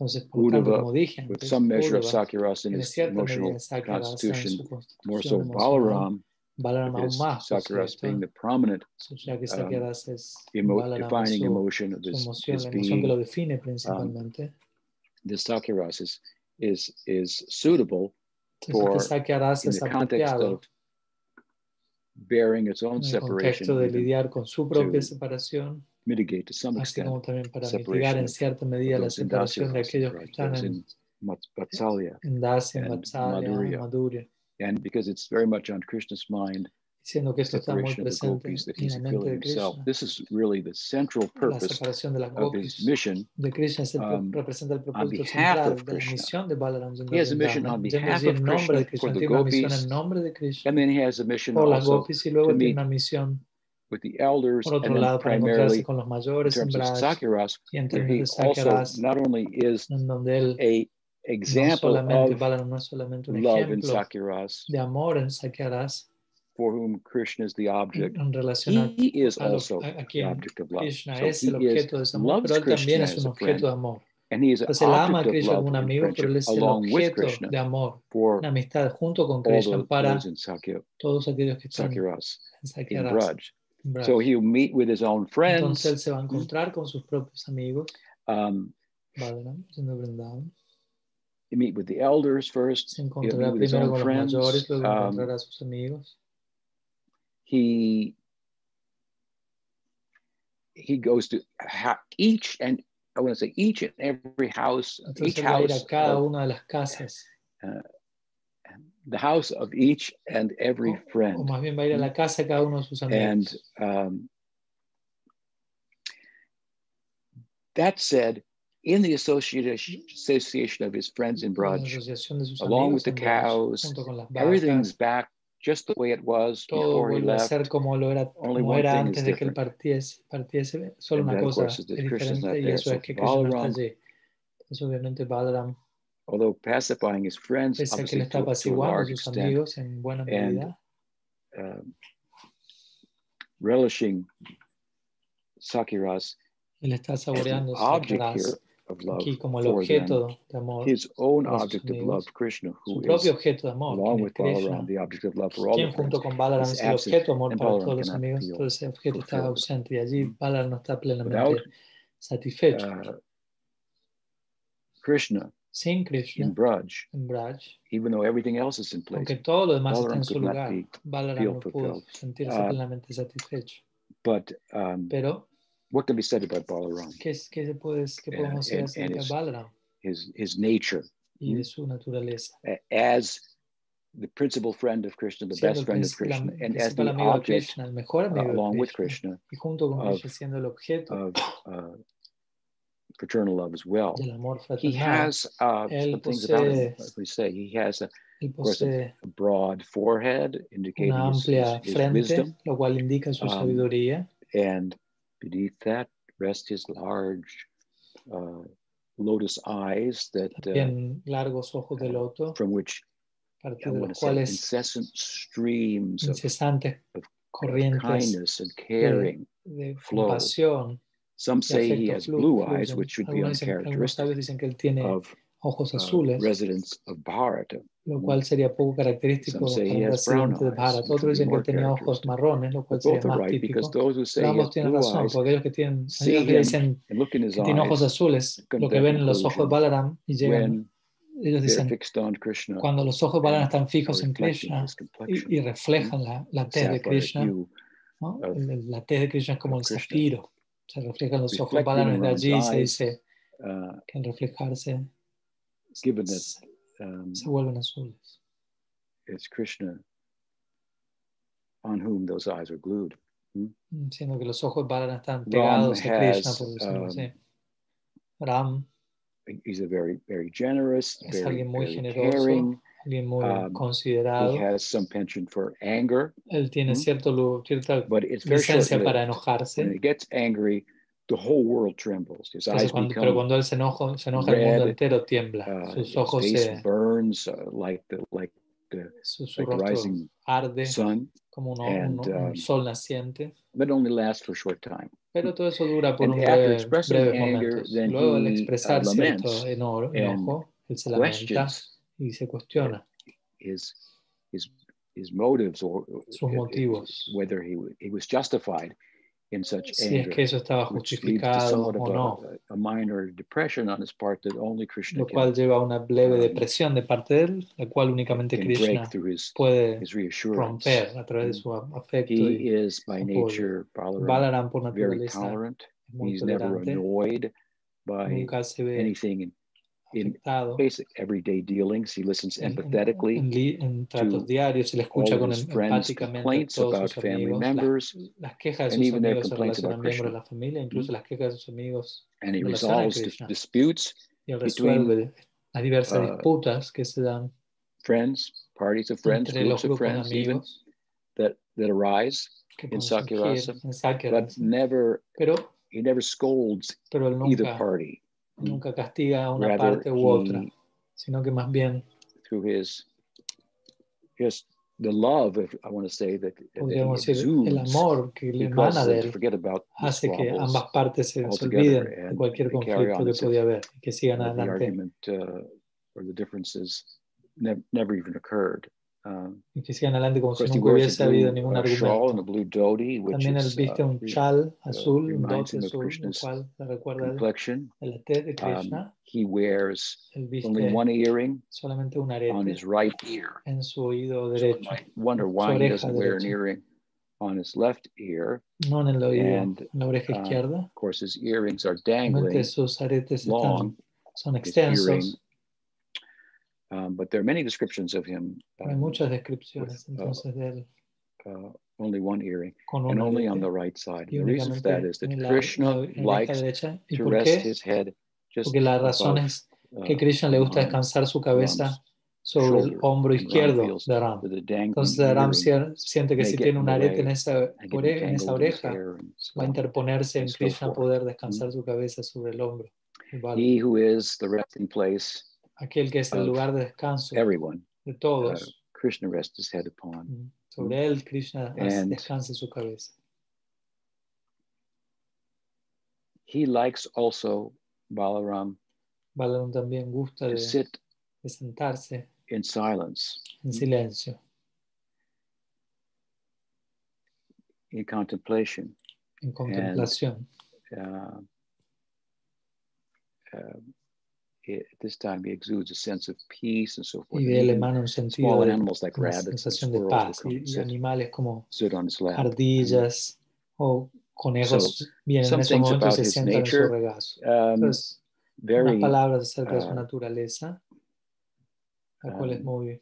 [SPEAKER 1] Entonces, por lo tanto,
[SPEAKER 2] Uddhava,
[SPEAKER 1] como dije
[SPEAKER 2] with
[SPEAKER 1] antes,
[SPEAKER 2] some measure of
[SPEAKER 1] Uddhava
[SPEAKER 2] Sakiras in
[SPEAKER 1] tiene
[SPEAKER 2] his
[SPEAKER 1] cierta medida
[SPEAKER 2] emotional
[SPEAKER 1] Sakya Rasa en
[SPEAKER 2] constitution,
[SPEAKER 1] su
[SPEAKER 2] more so
[SPEAKER 1] constitución emocional,
[SPEAKER 2] Balaram,
[SPEAKER 1] Balaram aún
[SPEAKER 2] because
[SPEAKER 1] más, por
[SPEAKER 2] Sakiras
[SPEAKER 1] supuesto,
[SPEAKER 2] being the prominent
[SPEAKER 1] so, ya que
[SPEAKER 2] um,
[SPEAKER 1] Sakya Rasa es
[SPEAKER 2] emo-
[SPEAKER 1] Balaram, es
[SPEAKER 2] defining
[SPEAKER 1] su,
[SPEAKER 2] emotion of
[SPEAKER 1] su
[SPEAKER 2] this,
[SPEAKER 1] emoción,
[SPEAKER 2] this
[SPEAKER 1] la emoción que
[SPEAKER 2] being, um,
[SPEAKER 1] lo define principalmente.
[SPEAKER 2] this Sakiras is, is, is suitable
[SPEAKER 1] Entonces, este
[SPEAKER 2] for-
[SPEAKER 1] Sakya Rasa
[SPEAKER 2] in
[SPEAKER 1] es
[SPEAKER 2] the context
[SPEAKER 1] apropiado
[SPEAKER 2] of bearing its own
[SPEAKER 1] en el contexto
[SPEAKER 2] separation,
[SPEAKER 1] de
[SPEAKER 2] even
[SPEAKER 1] lidiar con su propia
[SPEAKER 2] to
[SPEAKER 1] separación,
[SPEAKER 2] mitigate to some
[SPEAKER 1] así
[SPEAKER 2] extent
[SPEAKER 1] como también para
[SPEAKER 2] separation
[SPEAKER 1] mitigar en
[SPEAKER 2] of-
[SPEAKER 1] cierta medida la
[SPEAKER 2] those in
[SPEAKER 1] separación de
[SPEAKER 2] Dasyarasa,
[SPEAKER 1] aquellos que
[SPEAKER 2] right,
[SPEAKER 1] están
[SPEAKER 2] those
[SPEAKER 1] en
[SPEAKER 2] in Mat- Vatsalya.
[SPEAKER 1] en Dacia, en
[SPEAKER 2] and
[SPEAKER 1] Vatsalya, en
[SPEAKER 2] Madhurya.
[SPEAKER 1] Madhurya.
[SPEAKER 2] And because it's very much on Krishna's mind
[SPEAKER 1] diciendo que esto está muy
[SPEAKER 2] separation of the
[SPEAKER 1] presente
[SPEAKER 2] gopis that
[SPEAKER 1] en
[SPEAKER 2] he's
[SPEAKER 1] la mente
[SPEAKER 2] fulfilling
[SPEAKER 1] de
[SPEAKER 2] himself.
[SPEAKER 1] Krishna.
[SPEAKER 2] This is really the central
[SPEAKER 1] La
[SPEAKER 2] purpose
[SPEAKER 1] separación de las
[SPEAKER 2] of his
[SPEAKER 1] gopis
[SPEAKER 2] mission.
[SPEAKER 1] de Krishna es el pro-
[SPEAKER 2] um,
[SPEAKER 1] representa el
[SPEAKER 2] on
[SPEAKER 1] propósito
[SPEAKER 2] behalf
[SPEAKER 1] central
[SPEAKER 2] of
[SPEAKER 1] de la
[SPEAKER 2] Krishna.
[SPEAKER 1] misión de Balaram
[SPEAKER 2] He has a mission
[SPEAKER 1] Sundaram.
[SPEAKER 2] on
[SPEAKER 1] Tiene
[SPEAKER 2] behalf
[SPEAKER 1] así
[SPEAKER 2] of
[SPEAKER 1] el nombre de
[SPEAKER 2] Krishna for
[SPEAKER 1] Krishna,
[SPEAKER 2] the
[SPEAKER 1] tiene una misión
[SPEAKER 2] gopis,
[SPEAKER 1] en nombre de Krishna
[SPEAKER 2] And then he has a mission
[SPEAKER 1] por las
[SPEAKER 2] also
[SPEAKER 1] gopis y luego
[SPEAKER 2] to
[SPEAKER 1] tiene
[SPEAKER 2] meet
[SPEAKER 1] una misión
[SPEAKER 2] with the elders
[SPEAKER 1] por
[SPEAKER 2] and
[SPEAKER 1] otro
[SPEAKER 2] then
[SPEAKER 1] lado para encontrarse
[SPEAKER 2] primarily
[SPEAKER 1] con los
[SPEAKER 2] in
[SPEAKER 1] mayores en
[SPEAKER 2] terms of
[SPEAKER 1] Braj
[SPEAKER 2] Sakuras,
[SPEAKER 1] y en
[SPEAKER 2] where
[SPEAKER 1] términos
[SPEAKER 2] he
[SPEAKER 1] de
[SPEAKER 2] also
[SPEAKER 1] Sakeras,
[SPEAKER 2] not only is
[SPEAKER 1] en donde él
[SPEAKER 2] a
[SPEAKER 1] no
[SPEAKER 2] example
[SPEAKER 1] solamente,
[SPEAKER 2] of
[SPEAKER 1] Balaram no es solamente un
[SPEAKER 2] pues, love in
[SPEAKER 1] ejemplo
[SPEAKER 2] Sakuras,
[SPEAKER 1] de amor en Sakeras
[SPEAKER 2] for whom Krishna is the object,
[SPEAKER 1] en relación a,
[SPEAKER 2] he is
[SPEAKER 1] a lo-
[SPEAKER 2] also
[SPEAKER 1] a- a
[SPEAKER 2] the
[SPEAKER 1] quien
[SPEAKER 2] object of love.
[SPEAKER 1] Krishna es el
[SPEAKER 2] So he is,
[SPEAKER 1] objeto de ese amor,
[SPEAKER 2] loves
[SPEAKER 1] pero él también
[SPEAKER 2] Krishna
[SPEAKER 1] es
[SPEAKER 2] as
[SPEAKER 1] un
[SPEAKER 2] a
[SPEAKER 1] objeto de
[SPEAKER 2] friend,
[SPEAKER 1] amor.
[SPEAKER 2] and he is an
[SPEAKER 1] Entonces él ama a
[SPEAKER 2] object of
[SPEAKER 1] Krishna como
[SPEAKER 2] love
[SPEAKER 1] un
[SPEAKER 2] and
[SPEAKER 1] amigo, pero
[SPEAKER 2] friendship
[SPEAKER 1] él es el
[SPEAKER 2] along with
[SPEAKER 1] objeto
[SPEAKER 2] Krishna
[SPEAKER 1] de amor,
[SPEAKER 2] for
[SPEAKER 1] una amistad junto con
[SPEAKER 2] all
[SPEAKER 1] Krishna
[SPEAKER 2] the,
[SPEAKER 1] para
[SPEAKER 2] those in Sakya,
[SPEAKER 1] todos aquellos que están en
[SPEAKER 2] Sakuras, in
[SPEAKER 1] Sakeras.
[SPEAKER 2] Braj.
[SPEAKER 1] en Braj.
[SPEAKER 2] So he'll meet with his own friends. Mm-hmm.
[SPEAKER 1] Entonces él se va a encontrar con sus propios amigos,
[SPEAKER 2] Um,
[SPEAKER 1] Balaram, siendo Vrindavan.
[SPEAKER 2] you meet with the elders first.
[SPEAKER 1] Se
[SPEAKER 2] He'll
[SPEAKER 1] encontrará
[SPEAKER 2] meet with his
[SPEAKER 1] primero
[SPEAKER 2] own
[SPEAKER 1] con los mayores,
[SPEAKER 2] friends.
[SPEAKER 1] luego
[SPEAKER 2] Um,
[SPEAKER 1] encontrará a sus amigos.
[SPEAKER 2] he he goes to ha- each and I want to say each and every house,
[SPEAKER 1] Entonces
[SPEAKER 2] each
[SPEAKER 1] él va a ir
[SPEAKER 2] house,
[SPEAKER 1] a cada
[SPEAKER 2] of-
[SPEAKER 1] una de las casas,
[SPEAKER 2] the house of each and every
[SPEAKER 1] o
[SPEAKER 2] friend,
[SPEAKER 1] más bien va a ir a la casa de cada uno de sus
[SPEAKER 2] and
[SPEAKER 1] amigos.
[SPEAKER 2] um, that said, in the association association of his friends in
[SPEAKER 1] en la
[SPEAKER 2] Braj,
[SPEAKER 1] asociación de sus
[SPEAKER 2] along
[SPEAKER 1] amigos
[SPEAKER 2] with the
[SPEAKER 1] en Braj,
[SPEAKER 2] cows,
[SPEAKER 1] junto con las
[SPEAKER 2] everything's
[SPEAKER 1] vacas,
[SPEAKER 2] back just the way it was
[SPEAKER 1] todo
[SPEAKER 2] before he
[SPEAKER 1] vuelve a
[SPEAKER 2] left.
[SPEAKER 1] ser como lo era,
[SPEAKER 2] Only
[SPEAKER 1] como
[SPEAKER 2] one
[SPEAKER 1] era
[SPEAKER 2] thing is
[SPEAKER 1] antes de que él
[SPEAKER 2] different.
[SPEAKER 1] partiese, partiese. Solo
[SPEAKER 2] And
[SPEAKER 1] una
[SPEAKER 2] that, of
[SPEAKER 1] cosa
[SPEAKER 2] course,
[SPEAKER 1] es
[SPEAKER 2] is that Krishna's not
[SPEAKER 1] diferente y
[SPEAKER 2] there.
[SPEAKER 1] eso
[SPEAKER 2] So
[SPEAKER 1] es que Krishna no está
[SPEAKER 2] Balaram,
[SPEAKER 1] allí. Entonces obviamente Balaram,
[SPEAKER 2] although pacifying his friends,
[SPEAKER 1] pese a que
[SPEAKER 2] obviously
[SPEAKER 1] le está
[SPEAKER 2] to, to a
[SPEAKER 1] apaciguando a
[SPEAKER 2] large
[SPEAKER 1] sus
[SPEAKER 2] extent,
[SPEAKER 1] amigos en buena
[SPEAKER 2] and-
[SPEAKER 1] medida,
[SPEAKER 2] um, relishing Sakiras
[SPEAKER 1] él está
[SPEAKER 2] as an
[SPEAKER 1] saboreando
[SPEAKER 2] object here
[SPEAKER 1] Sakeras
[SPEAKER 2] of love
[SPEAKER 1] aquí como el
[SPEAKER 2] for them,
[SPEAKER 1] objeto de amor,
[SPEAKER 2] his own
[SPEAKER 1] para sus
[SPEAKER 2] object of
[SPEAKER 1] amigos,
[SPEAKER 2] love, Krishna,
[SPEAKER 1] su
[SPEAKER 2] who is
[SPEAKER 1] propio objeto de amor,
[SPEAKER 2] along
[SPEAKER 1] quien es
[SPEAKER 2] with Balaram,
[SPEAKER 1] Krishna,
[SPEAKER 2] the object of love for all
[SPEAKER 1] quien
[SPEAKER 2] the friends.
[SPEAKER 1] Pues junto con Balaram
[SPEAKER 2] is
[SPEAKER 1] es el
[SPEAKER 2] absent,
[SPEAKER 1] objeto de amor
[SPEAKER 2] and
[SPEAKER 1] para
[SPEAKER 2] Balaram
[SPEAKER 1] todos los
[SPEAKER 2] cannot
[SPEAKER 1] amigos,
[SPEAKER 2] feel
[SPEAKER 1] entonces ese objeto está
[SPEAKER 2] fulfilled.
[SPEAKER 1] ausente y allí
[SPEAKER 2] Mm.
[SPEAKER 1] Balaram no está
[SPEAKER 2] Without
[SPEAKER 1] plenamente satisfecho.
[SPEAKER 2] uh, Krishna
[SPEAKER 1] Sin
[SPEAKER 2] in
[SPEAKER 1] Krishna,
[SPEAKER 2] Braj,
[SPEAKER 1] en Braj,
[SPEAKER 2] even though everything else is in place,
[SPEAKER 1] aunque todo lo demás está
[SPEAKER 2] Balaram
[SPEAKER 1] en su
[SPEAKER 2] could not
[SPEAKER 1] lugar,
[SPEAKER 2] be.
[SPEAKER 1] Balaram
[SPEAKER 2] feel
[SPEAKER 1] no pudo
[SPEAKER 2] fulfilled.
[SPEAKER 1] sentirse
[SPEAKER 2] Ah.
[SPEAKER 1] plenamente satisfecho.
[SPEAKER 2] But um,
[SPEAKER 1] Pero,
[SPEAKER 2] what can be said about Balaram?
[SPEAKER 1] ¿qué, es- qué, se puede, qué
[SPEAKER 2] Eh,
[SPEAKER 1] podemos decir
[SPEAKER 2] en- en
[SPEAKER 1] acerca de
[SPEAKER 2] eso.
[SPEAKER 1] Balaram
[SPEAKER 2] His his nature
[SPEAKER 1] y de
[SPEAKER 2] Mm.
[SPEAKER 1] su naturaleza?
[SPEAKER 2] a- as the principal friend of Krishna, the
[SPEAKER 1] Siendo
[SPEAKER 2] best
[SPEAKER 1] el
[SPEAKER 2] friend of
[SPEAKER 1] princi- la-
[SPEAKER 2] Krishna, and as
[SPEAKER 1] principal
[SPEAKER 2] the
[SPEAKER 1] amigo de
[SPEAKER 2] object
[SPEAKER 1] Krishna, el mejor
[SPEAKER 2] uh,
[SPEAKER 1] amigo
[SPEAKER 2] along
[SPEAKER 1] de
[SPEAKER 2] with
[SPEAKER 1] Krishna,
[SPEAKER 2] Krishna
[SPEAKER 1] y junto con
[SPEAKER 2] of-
[SPEAKER 1] Krishna siendo el objeto
[SPEAKER 2] of uh, fraternal love as well.
[SPEAKER 1] del amor
[SPEAKER 2] uh, He
[SPEAKER 1] fraternal,
[SPEAKER 2] has uh,
[SPEAKER 1] él
[SPEAKER 2] some things about him.
[SPEAKER 1] posee-
[SPEAKER 2] As we say, he has a
[SPEAKER 1] él
[SPEAKER 2] course,
[SPEAKER 1] posee
[SPEAKER 2] broad forehead, indicating
[SPEAKER 1] una
[SPEAKER 2] his, his,
[SPEAKER 1] amplia
[SPEAKER 2] his
[SPEAKER 1] frente,
[SPEAKER 2] wisdom,
[SPEAKER 1] lo cual indica su
[SPEAKER 2] Um,
[SPEAKER 1] sabiduría,
[SPEAKER 2] and beneath that rest his large uh, lotus eyes that uh,
[SPEAKER 1] también largos ojos de
[SPEAKER 2] uh,
[SPEAKER 1] loto,
[SPEAKER 2] from which I
[SPEAKER 1] parte de los
[SPEAKER 2] want to say
[SPEAKER 1] cuales
[SPEAKER 2] incessant streams of
[SPEAKER 1] incesantes
[SPEAKER 2] of-
[SPEAKER 1] corrientes
[SPEAKER 2] kindness and caring.
[SPEAKER 1] de
[SPEAKER 2] flow.
[SPEAKER 1] compasión,
[SPEAKER 2] Some
[SPEAKER 1] de
[SPEAKER 2] say he
[SPEAKER 1] afecto
[SPEAKER 2] has
[SPEAKER 1] flu-
[SPEAKER 2] blue eyes,
[SPEAKER 1] fluyen.
[SPEAKER 2] which should be
[SPEAKER 1] Algunos, dicen, algunos
[SPEAKER 2] uncharacteristic
[SPEAKER 1] sabios dicen que él tiene
[SPEAKER 2] of
[SPEAKER 1] ojos
[SPEAKER 2] uh,
[SPEAKER 1] azules,
[SPEAKER 2] residents of Bharata.
[SPEAKER 1] lo cual sería poco
[SPEAKER 2] Some
[SPEAKER 1] característico
[SPEAKER 2] say
[SPEAKER 1] para
[SPEAKER 2] he
[SPEAKER 1] un
[SPEAKER 2] has brown
[SPEAKER 1] residente de
[SPEAKER 2] eyes,
[SPEAKER 1] Bharat.
[SPEAKER 2] which would
[SPEAKER 1] Otros
[SPEAKER 2] be
[SPEAKER 1] dicen que él
[SPEAKER 2] more
[SPEAKER 1] tenía ojos
[SPEAKER 2] characteristic.
[SPEAKER 1] marrones, lo cual
[SPEAKER 2] But
[SPEAKER 1] sería
[SPEAKER 2] both are
[SPEAKER 1] más
[SPEAKER 2] right because
[SPEAKER 1] típico.
[SPEAKER 2] those who
[SPEAKER 1] Pero
[SPEAKER 2] say he has
[SPEAKER 1] ambos tienen
[SPEAKER 2] blue
[SPEAKER 1] razón,
[SPEAKER 2] eyes
[SPEAKER 1] porque aquellos que tienen,
[SPEAKER 2] see
[SPEAKER 1] aquellos que
[SPEAKER 2] him
[SPEAKER 1] dicen
[SPEAKER 2] and look in his
[SPEAKER 1] que tienen ojos
[SPEAKER 2] eyes
[SPEAKER 1] azules,
[SPEAKER 2] come
[SPEAKER 1] lo
[SPEAKER 2] to
[SPEAKER 1] que
[SPEAKER 2] that
[SPEAKER 1] ven en los ojos de
[SPEAKER 2] conclusion
[SPEAKER 1] Balaram y llegan,
[SPEAKER 2] when
[SPEAKER 1] ellos
[SPEAKER 2] they're
[SPEAKER 1] dicen,
[SPEAKER 2] fixed on Krishna
[SPEAKER 1] cuando los ojos de Balaram
[SPEAKER 2] and
[SPEAKER 1] están
[SPEAKER 2] are
[SPEAKER 1] fijos en
[SPEAKER 2] reflecting
[SPEAKER 1] Krishna
[SPEAKER 2] his
[SPEAKER 1] y, y
[SPEAKER 2] complexion,
[SPEAKER 1] reflejan la, la tez de
[SPEAKER 2] sapphire
[SPEAKER 1] Krishna,
[SPEAKER 2] hue
[SPEAKER 1] ¿no?
[SPEAKER 2] of,
[SPEAKER 1] El- el- La tez de Krishna es como
[SPEAKER 2] of
[SPEAKER 1] el
[SPEAKER 2] Krishna,
[SPEAKER 1] zafiro, se reflejan los ojos de
[SPEAKER 2] reflected
[SPEAKER 1] Balaram
[SPEAKER 2] in
[SPEAKER 1] y de
[SPEAKER 2] Ram's
[SPEAKER 1] allí se
[SPEAKER 2] eyes,
[SPEAKER 1] dice
[SPEAKER 2] uh,
[SPEAKER 1] que al reflejarse
[SPEAKER 2] given that
[SPEAKER 1] se,
[SPEAKER 2] um,
[SPEAKER 1] se vuelven azules.
[SPEAKER 2] it's Krishna on whom those eyes are glued. Hmm?
[SPEAKER 1] Mm, Siendo que los ojos de Balaram están
[SPEAKER 2] Ram
[SPEAKER 1] pegados a Krishna,
[SPEAKER 2] has,
[SPEAKER 1] por decirlo
[SPEAKER 2] um,
[SPEAKER 1] así. Ram,
[SPEAKER 2] he's a very, very generous,
[SPEAKER 1] es
[SPEAKER 2] very,
[SPEAKER 1] alguien muy
[SPEAKER 2] very
[SPEAKER 1] generoso,
[SPEAKER 2] caring.
[SPEAKER 1] alguien muy
[SPEAKER 2] Um, he
[SPEAKER 1] considerado.
[SPEAKER 2] has some penchant for anger,
[SPEAKER 1] Él tiene
[SPEAKER 2] hmm,
[SPEAKER 1] cierto, lu- cierta
[SPEAKER 2] but it's very short
[SPEAKER 1] licencia para
[SPEAKER 2] lived. When
[SPEAKER 1] enojarse.
[SPEAKER 2] he gets angry, the whole world trembles. His
[SPEAKER 1] Entonces,
[SPEAKER 2] eyes
[SPEAKER 1] cuando, pero
[SPEAKER 2] become
[SPEAKER 1] cuando él se enoja, se enoja, el mundo
[SPEAKER 2] red,
[SPEAKER 1] entero tiembla.
[SPEAKER 2] uh,
[SPEAKER 1] Sus
[SPEAKER 2] his
[SPEAKER 1] ojos
[SPEAKER 2] face
[SPEAKER 1] se,
[SPEAKER 2] burns uh, like, the, like, the,
[SPEAKER 1] su, su
[SPEAKER 2] like the
[SPEAKER 1] rostro
[SPEAKER 2] rising
[SPEAKER 1] arde
[SPEAKER 2] sun,
[SPEAKER 1] como un,
[SPEAKER 2] and
[SPEAKER 1] un- un
[SPEAKER 2] um,
[SPEAKER 1] sol naciente.
[SPEAKER 2] that only lasts for a short time.
[SPEAKER 1] Pero todo eso dura por
[SPEAKER 2] And
[SPEAKER 1] un
[SPEAKER 2] after
[SPEAKER 1] breve,
[SPEAKER 2] expressing
[SPEAKER 1] breves
[SPEAKER 2] anger,
[SPEAKER 1] momentos.
[SPEAKER 2] then
[SPEAKER 1] Luego, al
[SPEAKER 2] he uh,
[SPEAKER 1] expresar cierto
[SPEAKER 2] laments
[SPEAKER 1] eno-
[SPEAKER 2] and
[SPEAKER 1] enojo, él se lamenta
[SPEAKER 2] questions
[SPEAKER 1] y se cuestiona
[SPEAKER 2] his his his motives or uh,
[SPEAKER 1] sus motivos.
[SPEAKER 2] whether he wa- he was justified in such
[SPEAKER 1] Si es que
[SPEAKER 2] anger,
[SPEAKER 1] eso estaba
[SPEAKER 2] which leads to
[SPEAKER 1] justificado
[SPEAKER 2] somewhat of
[SPEAKER 1] o no.
[SPEAKER 2] a, a minor depression on his part that only Krishna
[SPEAKER 1] lo
[SPEAKER 2] can
[SPEAKER 1] cual lleva a una leve
[SPEAKER 2] um,
[SPEAKER 1] depresión de parte de él, la cual únicamente
[SPEAKER 2] can break
[SPEAKER 1] Krishna
[SPEAKER 2] through his
[SPEAKER 1] puede
[SPEAKER 2] his reassurance.
[SPEAKER 1] romper a través de
[SPEAKER 2] Mm.
[SPEAKER 1] su a- afecto
[SPEAKER 2] He
[SPEAKER 1] y
[SPEAKER 2] is by
[SPEAKER 1] apoyo.
[SPEAKER 2] nature Balaram
[SPEAKER 1] Balaram por
[SPEAKER 2] very
[SPEAKER 1] naturaleza
[SPEAKER 2] tolerant.
[SPEAKER 1] es muy
[SPEAKER 2] He's never
[SPEAKER 1] tolerante,
[SPEAKER 2] annoyed by
[SPEAKER 1] nunca se ve
[SPEAKER 2] anything in
[SPEAKER 1] afectado
[SPEAKER 2] basic everyday dealings. He listens
[SPEAKER 1] en- en-
[SPEAKER 2] empathetically
[SPEAKER 1] en, li- en
[SPEAKER 2] to
[SPEAKER 1] tratos diarios, él
[SPEAKER 2] all
[SPEAKER 1] escucha
[SPEAKER 2] of
[SPEAKER 1] con
[SPEAKER 2] his friends'
[SPEAKER 1] empáticamente a
[SPEAKER 2] complaints
[SPEAKER 1] todos
[SPEAKER 2] about
[SPEAKER 1] sus
[SPEAKER 2] family
[SPEAKER 1] amigos, las,
[SPEAKER 2] members,
[SPEAKER 1] las quejas de
[SPEAKER 2] and
[SPEAKER 1] sus
[SPEAKER 2] even their
[SPEAKER 1] amigos se
[SPEAKER 2] complaints about
[SPEAKER 1] relacionan
[SPEAKER 2] Mm-hmm.
[SPEAKER 1] miembros de
[SPEAKER 2] Krishna.
[SPEAKER 1] la familia, incluso las quejas de sus amigos
[SPEAKER 2] and he
[SPEAKER 1] relación a
[SPEAKER 2] resolves dis-
[SPEAKER 1] Krishna.
[SPEAKER 2] disputes,
[SPEAKER 1] y él
[SPEAKER 2] Between,
[SPEAKER 1] resuelve las diversas
[SPEAKER 2] uh,
[SPEAKER 1] disputas que se dan
[SPEAKER 2] friends, parties of friends,
[SPEAKER 1] entre los
[SPEAKER 2] groups of
[SPEAKER 1] grupos de
[SPEAKER 2] friends, even
[SPEAKER 1] amigos
[SPEAKER 2] that that arise,
[SPEAKER 1] que
[SPEAKER 2] in
[SPEAKER 1] pueden
[SPEAKER 2] Sakirasa,
[SPEAKER 1] surgir en
[SPEAKER 2] but
[SPEAKER 1] Sakirasa.
[SPEAKER 2] never
[SPEAKER 1] Pero,
[SPEAKER 2] he never scolds
[SPEAKER 1] pero él
[SPEAKER 2] either
[SPEAKER 1] nunca,
[SPEAKER 2] party.
[SPEAKER 1] nunca castiga a una
[SPEAKER 2] Rather,
[SPEAKER 1] parte u otra,
[SPEAKER 2] he,
[SPEAKER 1] sino que más bien
[SPEAKER 2] through his his the love, if I want to say that, that he
[SPEAKER 1] podríamos decir, el
[SPEAKER 2] exudes,
[SPEAKER 1] amor que
[SPEAKER 2] he
[SPEAKER 1] le emana
[SPEAKER 2] causes
[SPEAKER 1] de
[SPEAKER 2] them to
[SPEAKER 1] él
[SPEAKER 2] forget about the
[SPEAKER 1] hace que
[SPEAKER 2] squabbles
[SPEAKER 1] ambas partes se, se
[SPEAKER 2] altogether
[SPEAKER 1] olviden de
[SPEAKER 2] and
[SPEAKER 1] cualquier
[SPEAKER 2] they carry
[SPEAKER 1] conflicto
[SPEAKER 2] on
[SPEAKER 1] que
[SPEAKER 2] as if,
[SPEAKER 1] podía haber y que sigan
[SPEAKER 2] that the
[SPEAKER 1] adelante
[SPEAKER 2] argument uh, or the differences nev- never even occurred. Um,
[SPEAKER 1] y que sigan adelante como
[SPEAKER 2] of
[SPEAKER 1] si
[SPEAKER 2] course, he
[SPEAKER 1] nunca
[SPEAKER 2] wears
[SPEAKER 1] hubiese
[SPEAKER 2] a
[SPEAKER 1] habido
[SPEAKER 2] blue
[SPEAKER 1] ningún
[SPEAKER 2] uh, shawl and a
[SPEAKER 1] argumento.
[SPEAKER 2] blue dhoti, which
[SPEAKER 1] También él
[SPEAKER 2] is uh,
[SPEAKER 1] viste un
[SPEAKER 2] re-
[SPEAKER 1] chal azul, un
[SPEAKER 2] reminds
[SPEAKER 1] dote
[SPEAKER 2] him of
[SPEAKER 1] azul, el
[SPEAKER 2] Krishna's
[SPEAKER 1] cual le recuerda el,
[SPEAKER 2] complexion.
[SPEAKER 1] el té de
[SPEAKER 2] Um,
[SPEAKER 1] Krishna.
[SPEAKER 2] he wears
[SPEAKER 1] Él
[SPEAKER 2] only
[SPEAKER 1] viste
[SPEAKER 2] one earring
[SPEAKER 1] solamente un
[SPEAKER 2] on
[SPEAKER 1] arete
[SPEAKER 2] his right ear.
[SPEAKER 1] en su oído
[SPEAKER 2] So one
[SPEAKER 1] derecho,
[SPEAKER 2] might wonder why he
[SPEAKER 1] oreja
[SPEAKER 2] doesn't wear an
[SPEAKER 1] derecha.
[SPEAKER 2] earring on his left ear.
[SPEAKER 1] no en el oído,
[SPEAKER 2] And
[SPEAKER 1] en la oreja
[SPEAKER 2] uh,
[SPEAKER 1] izquierda.
[SPEAKER 2] of course, his earrings are
[SPEAKER 1] Realmente
[SPEAKER 2] dangling,
[SPEAKER 1] sus aretes
[SPEAKER 2] long,
[SPEAKER 1] están, son
[SPEAKER 2] his earring.
[SPEAKER 1] extensos.
[SPEAKER 2] Um, but there are many descriptions of him
[SPEAKER 1] Hay
[SPEAKER 2] um,
[SPEAKER 1] muchas
[SPEAKER 2] with
[SPEAKER 1] descripciones
[SPEAKER 2] uh,
[SPEAKER 1] entonces de él
[SPEAKER 2] uh, only one earring
[SPEAKER 1] con un
[SPEAKER 2] and only on
[SPEAKER 1] arete.
[SPEAKER 2] the right side.
[SPEAKER 1] y
[SPEAKER 2] And the reason for that
[SPEAKER 1] únicamente
[SPEAKER 2] is that
[SPEAKER 1] en la, en la
[SPEAKER 2] Krishna
[SPEAKER 1] oreja
[SPEAKER 2] likes
[SPEAKER 1] derecha. ¿Y
[SPEAKER 2] to
[SPEAKER 1] por
[SPEAKER 2] rest
[SPEAKER 1] qué?
[SPEAKER 2] his head just
[SPEAKER 1] Porque la razón
[SPEAKER 2] above
[SPEAKER 1] es
[SPEAKER 2] uh,
[SPEAKER 1] que Krishna le gusta
[SPEAKER 2] Ram's
[SPEAKER 1] descansar su
[SPEAKER 2] Ram's
[SPEAKER 1] cabeza sobre el
[SPEAKER 2] shoulder.
[SPEAKER 1] hombro
[SPEAKER 2] And Ram
[SPEAKER 1] izquierdo
[SPEAKER 2] feels
[SPEAKER 1] de Ram.
[SPEAKER 2] that the dangling
[SPEAKER 1] Entonces Ram
[SPEAKER 2] earring
[SPEAKER 1] sie- siente que
[SPEAKER 2] may
[SPEAKER 1] si
[SPEAKER 2] get
[SPEAKER 1] tiene
[SPEAKER 2] in
[SPEAKER 1] un
[SPEAKER 2] the
[SPEAKER 1] arete en
[SPEAKER 2] way
[SPEAKER 1] esa,
[SPEAKER 2] and get
[SPEAKER 1] ore- en esa
[SPEAKER 2] entangled in his
[SPEAKER 1] oreja,
[SPEAKER 2] hair and so
[SPEAKER 1] va a
[SPEAKER 2] on
[SPEAKER 1] interponerse en
[SPEAKER 2] and so
[SPEAKER 1] Krishna
[SPEAKER 2] forth.
[SPEAKER 1] poder
[SPEAKER 2] Mm.
[SPEAKER 1] descansar su cabeza sobre el hombro. Y va
[SPEAKER 2] He who is the resting place
[SPEAKER 1] Aquel que es el
[SPEAKER 2] of
[SPEAKER 1] lugar de descanso
[SPEAKER 2] everyone,
[SPEAKER 1] de
[SPEAKER 2] uh,
[SPEAKER 1] todos,
[SPEAKER 2] Krishna rests his head upon.
[SPEAKER 1] mm, sobre él Krishna hace-
[SPEAKER 2] uh, And
[SPEAKER 1] descansa su cabeza.
[SPEAKER 2] he likes also Balaram
[SPEAKER 1] Balaram también gusta
[SPEAKER 2] to
[SPEAKER 1] de,
[SPEAKER 2] sit Mm.
[SPEAKER 1] de sentarse
[SPEAKER 2] in silence.
[SPEAKER 1] en silencio,
[SPEAKER 2] in contemplation.
[SPEAKER 1] en contemplación.
[SPEAKER 2] Uh, uh, it, at this time, he exudes a sense of peace and so forth.
[SPEAKER 1] y
[SPEAKER 2] And
[SPEAKER 1] de él
[SPEAKER 2] even
[SPEAKER 1] emana un sentido
[SPEAKER 2] small
[SPEAKER 1] de
[SPEAKER 2] animals like
[SPEAKER 1] una
[SPEAKER 2] rabbits and
[SPEAKER 1] sensación de
[SPEAKER 2] squirrels will
[SPEAKER 1] paz.
[SPEAKER 2] come
[SPEAKER 1] Y,
[SPEAKER 2] and
[SPEAKER 1] y
[SPEAKER 2] sit,
[SPEAKER 1] animales como
[SPEAKER 2] sit on his lap. And,
[SPEAKER 1] ardillas o
[SPEAKER 2] So,
[SPEAKER 1] conejos vienen en
[SPEAKER 2] some
[SPEAKER 1] esos
[SPEAKER 2] things
[SPEAKER 1] momentos y
[SPEAKER 2] about
[SPEAKER 1] se
[SPEAKER 2] his
[SPEAKER 1] sientan en su
[SPEAKER 2] nature,
[SPEAKER 1] regazo.
[SPEAKER 2] um,
[SPEAKER 1] Entonces, unas
[SPEAKER 2] very,
[SPEAKER 1] palabras acerca de su
[SPEAKER 2] uh,
[SPEAKER 1] naturaleza, la cual es
[SPEAKER 2] um,
[SPEAKER 1] muy,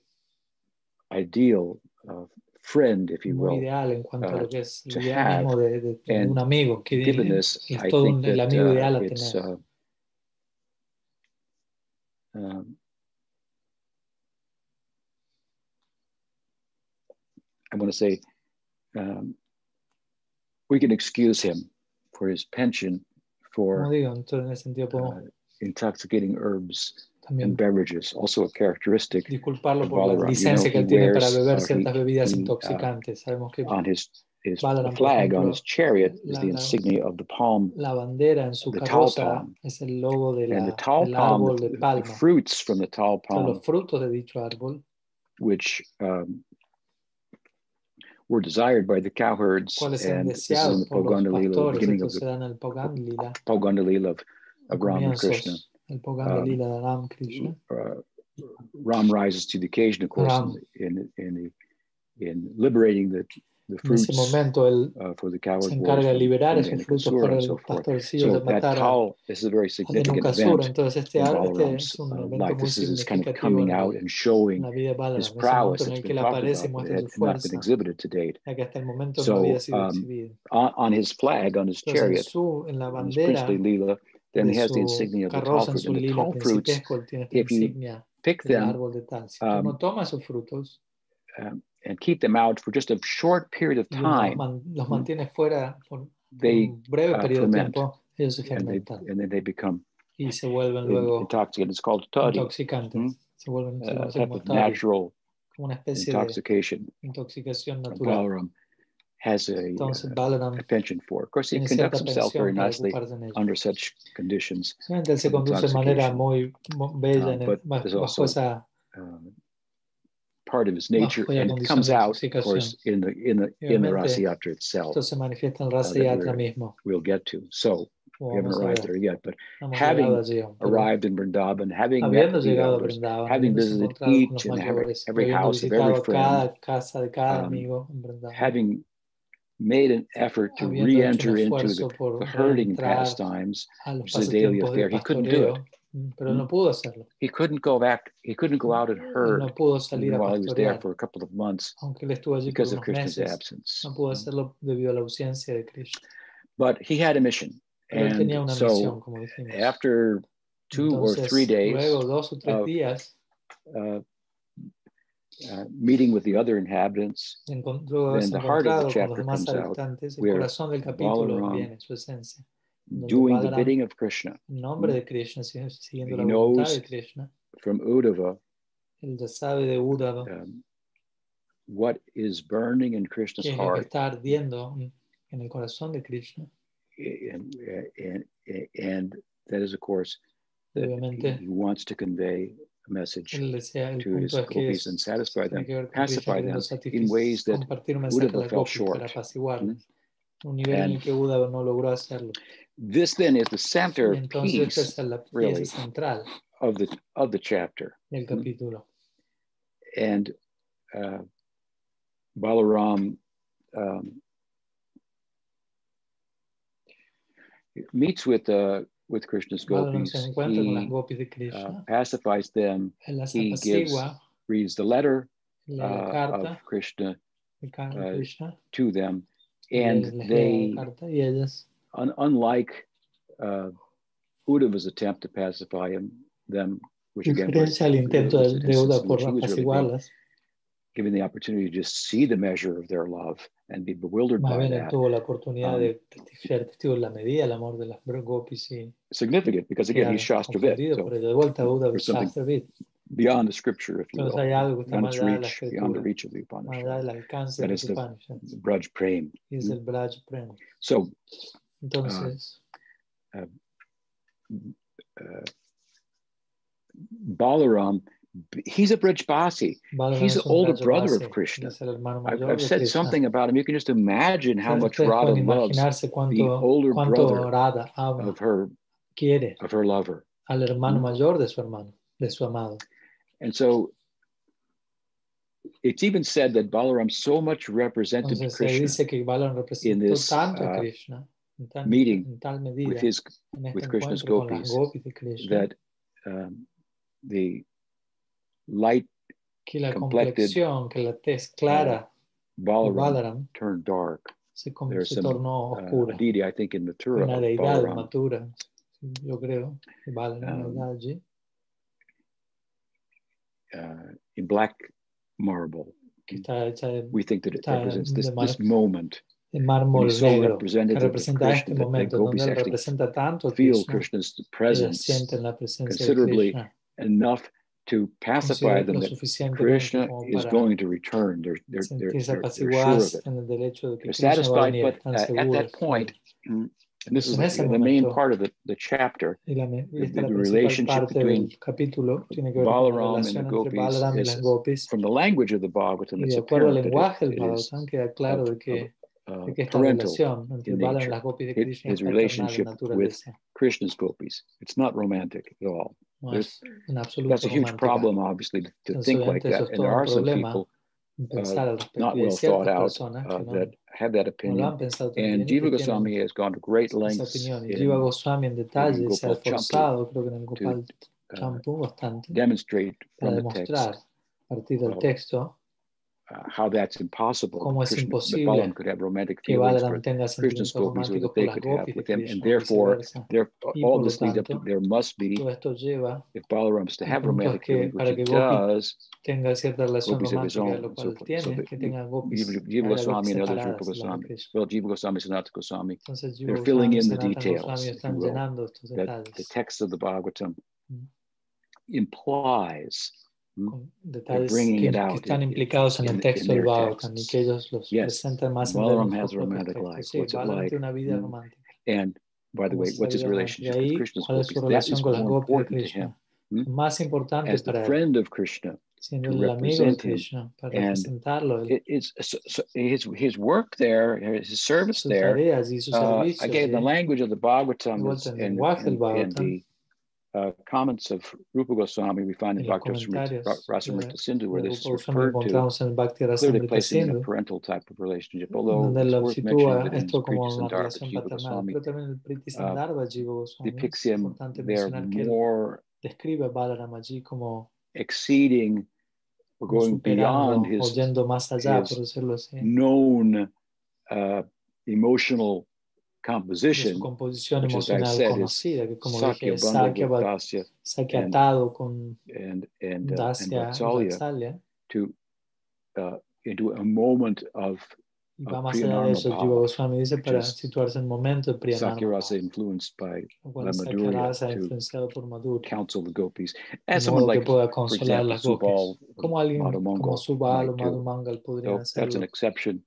[SPEAKER 2] ideal uh, friend, if you
[SPEAKER 1] muy
[SPEAKER 2] will.
[SPEAKER 1] ideal en cuanto a
[SPEAKER 2] uh,
[SPEAKER 1] lo que es
[SPEAKER 2] to
[SPEAKER 1] el ideal
[SPEAKER 2] have.
[SPEAKER 1] mismo de, de- de
[SPEAKER 2] And
[SPEAKER 1] un amigo, que
[SPEAKER 2] Given
[SPEAKER 1] es
[SPEAKER 2] this,
[SPEAKER 1] es
[SPEAKER 2] I
[SPEAKER 1] todo
[SPEAKER 2] think
[SPEAKER 1] un- el
[SPEAKER 2] that
[SPEAKER 1] amigo
[SPEAKER 2] uh,
[SPEAKER 1] ideal a
[SPEAKER 2] it's
[SPEAKER 1] tener.
[SPEAKER 2] uh, um, I want to say um, we can excuse him for his penchant
[SPEAKER 1] (laughs) Como
[SPEAKER 2] for
[SPEAKER 1] digo, entonces en ese sentido podemos
[SPEAKER 2] uh, intoxicating herbs and
[SPEAKER 1] también
[SPEAKER 2] beverages, also a characteristic
[SPEAKER 1] disculparlo
[SPEAKER 2] of
[SPEAKER 1] por la
[SPEAKER 2] Balaram. You know,
[SPEAKER 1] licencia que
[SPEAKER 2] he
[SPEAKER 1] él tiene para
[SPEAKER 2] wears
[SPEAKER 1] beber
[SPEAKER 2] or he,
[SPEAKER 1] ciertas bebidas
[SPEAKER 2] he uh,
[SPEAKER 1] intoxicantes. Sabemos que
[SPEAKER 2] on his his the
[SPEAKER 1] Balaram, por
[SPEAKER 2] flag on his
[SPEAKER 1] ejemplo,
[SPEAKER 2] chariot is
[SPEAKER 1] la,
[SPEAKER 2] the
[SPEAKER 1] la,
[SPEAKER 2] insignia of the palm,
[SPEAKER 1] la bandera en su
[SPEAKER 2] the tall
[SPEAKER 1] carroza
[SPEAKER 2] palm,
[SPEAKER 1] es el logo de
[SPEAKER 2] and the
[SPEAKER 1] la,
[SPEAKER 2] tall
[SPEAKER 1] del
[SPEAKER 2] palm,
[SPEAKER 1] árbol de
[SPEAKER 2] the, the
[SPEAKER 1] palma.
[SPEAKER 2] fruits from the tall
[SPEAKER 1] Son
[SPEAKER 2] palm,
[SPEAKER 1] los frutos de dicho árbol,
[SPEAKER 2] which um, were desired by the cowherds,
[SPEAKER 1] cuales eran
[SPEAKER 2] and this is in
[SPEAKER 1] deseados
[SPEAKER 2] the
[SPEAKER 1] por los
[SPEAKER 2] Poganda Lila, the
[SPEAKER 1] pastores.
[SPEAKER 2] beginning of
[SPEAKER 1] Estos
[SPEAKER 2] the
[SPEAKER 1] se dan al Pogán Lila,
[SPEAKER 2] Poganda Lila of,
[SPEAKER 1] a
[SPEAKER 2] of Ram and Krishna.
[SPEAKER 1] comienzos, el Pogán de
[SPEAKER 2] Um,
[SPEAKER 1] Lila de Ram Krishna.
[SPEAKER 2] uh, Ram rises to the occasion, of course, in
[SPEAKER 1] Ram,
[SPEAKER 2] in in, in liberating the the
[SPEAKER 1] en ese
[SPEAKER 2] fruits
[SPEAKER 1] momento, él
[SPEAKER 2] uh, for the cowherd
[SPEAKER 1] se
[SPEAKER 2] wars
[SPEAKER 1] encarga de
[SPEAKER 2] from
[SPEAKER 1] liberar
[SPEAKER 2] from
[SPEAKER 1] esos frutos
[SPEAKER 2] Danikasura
[SPEAKER 1] para
[SPEAKER 2] and so
[SPEAKER 1] los
[SPEAKER 2] forth.
[SPEAKER 1] pastorcillos de
[SPEAKER 2] So that
[SPEAKER 1] matar a,
[SPEAKER 2] tall this is a very
[SPEAKER 1] a
[SPEAKER 2] significant
[SPEAKER 1] Denukasura.
[SPEAKER 2] event
[SPEAKER 1] Entonces, este,
[SPEAKER 2] in
[SPEAKER 1] a- este
[SPEAKER 2] Balaram's
[SPEAKER 1] es un
[SPEAKER 2] uh,
[SPEAKER 1] evento
[SPEAKER 2] life.
[SPEAKER 1] muy
[SPEAKER 2] This is his kind of
[SPEAKER 1] significativo
[SPEAKER 2] coming
[SPEAKER 1] en la,
[SPEAKER 2] out
[SPEAKER 1] en
[SPEAKER 2] and showing
[SPEAKER 1] la vida de
[SPEAKER 2] his
[SPEAKER 1] Balaram, es el
[SPEAKER 2] prowess
[SPEAKER 1] momento en
[SPEAKER 2] that's
[SPEAKER 1] el que
[SPEAKER 2] been
[SPEAKER 1] él
[SPEAKER 2] talked
[SPEAKER 1] aparece y
[SPEAKER 2] about that
[SPEAKER 1] muestra su
[SPEAKER 2] had not been
[SPEAKER 1] fuerza,
[SPEAKER 2] exhibited to date.
[SPEAKER 1] la que hasta el momento no había
[SPEAKER 2] So
[SPEAKER 1] sido
[SPEAKER 2] um,
[SPEAKER 1] exhibida.
[SPEAKER 2] on, on his flag, on his
[SPEAKER 1] Entonces en
[SPEAKER 2] chariot,
[SPEAKER 1] su, en la
[SPEAKER 2] on his princely
[SPEAKER 1] bandera
[SPEAKER 2] lila, then
[SPEAKER 1] de
[SPEAKER 2] he has
[SPEAKER 1] su
[SPEAKER 2] the insignia of the tall
[SPEAKER 1] carroza, en
[SPEAKER 2] fruit.
[SPEAKER 1] su
[SPEAKER 2] And the
[SPEAKER 1] lila
[SPEAKER 2] tall fruits,
[SPEAKER 1] principesco, él tiene esta
[SPEAKER 2] if you
[SPEAKER 1] insignia
[SPEAKER 2] pick
[SPEAKER 1] del
[SPEAKER 2] them
[SPEAKER 1] árbol de tal. Si tú
[SPEAKER 2] um,
[SPEAKER 1] no tomas sus frutos
[SPEAKER 2] um, and keep them out for just a short period of
[SPEAKER 1] y los, los,
[SPEAKER 2] time,
[SPEAKER 1] man- los
[SPEAKER 2] mm,
[SPEAKER 1] mantienes fuera por, por
[SPEAKER 2] they
[SPEAKER 1] un breve
[SPEAKER 2] uh,
[SPEAKER 1] periodo de
[SPEAKER 2] ferment
[SPEAKER 1] tiempo, ellos se
[SPEAKER 2] and they
[SPEAKER 1] fermentan
[SPEAKER 2] and then they become
[SPEAKER 1] y se vuelven
[SPEAKER 2] in,
[SPEAKER 1] luego
[SPEAKER 2] intoxicated. It's called toddy, mm,
[SPEAKER 1] intoxicantes. Se vuelven, se
[SPEAKER 2] a
[SPEAKER 1] conoce
[SPEAKER 2] type
[SPEAKER 1] como
[SPEAKER 2] of
[SPEAKER 1] tari,
[SPEAKER 2] natural
[SPEAKER 1] como una especie de
[SPEAKER 2] intoxication.
[SPEAKER 1] intoxicación natural.
[SPEAKER 2] Balaram has a,
[SPEAKER 1] Entonces
[SPEAKER 2] uh,
[SPEAKER 1] Balaram
[SPEAKER 2] a penchant for. Of course, uh, he
[SPEAKER 1] tiene cierta
[SPEAKER 2] conducts himself very
[SPEAKER 1] pensión para
[SPEAKER 2] nicely
[SPEAKER 1] ocuparse en ello.
[SPEAKER 2] under such conditions
[SPEAKER 1] Realmente él se
[SPEAKER 2] of
[SPEAKER 1] conduce de manera
[SPEAKER 2] intoxication,
[SPEAKER 1] muy mo- bella,
[SPEAKER 2] uh,
[SPEAKER 1] en el-
[SPEAKER 2] but
[SPEAKER 1] ba-
[SPEAKER 2] there's
[SPEAKER 1] bajo
[SPEAKER 2] also
[SPEAKER 1] esa
[SPEAKER 2] um, part of his nature,
[SPEAKER 1] bajo la
[SPEAKER 2] and it
[SPEAKER 1] condición
[SPEAKER 2] comes
[SPEAKER 1] de
[SPEAKER 2] out, of course,
[SPEAKER 1] intoxicación.
[SPEAKER 2] in the in the
[SPEAKER 1] Y
[SPEAKER 2] in the
[SPEAKER 1] obviamente,
[SPEAKER 2] rasayatra itself
[SPEAKER 1] esto se manifiesta en
[SPEAKER 2] uh,
[SPEAKER 1] Rasa
[SPEAKER 2] that
[SPEAKER 1] Yatra
[SPEAKER 2] we're
[SPEAKER 1] mismo,
[SPEAKER 2] we'll get to. So
[SPEAKER 1] como
[SPEAKER 2] we haven't
[SPEAKER 1] vamos a
[SPEAKER 2] arrived
[SPEAKER 1] ver.
[SPEAKER 2] there yet, but
[SPEAKER 1] No hemos llegado
[SPEAKER 2] having
[SPEAKER 1] allí aún, pero
[SPEAKER 2] arrived in Vrindavan, having met
[SPEAKER 1] habiendo
[SPEAKER 2] the
[SPEAKER 1] llegado a
[SPEAKER 2] elders,
[SPEAKER 1] Vrindavan,
[SPEAKER 2] having
[SPEAKER 1] habiéndose
[SPEAKER 2] visited
[SPEAKER 1] encontrado con
[SPEAKER 2] each
[SPEAKER 1] los
[SPEAKER 2] and every
[SPEAKER 1] mayores y
[SPEAKER 2] every
[SPEAKER 1] habiendo
[SPEAKER 2] house of every
[SPEAKER 1] visitado a
[SPEAKER 2] friend,
[SPEAKER 1] cada casa de cada
[SPEAKER 2] um,
[SPEAKER 1] amigo en Vrindavan,
[SPEAKER 2] having made an effort to
[SPEAKER 1] habiendo hecho un
[SPEAKER 2] re-enter into the,
[SPEAKER 1] esfuerzo por
[SPEAKER 2] the herding
[SPEAKER 1] reentrar
[SPEAKER 2] pastimes,
[SPEAKER 1] a los
[SPEAKER 2] which is the daily
[SPEAKER 1] pasatiempos
[SPEAKER 2] affair,
[SPEAKER 1] del
[SPEAKER 2] he couldn't do it.
[SPEAKER 1] pastoreo, Mm, Pero él no pudo hacerlo.
[SPEAKER 2] He couldn't go back. He couldn't go out and
[SPEAKER 1] Él
[SPEAKER 2] herd
[SPEAKER 1] no pudo salir a
[SPEAKER 2] while he was there
[SPEAKER 1] pastorear,
[SPEAKER 2] for a couple of months
[SPEAKER 1] aunque él estuvo allí por
[SPEAKER 2] because of
[SPEAKER 1] unos
[SPEAKER 2] Krishna's
[SPEAKER 1] meses.
[SPEAKER 2] absence.
[SPEAKER 1] No pudo hacerlo debido a la ausencia de Krishna.
[SPEAKER 2] But he had a mission,
[SPEAKER 1] Pero él tenía
[SPEAKER 2] and
[SPEAKER 1] una
[SPEAKER 2] so
[SPEAKER 1] misión, como dijimos.
[SPEAKER 2] after two or
[SPEAKER 1] Entonces,
[SPEAKER 2] three days
[SPEAKER 1] luego dos o tres
[SPEAKER 2] of-
[SPEAKER 1] días,
[SPEAKER 2] uh, uh, meeting with the other inhabitants,
[SPEAKER 1] encon- luego haberse
[SPEAKER 2] then the heart of the
[SPEAKER 1] encontrado con los
[SPEAKER 2] chapter
[SPEAKER 1] demás
[SPEAKER 2] comes out,
[SPEAKER 1] habitantes, el
[SPEAKER 2] where
[SPEAKER 1] corazón del capítulo
[SPEAKER 2] Balaram
[SPEAKER 1] viene, su esencia. Donde
[SPEAKER 2] doing the
[SPEAKER 1] Balaram,
[SPEAKER 2] bidding of Krishna
[SPEAKER 1] en nombre de Krishna, si- siguiendo la
[SPEAKER 2] He
[SPEAKER 1] voluntad de
[SPEAKER 2] knows-
[SPEAKER 1] Krishna,
[SPEAKER 2] from Uddhava
[SPEAKER 1] él ya sabe de Uddhava
[SPEAKER 2] um, what is burning in Krishna's
[SPEAKER 1] qué es lo que
[SPEAKER 2] heart
[SPEAKER 1] está ardiendo en el corazón de Krishna.
[SPEAKER 2] and, and, and that is of course
[SPEAKER 1] Y
[SPEAKER 2] that he
[SPEAKER 1] Obviamente,
[SPEAKER 2] he wants to convey a message
[SPEAKER 1] él desea, el
[SPEAKER 2] to his
[SPEAKER 1] punto es que
[SPEAKER 2] gopis
[SPEAKER 1] es
[SPEAKER 2] and satisfy
[SPEAKER 1] Tiene
[SPEAKER 2] them
[SPEAKER 1] que ver con
[SPEAKER 2] pacify
[SPEAKER 1] Krishna queriendo
[SPEAKER 2] them in ways that
[SPEAKER 1] compartir un mensaje
[SPEAKER 2] Uddhava
[SPEAKER 1] a la
[SPEAKER 2] fell
[SPEAKER 1] Gopi para
[SPEAKER 2] short.
[SPEAKER 1] apaciguarlos, un nivel en el
[SPEAKER 2] And-
[SPEAKER 1] que Uddhava no logró hacerlo.
[SPEAKER 2] this then is the
[SPEAKER 1] Y
[SPEAKER 2] center
[SPEAKER 1] entonces esta
[SPEAKER 2] piece
[SPEAKER 1] es la pieza
[SPEAKER 2] really.
[SPEAKER 1] central
[SPEAKER 2] of the of the chapter
[SPEAKER 1] del capítulo.
[SPEAKER 2] and uh, Balaram um, meets with uh, with Krishna's
[SPEAKER 1] Balaram se
[SPEAKER 2] gopis.
[SPEAKER 1] encuentra con las
[SPEAKER 2] He
[SPEAKER 1] Gopis de
[SPEAKER 2] uh,
[SPEAKER 1] Krishna,
[SPEAKER 2] pacifies them,
[SPEAKER 1] él las
[SPEAKER 2] he gives
[SPEAKER 1] apacigua,
[SPEAKER 2] reads the letter
[SPEAKER 1] lee
[SPEAKER 2] uh,
[SPEAKER 1] la
[SPEAKER 2] of
[SPEAKER 1] carta
[SPEAKER 2] Krishna
[SPEAKER 1] de Ka-
[SPEAKER 2] uh,
[SPEAKER 1] Krishna,
[SPEAKER 2] to them,
[SPEAKER 1] y él
[SPEAKER 2] and
[SPEAKER 1] les lee
[SPEAKER 2] they,
[SPEAKER 1] la carta y ellas,
[SPEAKER 2] un, unlike uh, Uddhava's attempt to pacify him, them, which
[SPEAKER 1] en
[SPEAKER 2] again was
[SPEAKER 1] diferencia al intento
[SPEAKER 2] was
[SPEAKER 1] de
[SPEAKER 2] an
[SPEAKER 1] de Uddhava
[SPEAKER 2] instance in
[SPEAKER 1] por
[SPEAKER 2] which he was really being
[SPEAKER 1] apaciguarlas,
[SPEAKER 2] given the opportunity to just see the measure of their love and be bewildered
[SPEAKER 1] más
[SPEAKER 2] by
[SPEAKER 1] bien él
[SPEAKER 2] that.
[SPEAKER 1] tuvo la oportunidad
[SPEAKER 2] Um,
[SPEAKER 1] de ser testigo de la medida, el amor de las Gopis y
[SPEAKER 2] Significant because again,
[SPEAKER 1] quedar
[SPEAKER 2] he's Shastravit,
[SPEAKER 1] confundido
[SPEAKER 2] so
[SPEAKER 1] por ello. De vuelta a Uddhava
[SPEAKER 2] there's something
[SPEAKER 1] Shastravid.
[SPEAKER 2] beyond the scripture, if you
[SPEAKER 1] Entonces
[SPEAKER 2] will,
[SPEAKER 1] hay algo que está
[SPEAKER 2] beyond
[SPEAKER 1] más
[SPEAKER 2] its
[SPEAKER 1] allá de la
[SPEAKER 2] reach, beyond the
[SPEAKER 1] escritura,
[SPEAKER 2] reach of the
[SPEAKER 1] más allá
[SPEAKER 2] Upanishad,
[SPEAKER 1] del alcance
[SPEAKER 2] that
[SPEAKER 1] de
[SPEAKER 2] is
[SPEAKER 1] los
[SPEAKER 2] the Hmm. Uh,
[SPEAKER 1] Upanishads,
[SPEAKER 2] Braj Prem.
[SPEAKER 1] y es el Braj Prem.
[SPEAKER 2] So
[SPEAKER 1] Entonces,
[SPEAKER 2] uh, Balaram, he's a Brajbasi.
[SPEAKER 1] Balaram
[SPEAKER 2] he's
[SPEAKER 1] es
[SPEAKER 2] the
[SPEAKER 1] un
[SPEAKER 2] older
[SPEAKER 1] Braj
[SPEAKER 2] brother
[SPEAKER 1] Basi,
[SPEAKER 2] of Krishna.
[SPEAKER 1] es el hermano
[SPEAKER 2] I've,
[SPEAKER 1] mayor
[SPEAKER 2] I've
[SPEAKER 1] de
[SPEAKER 2] said
[SPEAKER 1] Krishna.
[SPEAKER 2] something about him. You can just imagine how
[SPEAKER 1] Entonces,
[SPEAKER 2] much
[SPEAKER 1] ustedes
[SPEAKER 2] Radha
[SPEAKER 1] pueden
[SPEAKER 2] loves
[SPEAKER 1] imaginarse
[SPEAKER 2] the
[SPEAKER 1] cuánto,
[SPEAKER 2] older
[SPEAKER 1] cuánto
[SPEAKER 2] brother
[SPEAKER 1] Radha ama,
[SPEAKER 2] of her
[SPEAKER 1] quiere
[SPEAKER 2] of her lover.
[SPEAKER 1] al
[SPEAKER 2] Hmm?
[SPEAKER 1] hermano mayor de su hermano, de su amado.
[SPEAKER 2] And so it's even said that Balaram so much represented
[SPEAKER 1] Entonces se
[SPEAKER 2] Krishna
[SPEAKER 1] dice que Balaram
[SPEAKER 2] in
[SPEAKER 1] representó
[SPEAKER 2] this,
[SPEAKER 1] tanto a
[SPEAKER 2] uh,
[SPEAKER 1] Krishna, en, tan-
[SPEAKER 2] meeting
[SPEAKER 1] en tal
[SPEAKER 2] with
[SPEAKER 1] medida,
[SPEAKER 2] his
[SPEAKER 1] en este
[SPEAKER 2] with Krishna's
[SPEAKER 1] encuentro con las
[SPEAKER 2] gopis
[SPEAKER 1] gopis de Krishna,
[SPEAKER 2] that um, the light
[SPEAKER 1] que la
[SPEAKER 2] complected, uh,
[SPEAKER 1] complexión, que la tez clara de
[SPEAKER 2] Balaram,
[SPEAKER 1] Balaram
[SPEAKER 2] turned dark.
[SPEAKER 1] se, com-
[SPEAKER 2] There's
[SPEAKER 1] se
[SPEAKER 2] some,
[SPEAKER 1] tornó
[SPEAKER 2] Uh,
[SPEAKER 1] oscura.
[SPEAKER 2] a deity, I think, in Mathura
[SPEAKER 1] Una
[SPEAKER 2] of
[SPEAKER 1] deidad
[SPEAKER 2] Balaram.
[SPEAKER 1] matura, yo creo, que vale la
[SPEAKER 2] Um,
[SPEAKER 1] deidad allí,
[SPEAKER 2] uh, in black marble.
[SPEAKER 1] que está hecha de,
[SPEAKER 2] We think that it
[SPEAKER 1] Está
[SPEAKER 2] represents this,
[SPEAKER 1] de mar-
[SPEAKER 2] this moment.
[SPEAKER 1] de
[SPEAKER 2] when
[SPEAKER 1] mármol
[SPEAKER 2] he's so
[SPEAKER 1] negro, que
[SPEAKER 2] representative of
[SPEAKER 1] representa este
[SPEAKER 2] Krishna that the
[SPEAKER 1] momento donde
[SPEAKER 2] gopis
[SPEAKER 1] él
[SPEAKER 2] actually
[SPEAKER 1] representa tanto a
[SPEAKER 2] feel
[SPEAKER 1] Krishna,
[SPEAKER 2] Krishna's
[SPEAKER 1] que ellas
[SPEAKER 2] presence
[SPEAKER 1] sienten la presencia de
[SPEAKER 2] considerably
[SPEAKER 1] Krishna,
[SPEAKER 2] enough to pacify
[SPEAKER 1] consideran
[SPEAKER 2] them
[SPEAKER 1] lo
[SPEAKER 2] that
[SPEAKER 1] suficientemente
[SPEAKER 2] Krishna
[SPEAKER 1] como
[SPEAKER 2] is
[SPEAKER 1] para
[SPEAKER 2] going to return. They're, they're, they're,
[SPEAKER 1] sentirse
[SPEAKER 2] they're- they're sure of
[SPEAKER 1] apaciguadas
[SPEAKER 2] it.
[SPEAKER 1] en el derecho de que
[SPEAKER 2] They're
[SPEAKER 1] Krishna va a
[SPEAKER 2] satisfied,
[SPEAKER 1] venir,
[SPEAKER 2] but
[SPEAKER 1] están
[SPEAKER 2] uh, at
[SPEAKER 1] seguras.
[SPEAKER 2] that point, mm, and this is
[SPEAKER 1] En ese
[SPEAKER 2] the, the main
[SPEAKER 1] momento-
[SPEAKER 2] part of the, the chapter,
[SPEAKER 1] Y, la, me- y
[SPEAKER 2] the-
[SPEAKER 1] esta es
[SPEAKER 2] the
[SPEAKER 1] la principal
[SPEAKER 2] relationship
[SPEAKER 1] parte
[SPEAKER 2] between
[SPEAKER 1] del capítulo, tiene que ver con
[SPEAKER 2] Balaram
[SPEAKER 1] la
[SPEAKER 2] and the
[SPEAKER 1] relación entre
[SPEAKER 2] gopis
[SPEAKER 1] Balaram y
[SPEAKER 2] is-
[SPEAKER 1] las gopis,
[SPEAKER 2] from the language of the Bhagavatam,
[SPEAKER 1] y
[SPEAKER 2] it's
[SPEAKER 1] de acuerdo al
[SPEAKER 2] apparent that
[SPEAKER 1] lenguaje del
[SPEAKER 2] it- it is
[SPEAKER 1] Bhagavatam queda claro
[SPEAKER 2] of-
[SPEAKER 1] de que,
[SPEAKER 2] uh,
[SPEAKER 1] de que esta
[SPEAKER 2] parental,
[SPEAKER 1] relación entre
[SPEAKER 2] in
[SPEAKER 1] Balaram y
[SPEAKER 2] nature.
[SPEAKER 1] las gopis de
[SPEAKER 2] It-
[SPEAKER 1] Krishna
[SPEAKER 2] his
[SPEAKER 1] es paternal en
[SPEAKER 2] relationship with-
[SPEAKER 1] naturaleza.
[SPEAKER 2] Krishna's gopis. It's not romantic at all.
[SPEAKER 1] no es en absoluto
[SPEAKER 2] That's a huge
[SPEAKER 1] romántica.
[SPEAKER 2] problem, obviously, to, to
[SPEAKER 1] Entonces,
[SPEAKER 2] think like
[SPEAKER 1] obviamente, eso
[SPEAKER 2] that.
[SPEAKER 1] es
[SPEAKER 2] And
[SPEAKER 1] todo
[SPEAKER 2] there
[SPEAKER 1] un
[SPEAKER 2] are some
[SPEAKER 1] problema,
[SPEAKER 2] people
[SPEAKER 1] pensar al respecto.
[SPEAKER 2] uh, not
[SPEAKER 1] Y hay
[SPEAKER 2] well
[SPEAKER 1] ciertas
[SPEAKER 2] thought out
[SPEAKER 1] personas
[SPEAKER 2] uh,
[SPEAKER 1] que no,
[SPEAKER 2] that have that
[SPEAKER 1] no lo
[SPEAKER 2] opinion.
[SPEAKER 1] han pensado tan
[SPEAKER 2] And
[SPEAKER 1] bien y que
[SPEAKER 2] Jiva
[SPEAKER 1] tienen
[SPEAKER 2] Goswami has gone to great
[SPEAKER 1] esa
[SPEAKER 2] lengths
[SPEAKER 1] opinión. Y Jiva
[SPEAKER 2] in, uh,
[SPEAKER 1] Goswami en detalle
[SPEAKER 2] in
[SPEAKER 1] se ha
[SPEAKER 2] Gopal Champu
[SPEAKER 1] esforzado, creo que en el Gopal
[SPEAKER 2] uh,
[SPEAKER 1] Champu, bastante,
[SPEAKER 2] demonstrate
[SPEAKER 1] para
[SPEAKER 2] from the text
[SPEAKER 1] demostrar a partir del
[SPEAKER 2] uh,
[SPEAKER 1] texto
[SPEAKER 2] uh, how that's impossible.
[SPEAKER 1] Cómo
[SPEAKER 2] that
[SPEAKER 1] es
[SPEAKER 2] Krishna- that
[SPEAKER 1] imposible
[SPEAKER 2] Balaram could have romantic
[SPEAKER 1] que
[SPEAKER 2] feelings for
[SPEAKER 1] Balaram tenga sentimientos
[SPEAKER 2] Krishna's gopis
[SPEAKER 1] románticos
[SPEAKER 2] or that
[SPEAKER 1] por
[SPEAKER 2] they
[SPEAKER 1] las
[SPEAKER 2] could have
[SPEAKER 1] gopis de
[SPEAKER 2] with them. And
[SPEAKER 1] Krishna,
[SPEAKER 2] therefore,
[SPEAKER 1] viceversa.
[SPEAKER 2] there,
[SPEAKER 1] Y
[SPEAKER 2] all
[SPEAKER 1] por
[SPEAKER 2] this
[SPEAKER 1] lo
[SPEAKER 2] leads up to
[SPEAKER 1] tanto,
[SPEAKER 2] there must be,
[SPEAKER 1] Todo esto lleva,
[SPEAKER 2] if Balaram's to
[SPEAKER 1] el
[SPEAKER 2] have
[SPEAKER 1] punto es
[SPEAKER 2] romantic
[SPEAKER 1] que
[SPEAKER 2] feelings,
[SPEAKER 1] para
[SPEAKER 2] which he
[SPEAKER 1] que Gopi
[SPEAKER 2] does,
[SPEAKER 1] tenga cierta relación
[SPEAKER 2] Gopis of his
[SPEAKER 1] romántica,
[SPEAKER 2] own
[SPEAKER 1] lo
[SPEAKER 2] and so
[SPEAKER 1] cual
[SPEAKER 2] forth. So
[SPEAKER 1] tiene,
[SPEAKER 2] that
[SPEAKER 1] que tenga gopis,
[SPEAKER 2] Jiva
[SPEAKER 1] que
[SPEAKER 2] Jiva
[SPEAKER 1] haya gopis
[SPEAKER 2] Goswami and others, Rupa
[SPEAKER 1] separadas, las de
[SPEAKER 2] Goswami,
[SPEAKER 1] Krishna.
[SPEAKER 2] well, Jiva Goswami, Sanatana Goswami,
[SPEAKER 1] Entonces,
[SPEAKER 2] They're
[SPEAKER 1] Jiva
[SPEAKER 2] filling
[SPEAKER 1] Goswami,
[SPEAKER 2] in the
[SPEAKER 1] Sanatana
[SPEAKER 2] details,
[SPEAKER 1] Goswami
[SPEAKER 2] if
[SPEAKER 1] están
[SPEAKER 2] you will,
[SPEAKER 1] llenando estos
[SPEAKER 2] that the
[SPEAKER 1] detalles,
[SPEAKER 2] text of the Bhagavatam
[SPEAKER 1] Mm.
[SPEAKER 2] implies mm,
[SPEAKER 1] con detalles
[SPEAKER 2] bringing
[SPEAKER 1] que,
[SPEAKER 2] it
[SPEAKER 1] que
[SPEAKER 2] out
[SPEAKER 1] están
[SPEAKER 2] in-
[SPEAKER 1] implicados en
[SPEAKER 2] in-
[SPEAKER 1] el
[SPEAKER 2] in
[SPEAKER 1] texto del
[SPEAKER 2] their
[SPEAKER 1] Bhagavatam y
[SPEAKER 2] texts.
[SPEAKER 1] que ellos los
[SPEAKER 2] Yes,
[SPEAKER 1] presentan más en
[SPEAKER 2] Balaram
[SPEAKER 1] términos
[SPEAKER 2] has
[SPEAKER 1] de sus propios
[SPEAKER 2] romantic life.
[SPEAKER 1] textos. Sí,
[SPEAKER 2] What's it
[SPEAKER 1] Balaram
[SPEAKER 2] like?
[SPEAKER 1] tiene una vida
[SPEAKER 2] Mm.
[SPEAKER 1] romántica.
[SPEAKER 2] and by the
[SPEAKER 1] ¿Cómo
[SPEAKER 2] way,
[SPEAKER 1] es la
[SPEAKER 2] what's his
[SPEAKER 1] vida romántica?
[SPEAKER 2] relationship with
[SPEAKER 1] Ahí,
[SPEAKER 2] Krishna's
[SPEAKER 1] ¿cuál es su
[SPEAKER 2] gopis? That
[SPEAKER 1] relación
[SPEAKER 2] is
[SPEAKER 1] con las
[SPEAKER 2] more
[SPEAKER 1] gopis de
[SPEAKER 2] important to him
[SPEAKER 1] Krishna? Más importante
[SPEAKER 2] as the
[SPEAKER 1] para él,
[SPEAKER 2] friend of Krishna.
[SPEAKER 1] siendo
[SPEAKER 2] to
[SPEAKER 1] el amigo de
[SPEAKER 2] represent him
[SPEAKER 1] Krishna, para
[SPEAKER 2] and
[SPEAKER 1] representarlo, él-
[SPEAKER 2] It- it's so, so his his work there, his service
[SPEAKER 1] su
[SPEAKER 2] there.
[SPEAKER 1] tarea y su
[SPEAKER 2] Uh,
[SPEAKER 1] servicio.
[SPEAKER 2] again, the
[SPEAKER 1] allí.
[SPEAKER 2] language of the Bhagavatam
[SPEAKER 1] Igual
[SPEAKER 2] is,
[SPEAKER 1] el
[SPEAKER 2] and,
[SPEAKER 1] lenguaje del
[SPEAKER 2] and- and
[SPEAKER 1] Bhagavatam.
[SPEAKER 2] the uh, comments of Rupa Goswami we find in
[SPEAKER 1] En los
[SPEAKER 2] Bhakti Rasamrita
[SPEAKER 1] comentarios,
[SPEAKER 2] Rasamrita
[SPEAKER 1] de-
[SPEAKER 2] Sindhu where this is
[SPEAKER 1] Por eso
[SPEAKER 2] referred to
[SPEAKER 1] encontramos en Bhakti
[SPEAKER 2] clearly
[SPEAKER 1] Rasamrita
[SPEAKER 2] placing in a
[SPEAKER 1] Sindhu,
[SPEAKER 2] parental type of relationship, although
[SPEAKER 1] Mm, donde
[SPEAKER 2] it's
[SPEAKER 1] lo
[SPEAKER 2] worth mentioning
[SPEAKER 1] sitúa
[SPEAKER 2] that in his
[SPEAKER 1] esto como
[SPEAKER 2] Preachas
[SPEAKER 1] una
[SPEAKER 2] and Dharma,
[SPEAKER 1] relación
[SPEAKER 2] Jiva
[SPEAKER 1] paternal,
[SPEAKER 2] Goswami
[SPEAKER 1] pero también el Priti Sandarva Jiva Goswami,
[SPEAKER 2] depicts
[SPEAKER 1] es
[SPEAKER 2] him
[SPEAKER 1] importante
[SPEAKER 2] there
[SPEAKER 1] mencionar que él
[SPEAKER 2] more
[SPEAKER 1] describe a Balaram allí como
[SPEAKER 2] exceeding or
[SPEAKER 1] como
[SPEAKER 2] going beyond
[SPEAKER 1] superando o
[SPEAKER 2] his
[SPEAKER 1] yendo más allá,
[SPEAKER 2] his
[SPEAKER 1] por decirlo así,
[SPEAKER 2] known uh, emotional
[SPEAKER 1] de su
[SPEAKER 2] composition,
[SPEAKER 1] composición
[SPEAKER 2] which as I
[SPEAKER 1] emocional
[SPEAKER 2] said, is
[SPEAKER 1] conocida, que como
[SPEAKER 2] Sakya
[SPEAKER 1] dije, es
[SPEAKER 2] bundled
[SPEAKER 1] Sakya
[SPEAKER 2] with
[SPEAKER 1] va-
[SPEAKER 2] Dasya
[SPEAKER 1] Sakya
[SPEAKER 2] and-
[SPEAKER 1] atado con
[SPEAKER 2] and and uh, and
[SPEAKER 1] Dasya y
[SPEAKER 2] Vatsalya
[SPEAKER 1] Vatsalya,
[SPEAKER 2] to uh, into a moment of
[SPEAKER 1] y
[SPEAKER 2] of
[SPEAKER 1] va más allá de eso,
[SPEAKER 2] uh, Priyanarma
[SPEAKER 1] Jiva Goswami dice
[SPEAKER 2] which
[SPEAKER 1] para
[SPEAKER 2] is
[SPEAKER 1] situarse en el momento de Priyanarma,
[SPEAKER 2] Sakirasa influenced by
[SPEAKER 1] cuando
[SPEAKER 2] Madhurya
[SPEAKER 1] Sakyarasa
[SPEAKER 2] to
[SPEAKER 1] influenciado por Madhurya.
[SPEAKER 2] counsel the gopis,
[SPEAKER 1] de
[SPEAKER 2] as someone
[SPEAKER 1] modo que
[SPEAKER 2] like
[SPEAKER 1] pueda
[SPEAKER 2] for
[SPEAKER 1] consolar
[SPEAKER 2] example
[SPEAKER 1] las bocas.
[SPEAKER 2] Subal
[SPEAKER 1] Como alguien
[SPEAKER 2] Madhu
[SPEAKER 1] como
[SPEAKER 2] Mangal
[SPEAKER 1] Subal o
[SPEAKER 2] might do.
[SPEAKER 1] Madhu Mangal podrían
[SPEAKER 2] So that's an
[SPEAKER 1] hacerlo.
[SPEAKER 2] exception.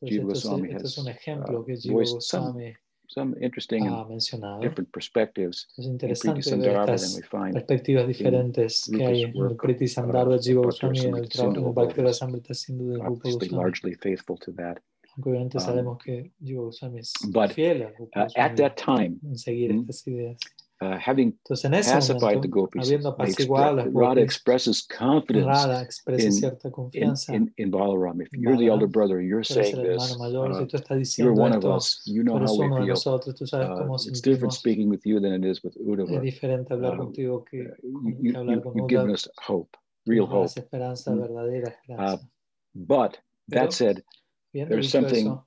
[SPEAKER 1] Entonces, esto
[SPEAKER 2] Jiva
[SPEAKER 1] es,
[SPEAKER 2] Goswami
[SPEAKER 1] esto es un
[SPEAKER 2] has,
[SPEAKER 1] ejemplo
[SPEAKER 2] uh,
[SPEAKER 1] que Jiva
[SPEAKER 2] voiced some
[SPEAKER 1] Goswami
[SPEAKER 2] Some interesting and
[SPEAKER 1] ha mencionado.
[SPEAKER 2] different perspectives
[SPEAKER 1] Es
[SPEAKER 2] in Priti
[SPEAKER 1] interesante ver
[SPEAKER 2] Sandarbha than
[SPEAKER 1] estas
[SPEAKER 2] we find.
[SPEAKER 1] perspectivas diferentes que hay
[SPEAKER 2] Rupa's
[SPEAKER 1] en el
[SPEAKER 2] work,
[SPEAKER 1] Priti Sandarbha,
[SPEAKER 2] uh,
[SPEAKER 1] Jiva
[SPEAKER 2] Bhakti
[SPEAKER 1] Goswami, en el
[SPEAKER 2] Rasamrita
[SPEAKER 1] trabajo en el
[SPEAKER 2] Sindhu,
[SPEAKER 1] Bhakti
[SPEAKER 2] although it's
[SPEAKER 1] Rasamrita Sindhu del Rupa
[SPEAKER 2] Obviously,
[SPEAKER 1] Goswami.
[SPEAKER 2] largely faithful to that.
[SPEAKER 1] Aunque obviamente
[SPEAKER 2] um,
[SPEAKER 1] sabemos que Jiva Goswami es
[SPEAKER 2] but,
[SPEAKER 1] fiel a Rupa
[SPEAKER 2] Uh, at
[SPEAKER 1] Goswami
[SPEAKER 2] that time,
[SPEAKER 1] en seguir
[SPEAKER 2] mm,
[SPEAKER 1] estas ideas.
[SPEAKER 2] uh, having
[SPEAKER 1] Entonces, en ese
[SPEAKER 2] pacified the
[SPEAKER 1] momento,
[SPEAKER 2] gopis,
[SPEAKER 1] habiendo
[SPEAKER 2] they
[SPEAKER 1] apaciguado a
[SPEAKER 2] expre-
[SPEAKER 1] las
[SPEAKER 2] Radha
[SPEAKER 1] gopis,
[SPEAKER 2] expresses confidence
[SPEAKER 1] Radha expresa
[SPEAKER 2] in-
[SPEAKER 1] cierta
[SPEAKER 2] in,
[SPEAKER 1] confianza
[SPEAKER 2] in, in Balaram. If you're the
[SPEAKER 1] Balaram,
[SPEAKER 2] elder brother, you're
[SPEAKER 1] tú eres
[SPEAKER 2] saying
[SPEAKER 1] el
[SPEAKER 2] this,
[SPEAKER 1] hermano mayor,
[SPEAKER 2] uh,
[SPEAKER 1] si tú estás
[SPEAKER 2] you're
[SPEAKER 1] diciendo
[SPEAKER 2] one of
[SPEAKER 1] esto,
[SPEAKER 2] us, you
[SPEAKER 1] tú
[SPEAKER 2] know how
[SPEAKER 1] eres
[SPEAKER 2] we
[SPEAKER 1] uno de
[SPEAKER 2] feel.
[SPEAKER 1] nosotros, tú sabes
[SPEAKER 2] Uh,
[SPEAKER 1] cómo
[SPEAKER 2] it's different
[SPEAKER 1] sentimos.
[SPEAKER 2] speaking with you than it is with
[SPEAKER 1] Es
[SPEAKER 2] Uddhava.
[SPEAKER 1] diferente hablar
[SPEAKER 2] um,
[SPEAKER 1] contigo
[SPEAKER 2] Uh,
[SPEAKER 1] que
[SPEAKER 2] you,
[SPEAKER 1] con- que
[SPEAKER 2] you,
[SPEAKER 1] hablar
[SPEAKER 2] you-
[SPEAKER 1] con
[SPEAKER 2] you've
[SPEAKER 1] otra
[SPEAKER 2] given us hope, real hope.
[SPEAKER 1] esperanza,
[SPEAKER 2] Mm.
[SPEAKER 1] verdadera esperanza.
[SPEAKER 2] But
[SPEAKER 1] Pero,
[SPEAKER 2] that said,
[SPEAKER 1] bien
[SPEAKER 2] there's
[SPEAKER 1] dicho
[SPEAKER 2] something-
[SPEAKER 1] eso,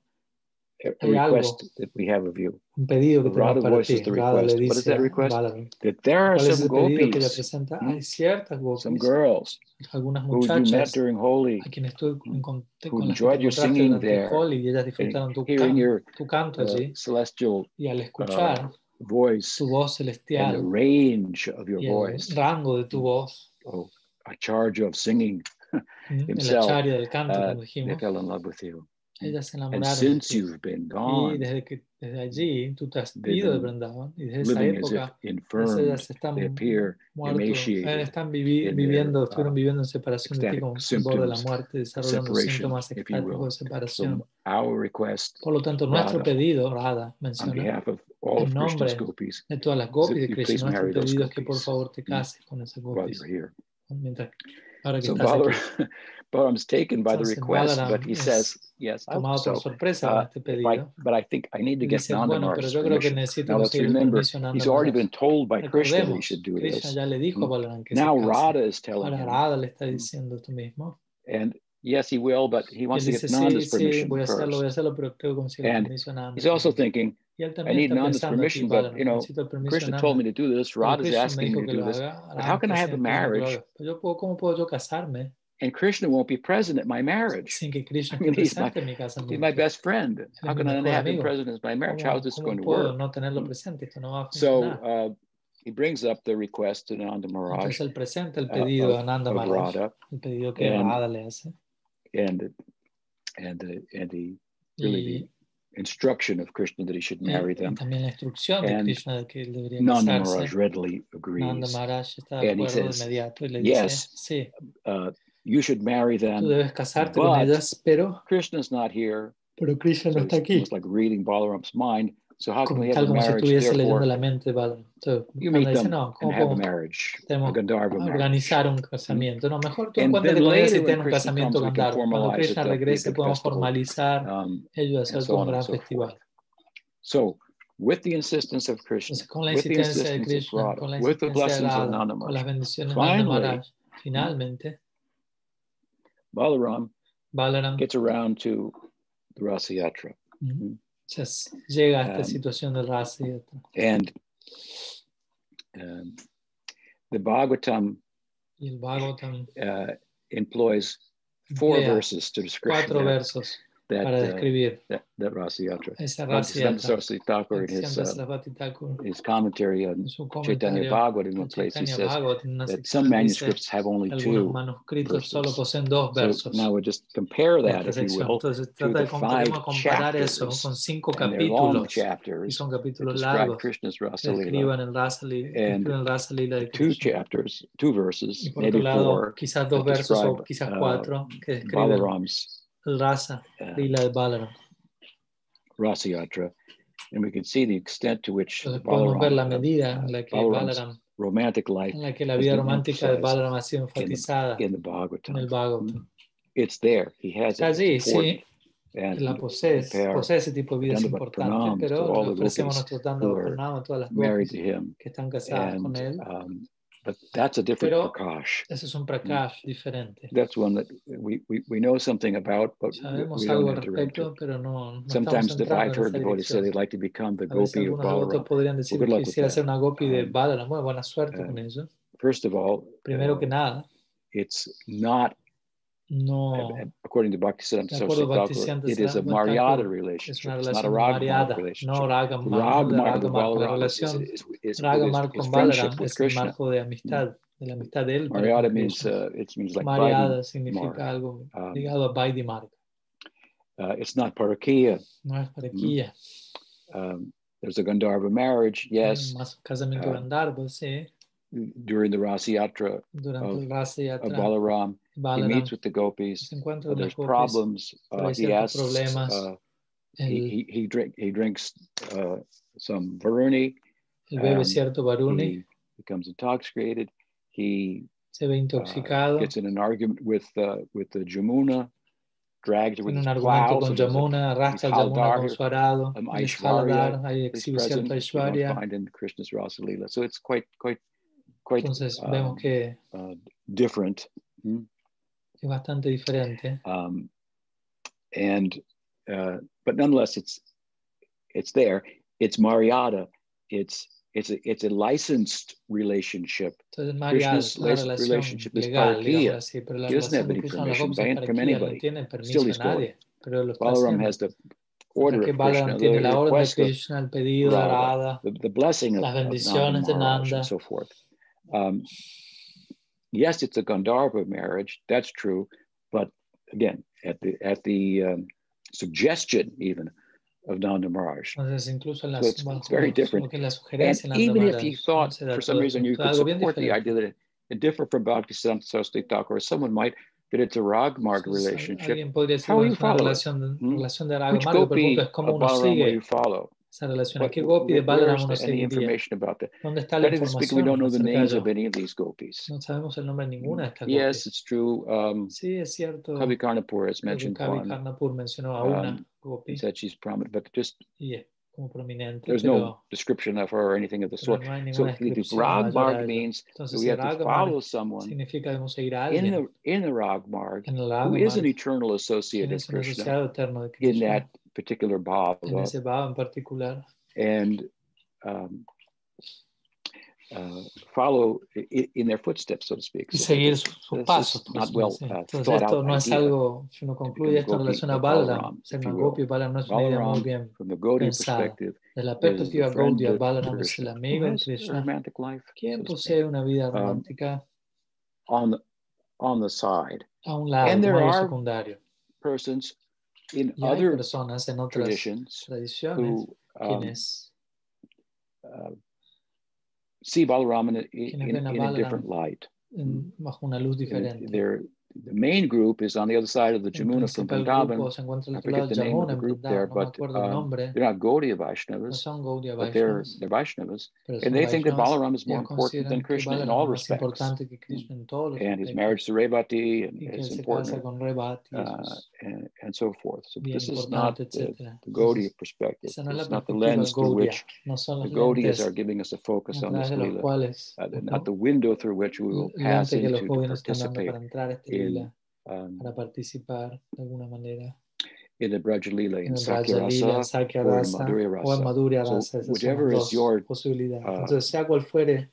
[SPEAKER 2] a a
[SPEAKER 1] Hay algo.
[SPEAKER 2] request that we have of you
[SPEAKER 1] un pedido que
[SPEAKER 2] Radha
[SPEAKER 1] tenemos para
[SPEAKER 2] voices
[SPEAKER 1] ti.
[SPEAKER 2] the
[SPEAKER 1] Radha le
[SPEAKER 2] request. What is
[SPEAKER 1] dice
[SPEAKER 2] that
[SPEAKER 1] a
[SPEAKER 2] request?
[SPEAKER 1] Balaram,
[SPEAKER 2] that there are
[SPEAKER 1] ¿cuál es
[SPEAKER 2] some
[SPEAKER 1] el pedido que ella
[SPEAKER 2] gopis,
[SPEAKER 1] presenta?
[SPEAKER 2] mm,
[SPEAKER 1] Hay ciertas
[SPEAKER 2] some
[SPEAKER 1] gopis,
[SPEAKER 2] girls
[SPEAKER 1] algunas
[SPEAKER 2] who you met
[SPEAKER 1] muchachas
[SPEAKER 2] during Holi,
[SPEAKER 1] a quienes tú
[SPEAKER 2] Mm.
[SPEAKER 1] encontré-
[SPEAKER 2] Who
[SPEAKER 1] con las que te
[SPEAKER 2] enjoyed your
[SPEAKER 1] encontraste
[SPEAKER 2] singing
[SPEAKER 1] durante
[SPEAKER 2] there
[SPEAKER 1] el call y ellas
[SPEAKER 2] and
[SPEAKER 1] disfrutaron tu,
[SPEAKER 2] hearing
[SPEAKER 1] can-
[SPEAKER 2] your
[SPEAKER 1] tu canto
[SPEAKER 2] uh,
[SPEAKER 1] allí
[SPEAKER 2] celestial
[SPEAKER 1] y al escuchar
[SPEAKER 2] voice
[SPEAKER 1] tu voz
[SPEAKER 2] and the
[SPEAKER 1] celestial
[SPEAKER 2] range of your
[SPEAKER 1] y el
[SPEAKER 2] voice,
[SPEAKER 1] rango de tu
[SPEAKER 2] Mm.
[SPEAKER 1] voz
[SPEAKER 2] oh, a charge of singing,
[SPEAKER 1] ¿m? en la
[SPEAKER 2] Himself,
[SPEAKER 1] charia del canto,
[SPEAKER 2] uh,
[SPEAKER 1] como
[SPEAKER 2] they
[SPEAKER 1] dijimos,
[SPEAKER 2] fell in love with you.
[SPEAKER 1] ellas se
[SPEAKER 2] And
[SPEAKER 1] enamoraron de
[SPEAKER 2] since
[SPEAKER 1] ti.
[SPEAKER 2] you've been
[SPEAKER 1] Y
[SPEAKER 2] gone,
[SPEAKER 1] desde que desde allí tú te has
[SPEAKER 2] they've
[SPEAKER 1] ido de
[SPEAKER 2] been
[SPEAKER 1] Brindavan y desde esa
[SPEAKER 2] living as if
[SPEAKER 1] época ellas
[SPEAKER 2] infirmed,
[SPEAKER 1] ellas están
[SPEAKER 2] they appear
[SPEAKER 1] muertos, eh,
[SPEAKER 2] emaciated,
[SPEAKER 1] están vivi-
[SPEAKER 2] in their,
[SPEAKER 1] viviendo,
[SPEAKER 2] uh,
[SPEAKER 1] estuvieron viviendo en separación de ti,
[SPEAKER 2] ecstatic
[SPEAKER 1] como al borde de la
[SPEAKER 2] symptoms
[SPEAKER 1] muerte,
[SPEAKER 2] of
[SPEAKER 1] desarrollando
[SPEAKER 2] separation,
[SPEAKER 1] síntomas
[SPEAKER 2] if you will.
[SPEAKER 1] extáticos de
[SPEAKER 2] So
[SPEAKER 1] separación.
[SPEAKER 2] our request
[SPEAKER 1] Por lo tanto, nuestro
[SPEAKER 2] Radha,
[SPEAKER 1] pedido, Radha
[SPEAKER 2] on
[SPEAKER 1] menciona,
[SPEAKER 2] behalf of all
[SPEAKER 1] en
[SPEAKER 2] of Krishna's
[SPEAKER 1] nombre
[SPEAKER 2] gopis,
[SPEAKER 1] de todas las
[SPEAKER 2] is that
[SPEAKER 1] gopis de Krishna,
[SPEAKER 2] you please
[SPEAKER 1] nuestro
[SPEAKER 2] marry those
[SPEAKER 1] pedido es que por
[SPEAKER 2] gopis
[SPEAKER 1] favor te
[SPEAKER 2] mm,
[SPEAKER 1] cases con esas
[SPEAKER 2] while
[SPEAKER 1] gopis.
[SPEAKER 2] you're here.
[SPEAKER 1] Mientras, ahora que
[SPEAKER 2] So
[SPEAKER 1] estás aquí.
[SPEAKER 2] Balar, (laughs) Balaram's taken by the
[SPEAKER 1] Entonces,
[SPEAKER 2] request, but
[SPEAKER 1] Balaram
[SPEAKER 2] he says,
[SPEAKER 1] es
[SPEAKER 2] yes, I hope
[SPEAKER 1] tomado por
[SPEAKER 2] so.
[SPEAKER 1] sorpresa con
[SPEAKER 2] Uh,
[SPEAKER 1] este
[SPEAKER 2] if I,
[SPEAKER 1] pedido.
[SPEAKER 2] but I think I need to
[SPEAKER 1] Él
[SPEAKER 2] get
[SPEAKER 1] dice, bueno, pero
[SPEAKER 2] Nandamar's
[SPEAKER 1] yo creo que
[SPEAKER 2] permission.
[SPEAKER 1] necesito
[SPEAKER 2] Now let's
[SPEAKER 1] conseguir el
[SPEAKER 2] remember,
[SPEAKER 1] permiso
[SPEAKER 2] he's
[SPEAKER 1] Nanda
[SPEAKER 2] already
[SPEAKER 1] Maharaj.
[SPEAKER 2] been told by Krishna that he
[SPEAKER 1] Recordemos,
[SPEAKER 2] should do
[SPEAKER 1] Krishna
[SPEAKER 2] this.
[SPEAKER 1] ya le dijo a
[SPEAKER 2] Mm.
[SPEAKER 1] Balaram que se
[SPEAKER 2] Now
[SPEAKER 1] case.
[SPEAKER 2] Radha is telling
[SPEAKER 1] Ahora
[SPEAKER 2] him,
[SPEAKER 1] Radha le está
[SPEAKER 2] mm,
[SPEAKER 1] diciendo tú mismo.
[SPEAKER 2] and yes, he will, but he
[SPEAKER 1] Y
[SPEAKER 2] wants
[SPEAKER 1] él
[SPEAKER 2] to get
[SPEAKER 1] dice, sí,
[SPEAKER 2] Nanda's
[SPEAKER 1] sí,
[SPEAKER 2] permission
[SPEAKER 1] voy a hacerlo, voy
[SPEAKER 2] first.
[SPEAKER 1] a hacerlo, pero creo que consigo el
[SPEAKER 2] And
[SPEAKER 1] permiso de Nanda
[SPEAKER 2] he's also
[SPEAKER 1] primero.
[SPEAKER 2] thinking,
[SPEAKER 1] Y él
[SPEAKER 2] I
[SPEAKER 1] también
[SPEAKER 2] need
[SPEAKER 1] está
[SPEAKER 2] Nanda's
[SPEAKER 1] pensando aquí,
[SPEAKER 2] permission, but
[SPEAKER 1] Balaram,
[SPEAKER 2] you know,
[SPEAKER 1] necesito el permiso de
[SPEAKER 2] Krishna told me
[SPEAKER 1] Nanda.
[SPEAKER 2] to do this.
[SPEAKER 1] Pero
[SPEAKER 2] Radha's
[SPEAKER 1] Krishna me
[SPEAKER 2] asking
[SPEAKER 1] dijo
[SPEAKER 2] me to
[SPEAKER 1] que
[SPEAKER 2] do
[SPEAKER 1] lo
[SPEAKER 2] this.
[SPEAKER 1] haga,
[SPEAKER 2] But how
[SPEAKER 1] Radha me
[SPEAKER 2] can I
[SPEAKER 1] está
[SPEAKER 2] have
[SPEAKER 1] diciendo que no
[SPEAKER 2] a
[SPEAKER 1] lo
[SPEAKER 2] marriage
[SPEAKER 1] haga. Pero yo puedo, ¿cómo puedo yo casarme
[SPEAKER 2] and Krishna won't be present at my marriage?
[SPEAKER 1] sin que
[SPEAKER 2] I
[SPEAKER 1] Krishna esté
[SPEAKER 2] mean, he's my
[SPEAKER 1] presente en mi
[SPEAKER 2] he's my
[SPEAKER 1] casamiento?
[SPEAKER 2] best friend.
[SPEAKER 1] Él
[SPEAKER 2] How
[SPEAKER 1] es mi
[SPEAKER 2] can I not
[SPEAKER 1] mejor
[SPEAKER 2] have him
[SPEAKER 1] amigo.
[SPEAKER 2] present at my marriage? How is
[SPEAKER 1] ¿Cómo,
[SPEAKER 2] this going
[SPEAKER 1] cómo
[SPEAKER 2] to
[SPEAKER 1] puedo
[SPEAKER 2] work?
[SPEAKER 1] no tenerlo
[SPEAKER 2] Hmm.
[SPEAKER 1] presente? Esto no va a
[SPEAKER 2] So
[SPEAKER 1] funcionar.
[SPEAKER 2] uh, he brings up the request to Nanda Maharaj
[SPEAKER 1] Entonces él presenta el
[SPEAKER 2] uh,
[SPEAKER 1] pedido
[SPEAKER 2] of,
[SPEAKER 1] a Nanda
[SPEAKER 2] of
[SPEAKER 1] Maharaj,
[SPEAKER 2] Radha,
[SPEAKER 1] el pedido que
[SPEAKER 2] and
[SPEAKER 1] Radha le hace.
[SPEAKER 2] and and uh, and the really
[SPEAKER 1] Y
[SPEAKER 2] the instruction of Krishna that he should
[SPEAKER 1] Y, y
[SPEAKER 2] marry them.
[SPEAKER 1] también la instrucción de
[SPEAKER 2] And
[SPEAKER 1] Krishna de que él debería
[SPEAKER 2] Nanda Maharaj
[SPEAKER 1] casarse.
[SPEAKER 2] readily
[SPEAKER 1] Nanda
[SPEAKER 2] agrees,
[SPEAKER 1] Maharaj está de
[SPEAKER 2] and he
[SPEAKER 1] acuerdo de
[SPEAKER 2] says,
[SPEAKER 1] inmediato y le dice,
[SPEAKER 2] "Yes,
[SPEAKER 1] sí,
[SPEAKER 2] uh, you should marry
[SPEAKER 1] tú
[SPEAKER 2] them,
[SPEAKER 1] debes casarte con
[SPEAKER 2] but
[SPEAKER 1] ellas, pero,
[SPEAKER 2] Krishna's not here,
[SPEAKER 1] pero Krishna no
[SPEAKER 2] so
[SPEAKER 1] está
[SPEAKER 2] it's
[SPEAKER 1] aquí.
[SPEAKER 2] almost like reading Balaram's mind. So how can
[SPEAKER 1] Como,
[SPEAKER 2] we have a
[SPEAKER 1] tal como si
[SPEAKER 2] marriage?
[SPEAKER 1] estuviese leyendo
[SPEAKER 2] Therefore,
[SPEAKER 1] la mente de Balaram. Entonces,
[SPEAKER 2] you
[SPEAKER 1] Nanda
[SPEAKER 2] meet
[SPEAKER 1] dice,
[SPEAKER 2] them
[SPEAKER 1] no,
[SPEAKER 2] and
[SPEAKER 1] ¿cómo
[SPEAKER 2] have a
[SPEAKER 1] podemos
[SPEAKER 2] marriage, a
[SPEAKER 1] tenemos
[SPEAKER 2] Gandharva marriage.
[SPEAKER 1] organizar un
[SPEAKER 2] Mm.
[SPEAKER 1] casamiento? No, mejor tú
[SPEAKER 2] And
[SPEAKER 1] encuéntrate con ellas
[SPEAKER 2] then
[SPEAKER 1] y
[SPEAKER 2] later, when
[SPEAKER 1] ten un
[SPEAKER 2] Krishna
[SPEAKER 1] casamiento
[SPEAKER 2] comes, we can
[SPEAKER 1] Gandharva. Cuando
[SPEAKER 2] formalize
[SPEAKER 1] Krishna
[SPEAKER 2] it. There'll be a
[SPEAKER 1] regrese
[SPEAKER 2] big
[SPEAKER 1] podemos
[SPEAKER 2] festival
[SPEAKER 1] formalizar
[SPEAKER 2] um,
[SPEAKER 1] ello de
[SPEAKER 2] and
[SPEAKER 1] hacerte
[SPEAKER 2] so
[SPEAKER 1] un
[SPEAKER 2] on and
[SPEAKER 1] gran
[SPEAKER 2] so forth.
[SPEAKER 1] festival.
[SPEAKER 2] So, with the insistence of Krishna,
[SPEAKER 1] Entonces, con la
[SPEAKER 2] with the
[SPEAKER 1] insistencia de
[SPEAKER 2] insistence of
[SPEAKER 1] Krishna,
[SPEAKER 2] Radha,
[SPEAKER 1] con la
[SPEAKER 2] with the
[SPEAKER 1] insistencia de
[SPEAKER 2] blessings of
[SPEAKER 1] Radha, con las
[SPEAKER 2] Nandamaharaj,
[SPEAKER 1] bendiciones de Nanda
[SPEAKER 2] finally,
[SPEAKER 1] Maharaj,
[SPEAKER 2] mm,
[SPEAKER 1] finalmente
[SPEAKER 2] Balaram
[SPEAKER 1] Balaram
[SPEAKER 2] gets around to the Rasa Yatra.
[SPEAKER 1] mm,
[SPEAKER 2] Mm.
[SPEAKER 1] ya s- llega a esta
[SPEAKER 2] Um,
[SPEAKER 1] situación del Rasa Yatra.
[SPEAKER 2] and um, the Bhagavatam
[SPEAKER 1] Y el Bhagavatam
[SPEAKER 2] uh, employs four
[SPEAKER 1] emplea
[SPEAKER 2] verses to describe
[SPEAKER 1] cuatro
[SPEAKER 2] that,
[SPEAKER 1] versos
[SPEAKER 2] that,
[SPEAKER 1] para
[SPEAKER 2] uh,
[SPEAKER 1] describir
[SPEAKER 2] that, that Rasa Yatra.
[SPEAKER 1] esa Rasa
[SPEAKER 2] Bhaktisiddhanta
[SPEAKER 1] Yatra.
[SPEAKER 2] Saraswati Thakur in his
[SPEAKER 1] Bhaktisiddhanta
[SPEAKER 2] uh,
[SPEAKER 1] Sarasvati Thakur,
[SPEAKER 2] his commentary on
[SPEAKER 1] en su
[SPEAKER 2] Chaitanya
[SPEAKER 1] comentario
[SPEAKER 2] Bhagavad, in
[SPEAKER 1] al
[SPEAKER 2] one place he
[SPEAKER 1] Chaitanya
[SPEAKER 2] says
[SPEAKER 1] Bhagavat, en una
[SPEAKER 2] that some
[SPEAKER 1] sección dice
[SPEAKER 2] manuscripts have only
[SPEAKER 1] que algunos
[SPEAKER 2] two
[SPEAKER 1] manuscritos solo
[SPEAKER 2] verses.
[SPEAKER 1] poseen dos
[SPEAKER 2] So now
[SPEAKER 1] versos
[SPEAKER 2] we just compare
[SPEAKER 1] de
[SPEAKER 2] that,
[SPEAKER 1] esta
[SPEAKER 2] if you
[SPEAKER 1] sección.
[SPEAKER 2] will,
[SPEAKER 1] Entonces
[SPEAKER 2] to
[SPEAKER 1] trata
[SPEAKER 2] the
[SPEAKER 1] de com- queremos
[SPEAKER 2] five
[SPEAKER 1] comparar eso
[SPEAKER 2] chapters,
[SPEAKER 1] con cinco
[SPEAKER 2] and they're long
[SPEAKER 1] capítulos y
[SPEAKER 2] chapters
[SPEAKER 1] son
[SPEAKER 2] that
[SPEAKER 1] capítulos
[SPEAKER 2] describe
[SPEAKER 1] largos
[SPEAKER 2] Krishna's
[SPEAKER 1] que
[SPEAKER 2] Rasalila,
[SPEAKER 1] describan el Rasa Lila,
[SPEAKER 2] and
[SPEAKER 1] describen el Rasa Lila de
[SPEAKER 2] two
[SPEAKER 1] Krishna.
[SPEAKER 2] chapters, two verses,
[SPEAKER 1] Y por otro
[SPEAKER 2] maybe
[SPEAKER 1] lado,
[SPEAKER 2] four,
[SPEAKER 1] quizás dos
[SPEAKER 2] that
[SPEAKER 1] versos
[SPEAKER 2] describe
[SPEAKER 1] o quizás
[SPEAKER 2] uh,
[SPEAKER 1] cuatro que describen
[SPEAKER 2] Balaram's
[SPEAKER 1] el rasa
[SPEAKER 2] uh,
[SPEAKER 1] lila de Balaram.
[SPEAKER 2] Rasa Yatra, and we can see the extent to which
[SPEAKER 1] Entonces podemos ver
[SPEAKER 2] Balaram,
[SPEAKER 1] la medida
[SPEAKER 2] uh,
[SPEAKER 1] en la que
[SPEAKER 2] Balaram's
[SPEAKER 1] Balaram
[SPEAKER 2] romantic life
[SPEAKER 1] en la que la vida romántica de
[SPEAKER 2] Emphasized
[SPEAKER 1] Balaram ha sido enfatizada
[SPEAKER 2] in the
[SPEAKER 1] en el
[SPEAKER 2] Bhagavatam.
[SPEAKER 1] Bhagavatam.
[SPEAKER 2] It's there. He has
[SPEAKER 1] Está
[SPEAKER 2] it.
[SPEAKER 1] allí,
[SPEAKER 2] It's important.
[SPEAKER 1] sí,
[SPEAKER 2] And
[SPEAKER 1] la posee,
[SPEAKER 2] compare
[SPEAKER 1] posee ese tipo de vidas
[SPEAKER 2] Dandava
[SPEAKER 1] importantes,
[SPEAKER 2] Pranam
[SPEAKER 1] pero
[SPEAKER 2] to all
[SPEAKER 1] le
[SPEAKER 2] the
[SPEAKER 1] ofrecemos
[SPEAKER 2] gopis
[SPEAKER 1] nuestros dando
[SPEAKER 2] who are
[SPEAKER 1] pranam a todas las
[SPEAKER 2] married
[SPEAKER 1] gopis
[SPEAKER 2] to him.
[SPEAKER 1] que están casadas con
[SPEAKER 2] And
[SPEAKER 1] él.
[SPEAKER 2] um, but that's a different
[SPEAKER 1] Pero-
[SPEAKER 2] prakash.
[SPEAKER 1] Ese es un prakash diferente.
[SPEAKER 2] That's one that we, we, we know something about, but we,
[SPEAKER 1] Sabemos
[SPEAKER 2] we
[SPEAKER 1] algo
[SPEAKER 2] don't
[SPEAKER 1] al
[SPEAKER 2] enter into.
[SPEAKER 1] respecto, pero no, no
[SPEAKER 2] Sometimes
[SPEAKER 1] estamos
[SPEAKER 2] the, I've
[SPEAKER 1] entrando en esa
[SPEAKER 2] heard devotees say
[SPEAKER 1] dirección.
[SPEAKER 2] they'd like to become the
[SPEAKER 1] A veces
[SPEAKER 2] gopi of
[SPEAKER 1] algunos devotos
[SPEAKER 2] Balaram.
[SPEAKER 1] podrían decir
[SPEAKER 2] Well, good
[SPEAKER 1] que
[SPEAKER 2] luck with
[SPEAKER 1] quisiera
[SPEAKER 2] that.
[SPEAKER 1] ser una gopi de
[SPEAKER 2] Um,
[SPEAKER 1] Balaram. Bueno, buena suerte
[SPEAKER 2] uh,
[SPEAKER 1] con eso.
[SPEAKER 2] First of all,
[SPEAKER 1] Primero que
[SPEAKER 2] uh,
[SPEAKER 1] nada,
[SPEAKER 2] it's not,
[SPEAKER 1] no
[SPEAKER 2] according to Bhakti Siddhanta
[SPEAKER 1] De acuerdo, Bhakti
[SPEAKER 2] Saraswati
[SPEAKER 1] Siddhanta
[SPEAKER 2] it is a
[SPEAKER 1] Saraswati Thakur,
[SPEAKER 2] Maryada
[SPEAKER 1] es
[SPEAKER 2] relationship.
[SPEAKER 1] una
[SPEAKER 2] It's not a
[SPEAKER 1] relación
[SPEAKER 2] Ragmark
[SPEAKER 1] mareada, no
[SPEAKER 2] relationship.
[SPEAKER 1] raga mar, no de
[SPEAKER 2] Ragmark
[SPEAKER 1] raga
[SPEAKER 2] of
[SPEAKER 1] mar, la
[SPEAKER 2] Balaram is,
[SPEAKER 1] relación
[SPEAKER 2] is, is,
[SPEAKER 1] raga
[SPEAKER 2] is-
[SPEAKER 1] mar
[SPEAKER 2] is
[SPEAKER 1] con
[SPEAKER 2] friendship
[SPEAKER 1] Balaram
[SPEAKER 2] with
[SPEAKER 1] es un
[SPEAKER 2] Krishna.
[SPEAKER 1] marco de amistad, de la amistad de él. para con
[SPEAKER 2] Maryada means,
[SPEAKER 1] Krishna.
[SPEAKER 2] uh, it means like biting.
[SPEAKER 1] Mareada significa algo
[SPEAKER 2] Um,
[SPEAKER 1] ligado a Vaidhi Marga,
[SPEAKER 2] uh, it's not parakeya.
[SPEAKER 1] no es parequilla,
[SPEAKER 2] Um, there's a Gandharva marriage, yes,
[SPEAKER 1] más casamiento
[SPEAKER 2] Um,
[SPEAKER 1] Gandharva, sí, Mm.
[SPEAKER 2] during the Rasi Yatra
[SPEAKER 1] durante
[SPEAKER 2] of-
[SPEAKER 1] el Rasa
[SPEAKER 2] of
[SPEAKER 1] Yatra,
[SPEAKER 2] Balaram. He
[SPEAKER 1] Balaram
[SPEAKER 2] meets with the gopis.
[SPEAKER 1] se encuentra
[SPEAKER 2] Uh,
[SPEAKER 1] con
[SPEAKER 2] there's
[SPEAKER 1] las gopis,
[SPEAKER 2] problems.
[SPEAKER 1] pero
[SPEAKER 2] Uh,
[SPEAKER 1] hay
[SPEAKER 2] he
[SPEAKER 1] ciertos
[SPEAKER 2] asks.
[SPEAKER 1] problemas.
[SPEAKER 2] Uh, he,
[SPEAKER 1] el,
[SPEAKER 2] he, he drink he drinks uh, some varuni.
[SPEAKER 1] el bebe
[SPEAKER 2] um,
[SPEAKER 1] cierto Varuni,
[SPEAKER 2] He becomes intoxicated. He
[SPEAKER 1] se ve
[SPEAKER 2] uh,
[SPEAKER 1] intoxicado,
[SPEAKER 2] gets in an argument with uh, with the Jamuna, drags her with
[SPEAKER 1] tiene un
[SPEAKER 2] his
[SPEAKER 1] argumento
[SPEAKER 2] plow.
[SPEAKER 1] con
[SPEAKER 2] so there's a-
[SPEAKER 1] Jamuna, arrastra al Jamuna
[SPEAKER 2] Haldar,
[SPEAKER 1] con su arado,
[SPEAKER 2] um,
[SPEAKER 1] él es
[SPEAKER 2] Aishwarya
[SPEAKER 1] Haladar, ahí
[SPEAKER 2] is
[SPEAKER 1] exhibe
[SPEAKER 2] present.
[SPEAKER 1] cierta
[SPEAKER 2] You don't
[SPEAKER 1] Aishwarya,
[SPEAKER 2] find in Krishna's Rasa Leela. So it's quite quite quite
[SPEAKER 1] entonces
[SPEAKER 2] um,
[SPEAKER 1] vemos que
[SPEAKER 2] uh, different.
[SPEAKER 1] es bastante diferente,
[SPEAKER 2] um, and uh, but nonetheless it's it's there it's mariada it's it's a, it's a licensed relationship
[SPEAKER 1] entonces Maria
[SPEAKER 2] Krishna's
[SPEAKER 1] es una
[SPEAKER 2] lace-
[SPEAKER 1] relación
[SPEAKER 2] relationship is
[SPEAKER 1] legal, digamos
[SPEAKER 2] parquía.
[SPEAKER 1] así, pero la
[SPEAKER 2] He doesn't
[SPEAKER 1] relación
[SPEAKER 2] have
[SPEAKER 1] de
[SPEAKER 2] any
[SPEAKER 1] Krishna con las
[SPEAKER 2] permission
[SPEAKER 1] gopas es
[SPEAKER 2] banned from
[SPEAKER 1] parquía, no
[SPEAKER 2] anybody.
[SPEAKER 1] tiene
[SPEAKER 2] Still
[SPEAKER 1] permiso de
[SPEAKER 2] he's going.
[SPEAKER 1] nadie, pero lo está
[SPEAKER 2] Balaram
[SPEAKER 1] haciendo,
[SPEAKER 2] has the
[SPEAKER 1] Mientras
[SPEAKER 2] order
[SPEAKER 1] que
[SPEAKER 2] of Krishna
[SPEAKER 1] Balaram
[SPEAKER 2] the
[SPEAKER 1] tiene la orden de
[SPEAKER 2] request of
[SPEAKER 1] Krishna, el pedido de
[SPEAKER 2] Radha.
[SPEAKER 1] Arada,
[SPEAKER 2] the, the blessing of,
[SPEAKER 1] las
[SPEAKER 2] of Nanda
[SPEAKER 1] bendiciones de
[SPEAKER 2] Maharaj
[SPEAKER 1] Nanda.
[SPEAKER 2] and so forth um, yes it's a Gandharva marriage that's true but again at the at the um, suggestion even of Nanda Maharaj
[SPEAKER 1] Entonces, incluso en las,
[SPEAKER 2] So it's-
[SPEAKER 1] bajo
[SPEAKER 2] it's very different.
[SPEAKER 1] lo que es la
[SPEAKER 2] And
[SPEAKER 1] sugerencia en la
[SPEAKER 2] even if you thought
[SPEAKER 1] se da
[SPEAKER 2] for some
[SPEAKER 1] todo
[SPEAKER 2] reason you
[SPEAKER 1] esto,
[SPEAKER 2] could
[SPEAKER 1] algo bien
[SPEAKER 2] support the
[SPEAKER 1] diferente.
[SPEAKER 2] idea that it, it differed from Bhakti Siddhanta Saraswati Thakur, or someone might, that it's a Ragmarg
[SPEAKER 1] Entonces,
[SPEAKER 2] relationship,
[SPEAKER 1] alguien podría decir
[SPEAKER 2] How
[SPEAKER 1] "Bueno,
[SPEAKER 2] you
[SPEAKER 1] es una
[SPEAKER 2] follow it?
[SPEAKER 1] relación, de-
[SPEAKER 2] Hmm?
[SPEAKER 1] relación de
[SPEAKER 2] which
[SPEAKER 1] Raga Marga, pero el
[SPEAKER 2] gopi
[SPEAKER 1] punto
[SPEAKER 2] of
[SPEAKER 1] es cómo uno
[SPEAKER 2] Balaram will
[SPEAKER 1] sigue
[SPEAKER 2] you follow?
[SPEAKER 1] esa relación. ¿A
[SPEAKER 2] What,
[SPEAKER 1] qué gopi de
[SPEAKER 2] where- where
[SPEAKER 1] Balaram
[SPEAKER 2] is
[SPEAKER 1] uno
[SPEAKER 2] the- any
[SPEAKER 1] seguiría?
[SPEAKER 2] information about that?
[SPEAKER 1] ¿Dónde está la
[SPEAKER 2] Relatively speaking, we
[SPEAKER 1] información
[SPEAKER 2] don't know the
[SPEAKER 1] acerca de
[SPEAKER 2] names of
[SPEAKER 1] ello?
[SPEAKER 2] any of these gopis.
[SPEAKER 1] No sabemos el nombre de ninguna de estas
[SPEAKER 2] Yes,
[SPEAKER 1] gopis.
[SPEAKER 2] it's true. Um,
[SPEAKER 1] Sí, es cierto
[SPEAKER 2] Kavi Karnapur
[SPEAKER 1] creo
[SPEAKER 2] is
[SPEAKER 1] que
[SPEAKER 2] mentioned
[SPEAKER 1] Kavi
[SPEAKER 2] one.
[SPEAKER 1] Karnapur mencionó a una
[SPEAKER 2] Um,
[SPEAKER 1] gopi
[SPEAKER 2] It said she's prominent, but just
[SPEAKER 1] y es como prominente,
[SPEAKER 2] there's no
[SPEAKER 1] pero,
[SPEAKER 2] description of her or anything of the
[SPEAKER 1] pero
[SPEAKER 2] sort.
[SPEAKER 1] no hay
[SPEAKER 2] So
[SPEAKER 1] ninguna
[SPEAKER 2] the the
[SPEAKER 1] descripción mayor a
[SPEAKER 2] Ragmarg
[SPEAKER 1] ello.
[SPEAKER 2] means that
[SPEAKER 1] Entonces,
[SPEAKER 2] we
[SPEAKER 1] el
[SPEAKER 2] have
[SPEAKER 1] Raga
[SPEAKER 2] to
[SPEAKER 1] Marga
[SPEAKER 2] follow someone
[SPEAKER 1] significa debemos seguir a
[SPEAKER 2] in
[SPEAKER 1] alguien
[SPEAKER 2] the in the Ragmarg
[SPEAKER 1] en el
[SPEAKER 2] who
[SPEAKER 1] Raga
[SPEAKER 2] is an
[SPEAKER 1] Marga,
[SPEAKER 2] eternal associate
[SPEAKER 1] quien
[SPEAKER 2] of
[SPEAKER 1] es un
[SPEAKER 2] Krishna
[SPEAKER 1] asociado eterno de
[SPEAKER 2] in
[SPEAKER 1] Krishna,
[SPEAKER 2] that particular
[SPEAKER 1] en
[SPEAKER 2] bhava.
[SPEAKER 1] ese bhava en particular.
[SPEAKER 2] And um, uh, follow i- in their footsteps, so to speak.
[SPEAKER 1] y
[SPEAKER 2] So
[SPEAKER 1] seguir sus, sus
[SPEAKER 2] this is
[SPEAKER 1] pasos. por
[SPEAKER 2] not
[SPEAKER 1] decirlo
[SPEAKER 2] well,
[SPEAKER 1] así.
[SPEAKER 2] uh,
[SPEAKER 1] Entonces
[SPEAKER 2] thought
[SPEAKER 1] esto
[SPEAKER 2] out
[SPEAKER 1] no es
[SPEAKER 2] idea.
[SPEAKER 1] algo, si uno concluye esto en
[SPEAKER 2] gopi
[SPEAKER 1] relación a
[SPEAKER 2] of
[SPEAKER 1] Balaram,
[SPEAKER 2] Balaram,
[SPEAKER 1] ser
[SPEAKER 2] if
[SPEAKER 1] una
[SPEAKER 2] you
[SPEAKER 1] gopi, Balaram no es una idea muy
[SPEAKER 2] Balaram,
[SPEAKER 1] bien
[SPEAKER 2] from the Gaudiya
[SPEAKER 1] pensada.
[SPEAKER 2] perspective,
[SPEAKER 1] Desde la
[SPEAKER 2] is
[SPEAKER 1] perspectiva
[SPEAKER 2] the friend
[SPEAKER 1] Gaudiya,
[SPEAKER 2] of
[SPEAKER 1] Balaram es el
[SPEAKER 2] Krishna.
[SPEAKER 1] amigo
[SPEAKER 2] who
[SPEAKER 1] de
[SPEAKER 2] has a
[SPEAKER 1] Krishna,
[SPEAKER 2] romantic life,
[SPEAKER 1] quien
[SPEAKER 2] so to speak,
[SPEAKER 1] posee una vida romántica
[SPEAKER 2] on the, on the side.
[SPEAKER 1] a un lado,
[SPEAKER 2] And
[SPEAKER 1] un
[SPEAKER 2] there
[SPEAKER 1] lado
[SPEAKER 2] are
[SPEAKER 1] secundario.
[SPEAKER 2] Persons in
[SPEAKER 1] Y hay
[SPEAKER 2] other
[SPEAKER 1] personas en otras
[SPEAKER 2] traditions
[SPEAKER 1] tradiciones
[SPEAKER 2] who um,
[SPEAKER 1] quienes,
[SPEAKER 2] uh, see Balaram in, a-
[SPEAKER 1] quienes
[SPEAKER 2] in,
[SPEAKER 1] ven a
[SPEAKER 2] in a different
[SPEAKER 1] Balaram
[SPEAKER 2] light. mm,
[SPEAKER 1] en- bajo una luz
[SPEAKER 2] And
[SPEAKER 1] diferente.
[SPEAKER 2] they're- the main group is on the other side of the
[SPEAKER 1] El
[SPEAKER 2] Jamuna from
[SPEAKER 1] principal grupo
[SPEAKER 2] Vrindavan.
[SPEAKER 1] se encuentra al
[SPEAKER 2] I
[SPEAKER 1] otro lado del
[SPEAKER 2] forget the name of
[SPEAKER 1] Yamuna,
[SPEAKER 2] the
[SPEAKER 1] en
[SPEAKER 2] group
[SPEAKER 1] Vrindavan, no
[SPEAKER 2] there,
[SPEAKER 1] me
[SPEAKER 2] but
[SPEAKER 1] acuerdo el
[SPEAKER 2] um,
[SPEAKER 1] nombre,
[SPEAKER 2] they're not Gaudiya
[SPEAKER 1] no
[SPEAKER 2] Vaishnavas,
[SPEAKER 1] son Gaudiya
[SPEAKER 2] but they're,
[SPEAKER 1] Vaishnavas.
[SPEAKER 2] they're Vaishnavas.
[SPEAKER 1] pero son
[SPEAKER 2] And they think that
[SPEAKER 1] Vaishnavas,
[SPEAKER 2] Balaram is more
[SPEAKER 1] ellos
[SPEAKER 2] important than
[SPEAKER 1] consideran que
[SPEAKER 2] Krishna in
[SPEAKER 1] Balaram
[SPEAKER 2] all
[SPEAKER 1] es más
[SPEAKER 2] respects.
[SPEAKER 1] importante que Krishna en todos los
[SPEAKER 2] And his
[SPEAKER 1] aspectos
[SPEAKER 2] marriage to Revati and
[SPEAKER 1] y que él
[SPEAKER 2] is
[SPEAKER 1] se casa
[SPEAKER 2] important
[SPEAKER 1] con Rebati, eso
[SPEAKER 2] uh,
[SPEAKER 1] es
[SPEAKER 2] and, and so forth. So
[SPEAKER 1] bien
[SPEAKER 2] this is not
[SPEAKER 1] importante,
[SPEAKER 2] the,
[SPEAKER 1] etcétera.
[SPEAKER 2] the Gaudiya
[SPEAKER 1] Entonces,
[SPEAKER 2] perspective.
[SPEAKER 1] esa no es
[SPEAKER 2] It's
[SPEAKER 1] la
[SPEAKER 2] not the
[SPEAKER 1] perspectiva
[SPEAKER 2] lens through
[SPEAKER 1] Gaudiya,
[SPEAKER 2] which
[SPEAKER 1] no son
[SPEAKER 2] the
[SPEAKER 1] los
[SPEAKER 2] Gaudiyas are
[SPEAKER 1] lentes
[SPEAKER 2] giving us a focus
[SPEAKER 1] a
[SPEAKER 2] on
[SPEAKER 1] través
[SPEAKER 2] this
[SPEAKER 1] de los
[SPEAKER 2] Leela,
[SPEAKER 1] cuales,
[SPEAKER 2] uh, not
[SPEAKER 1] ¿no?
[SPEAKER 2] the window through which we will
[SPEAKER 1] el
[SPEAKER 2] pass
[SPEAKER 1] lente que los
[SPEAKER 2] into to
[SPEAKER 1] jóvenes están dando
[SPEAKER 2] participate
[SPEAKER 1] para entrar a este
[SPEAKER 2] in,
[SPEAKER 1] lila,
[SPEAKER 2] um,
[SPEAKER 1] para participar de alguna manera
[SPEAKER 2] in the Braja Leela, in
[SPEAKER 1] en el Raja Lila, en
[SPEAKER 2] Sakyarasa,
[SPEAKER 1] Sakya
[SPEAKER 2] or in
[SPEAKER 1] Rasa o
[SPEAKER 2] Madhurya
[SPEAKER 1] en
[SPEAKER 2] Rasa.
[SPEAKER 1] Madhurya
[SPEAKER 2] So
[SPEAKER 1] Rasa, esas son
[SPEAKER 2] whichever is
[SPEAKER 1] las dos
[SPEAKER 2] your,
[SPEAKER 1] posibilidades.
[SPEAKER 2] uh,
[SPEAKER 1] Entonces, sea cual fuere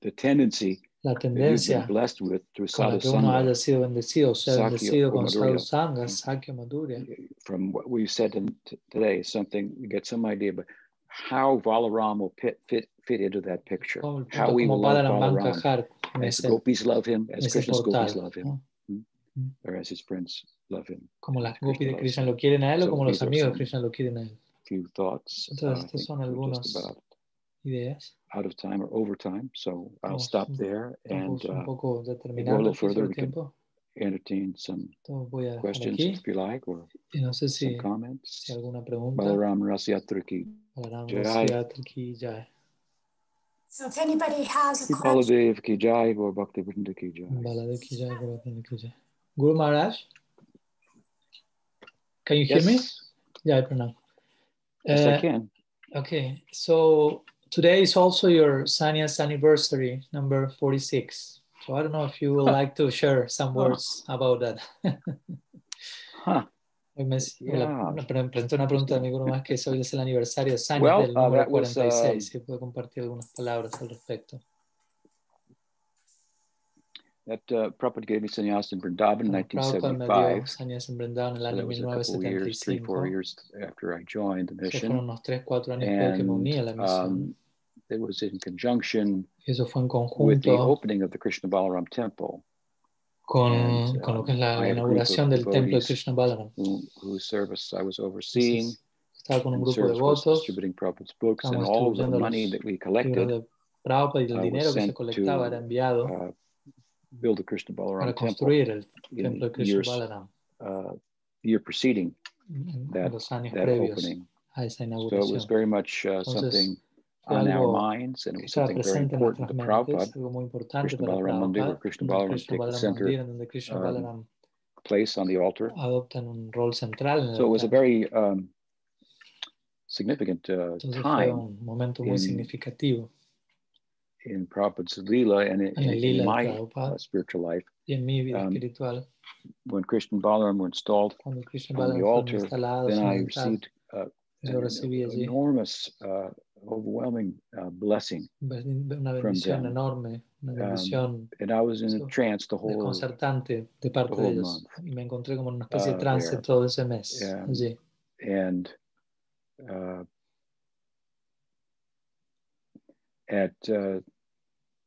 [SPEAKER 2] The tendency
[SPEAKER 1] la
[SPEAKER 2] that you've been
[SPEAKER 1] tendencia
[SPEAKER 2] blessed with through
[SPEAKER 1] con la
[SPEAKER 2] sadhu
[SPEAKER 1] que uno haya
[SPEAKER 2] sangha,
[SPEAKER 1] sido bendecido, o sea
[SPEAKER 2] Sakya
[SPEAKER 1] bendecido
[SPEAKER 2] o Mm.
[SPEAKER 1] con Sadhu
[SPEAKER 2] Madhurya.
[SPEAKER 1] Sangha, Sakya Madhurya.
[SPEAKER 2] from what we've said in t- today, is something you get some idea about how Valaram will fit fit, fit into that picture.
[SPEAKER 1] Como el
[SPEAKER 2] How
[SPEAKER 1] punto,
[SPEAKER 2] we
[SPEAKER 1] como
[SPEAKER 2] will love
[SPEAKER 1] Balaram va a
[SPEAKER 2] Balaram
[SPEAKER 1] encajar en
[SPEAKER 2] as
[SPEAKER 1] ese,
[SPEAKER 2] the gopis love him,
[SPEAKER 1] en
[SPEAKER 2] as
[SPEAKER 1] ese
[SPEAKER 2] Krishna's gopis
[SPEAKER 1] portal,
[SPEAKER 2] love him, hmm,
[SPEAKER 1] ¿no?
[SPEAKER 2] or as his friends love him.
[SPEAKER 1] Como las gopis de
[SPEAKER 2] Krishna
[SPEAKER 1] Krishna lo quieren a él o
[SPEAKER 2] So
[SPEAKER 1] como los
[SPEAKER 2] these are
[SPEAKER 1] amigos de
[SPEAKER 2] some-
[SPEAKER 1] Krishna lo quieren a él.
[SPEAKER 2] Few thoughts. Uh,
[SPEAKER 1] Entonces,
[SPEAKER 2] I
[SPEAKER 1] estas
[SPEAKER 2] think
[SPEAKER 1] son
[SPEAKER 2] we're just
[SPEAKER 1] algunas
[SPEAKER 2] about
[SPEAKER 1] ideas.
[SPEAKER 2] out of time or over time, so I'll
[SPEAKER 1] Vamos,
[SPEAKER 2] stop
[SPEAKER 1] un-
[SPEAKER 2] there and
[SPEAKER 1] Vamos un
[SPEAKER 2] uh,
[SPEAKER 1] poco ya
[SPEAKER 2] a
[SPEAKER 1] terminando
[SPEAKER 2] little
[SPEAKER 1] aquí sobre
[SPEAKER 2] further,
[SPEAKER 1] el
[SPEAKER 2] we can-
[SPEAKER 1] tiempo.
[SPEAKER 2] entertain some
[SPEAKER 1] Entonces voy a dejar
[SPEAKER 2] questions
[SPEAKER 1] aquí
[SPEAKER 2] if you like or
[SPEAKER 1] y no sé si,
[SPEAKER 2] some
[SPEAKER 1] si
[SPEAKER 2] comments.
[SPEAKER 1] alguna pregunta.
[SPEAKER 2] Balaram Rasyatriki.
[SPEAKER 1] Balaram
[SPEAKER 2] Jai.
[SPEAKER 1] Rasiat aquí ya.
[SPEAKER 3] So if anybody has a
[SPEAKER 2] Sri
[SPEAKER 3] question,
[SPEAKER 2] Baladev ki jai, Gaur Bhakti Vrinda ki jai.
[SPEAKER 1] Baladev ki jai, Gaurav ki jai. Guru Maharaj, can you hear me? Yeah, I Pranav.
[SPEAKER 2] Yes, I
[SPEAKER 1] Uh,
[SPEAKER 2] can.
[SPEAKER 1] Okay, so today is also your Sanya's anniversary, number 46. So I don't know if you would
[SPEAKER 2] Huh.
[SPEAKER 1] like to share some
[SPEAKER 2] Huh.
[SPEAKER 1] words about that. (laughs)
[SPEAKER 2] Huh.
[SPEAKER 1] Hoy me me la-
[SPEAKER 2] Yeah.
[SPEAKER 1] me pre- planteó una pregunta de mi grupo más que es hoy es el aniversario de Sanya
[SPEAKER 2] Well,
[SPEAKER 1] del
[SPEAKER 2] uh,
[SPEAKER 1] número
[SPEAKER 2] that was,
[SPEAKER 1] 46. Si puede compartir algunas palabras al respecto.
[SPEAKER 2] That uh, Prabhupada gave me sannyas in Vrindavan in
[SPEAKER 1] Oh, Prabhupada me dio
[SPEAKER 2] 1975.
[SPEAKER 1] Sannyas en Vrindavan en el año
[SPEAKER 2] So that was a couple of years, three, four
[SPEAKER 1] 1975.
[SPEAKER 2] years after I joined the
[SPEAKER 1] Eso
[SPEAKER 2] mission.
[SPEAKER 1] fueron unos 3, 4 años después que me uní a la
[SPEAKER 2] And
[SPEAKER 1] misión.
[SPEAKER 2] um, it was in conjunction
[SPEAKER 1] Y eso fue en
[SPEAKER 2] with the
[SPEAKER 1] conjunto
[SPEAKER 2] opening of the Krishna Balaram temple,
[SPEAKER 1] con,
[SPEAKER 2] and,
[SPEAKER 1] con lo
[SPEAKER 2] um,
[SPEAKER 1] que es
[SPEAKER 2] I had a
[SPEAKER 1] la
[SPEAKER 2] group
[SPEAKER 1] inauguración
[SPEAKER 2] of
[SPEAKER 1] del templo de
[SPEAKER 2] devotees
[SPEAKER 1] Krishna Balaram.
[SPEAKER 2] who, whose service I was overseeing.
[SPEAKER 1] Entonces, estaba con un
[SPEAKER 2] and
[SPEAKER 1] grupo de
[SPEAKER 2] service was
[SPEAKER 1] votos,
[SPEAKER 2] distributing Prabhupada's books, and
[SPEAKER 1] Estábamos
[SPEAKER 2] all the
[SPEAKER 1] distribuyendo
[SPEAKER 2] money
[SPEAKER 1] los
[SPEAKER 2] that we
[SPEAKER 1] libros
[SPEAKER 2] collected
[SPEAKER 1] de Prabhupada y
[SPEAKER 2] I
[SPEAKER 1] el
[SPEAKER 2] was
[SPEAKER 1] dinero que se
[SPEAKER 2] sent to,
[SPEAKER 1] colectaba era enviado
[SPEAKER 2] uh, build the Krishna
[SPEAKER 1] para
[SPEAKER 2] Balaram temple
[SPEAKER 1] construir el
[SPEAKER 2] in
[SPEAKER 1] templo de
[SPEAKER 2] the
[SPEAKER 1] Krishna
[SPEAKER 2] years,
[SPEAKER 1] Balaram
[SPEAKER 2] uh, year preceding
[SPEAKER 1] en
[SPEAKER 2] that-
[SPEAKER 1] en los años
[SPEAKER 2] that
[SPEAKER 1] previos
[SPEAKER 2] opening.
[SPEAKER 1] a esa
[SPEAKER 2] So it was
[SPEAKER 1] inauguración.
[SPEAKER 2] very much uh,
[SPEAKER 1] Entonces,
[SPEAKER 2] something
[SPEAKER 1] fue
[SPEAKER 2] on our
[SPEAKER 1] algo
[SPEAKER 2] minds, and it
[SPEAKER 1] que
[SPEAKER 2] was
[SPEAKER 1] estaba
[SPEAKER 2] something very
[SPEAKER 1] presente en
[SPEAKER 2] important
[SPEAKER 1] nuestras
[SPEAKER 2] to Prabhupada,
[SPEAKER 1] mentes, algo muy importante
[SPEAKER 2] Krishna
[SPEAKER 1] para
[SPEAKER 2] Balaram Mandir, where
[SPEAKER 1] Prabhupada,
[SPEAKER 2] Krishna
[SPEAKER 1] donde
[SPEAKER 2] Balaram
[SPEAKER 1] Krishna
[SPEAKER 2] takes the
[SPEAKER 1] Balaram
[SPEAKER 2] center
[SPEAKER 1] Mandir, en donde Krishna
[SPEAKER 2] um,
[SPEAKER 1] Balaram
[SPEAKER 2] place on the altar.
[SPEAKER 1] adoptan un rol central en el
[SPEAKER 2] So it was a
[SPEAKER 1] altar.
[SPEAKER 2] very um, significant uh,
[SPEAKER 1] Entonces fue
[SPEAKER 2] time
[SPEAKER 1] un momento muy
[SPEAKER 2] in-
[SPEAKER 1] significativo
[SPEAKER 2] in Prabhupada's Leela and in,
[SPEAKER 1] en la
[SPEAKER 2] in
[SPEAKER 1] lila de
[SPEAKER 2] my
[SPEAKER 1] Prabhupada
[SPEAKER 2] uh, spiritual life.
[SPEAKER 1] y en mi vida
[SPEAKER 2] um,
[SPEAKER 1] espiritual.
[SPEAKER 2] When Krishna and Balaram were installed,
[SPEAKER 1] Cuando Krishna
[SPEAKER 2] on
[SPEAKER 1] Balaram
[SPEAKER 2] the
[SPEAKER 1] fueron
[SPEAKER 2] altar,
[SPEAKER 1] instalados
[SPEAKER 2] then
[SPEAKER 1] en
[SPEAKER 2] I
[SPEAKER 1] el altar,
[SPEAKER 2] received uh,
[SPEAKER 1] yo
[SPEAKER 2] an
[SPEAKER 1] recibí allí
[SPEAKER 2] enormous, uh, overwhelming uh, blessing.
[SPEAKER 1] ben- una
[SPEAKER 2] from
[SPEAKER 1] bendición
[SPEAKER 2] them.
[SPEAKER 1] enorme, una
[SPEAKER 2] Um,
[SPEAKER 1] bendición
[SPEAKER 2] And I was in
[SPEAKER 1] So,
[SPEAKER 2] a trance the whole
[SPEAKER 1] desconcertante de parte
[SPEAKER 2] the
[SPEAKER 1] de
[SPEAKER 2] whole
[SPEAKER 1] ellos. Y me encontré como en una especie de
[SPEAKER 2] uh, um,
[SPEAKER 1] trance
[SPEAKER 2] there.
[SPEAKER 1] todo ese mes
[SPEAKER 2] Yeah.
[SPEAKER 1] allí.
[SPEAKER 2] and uh, at uh,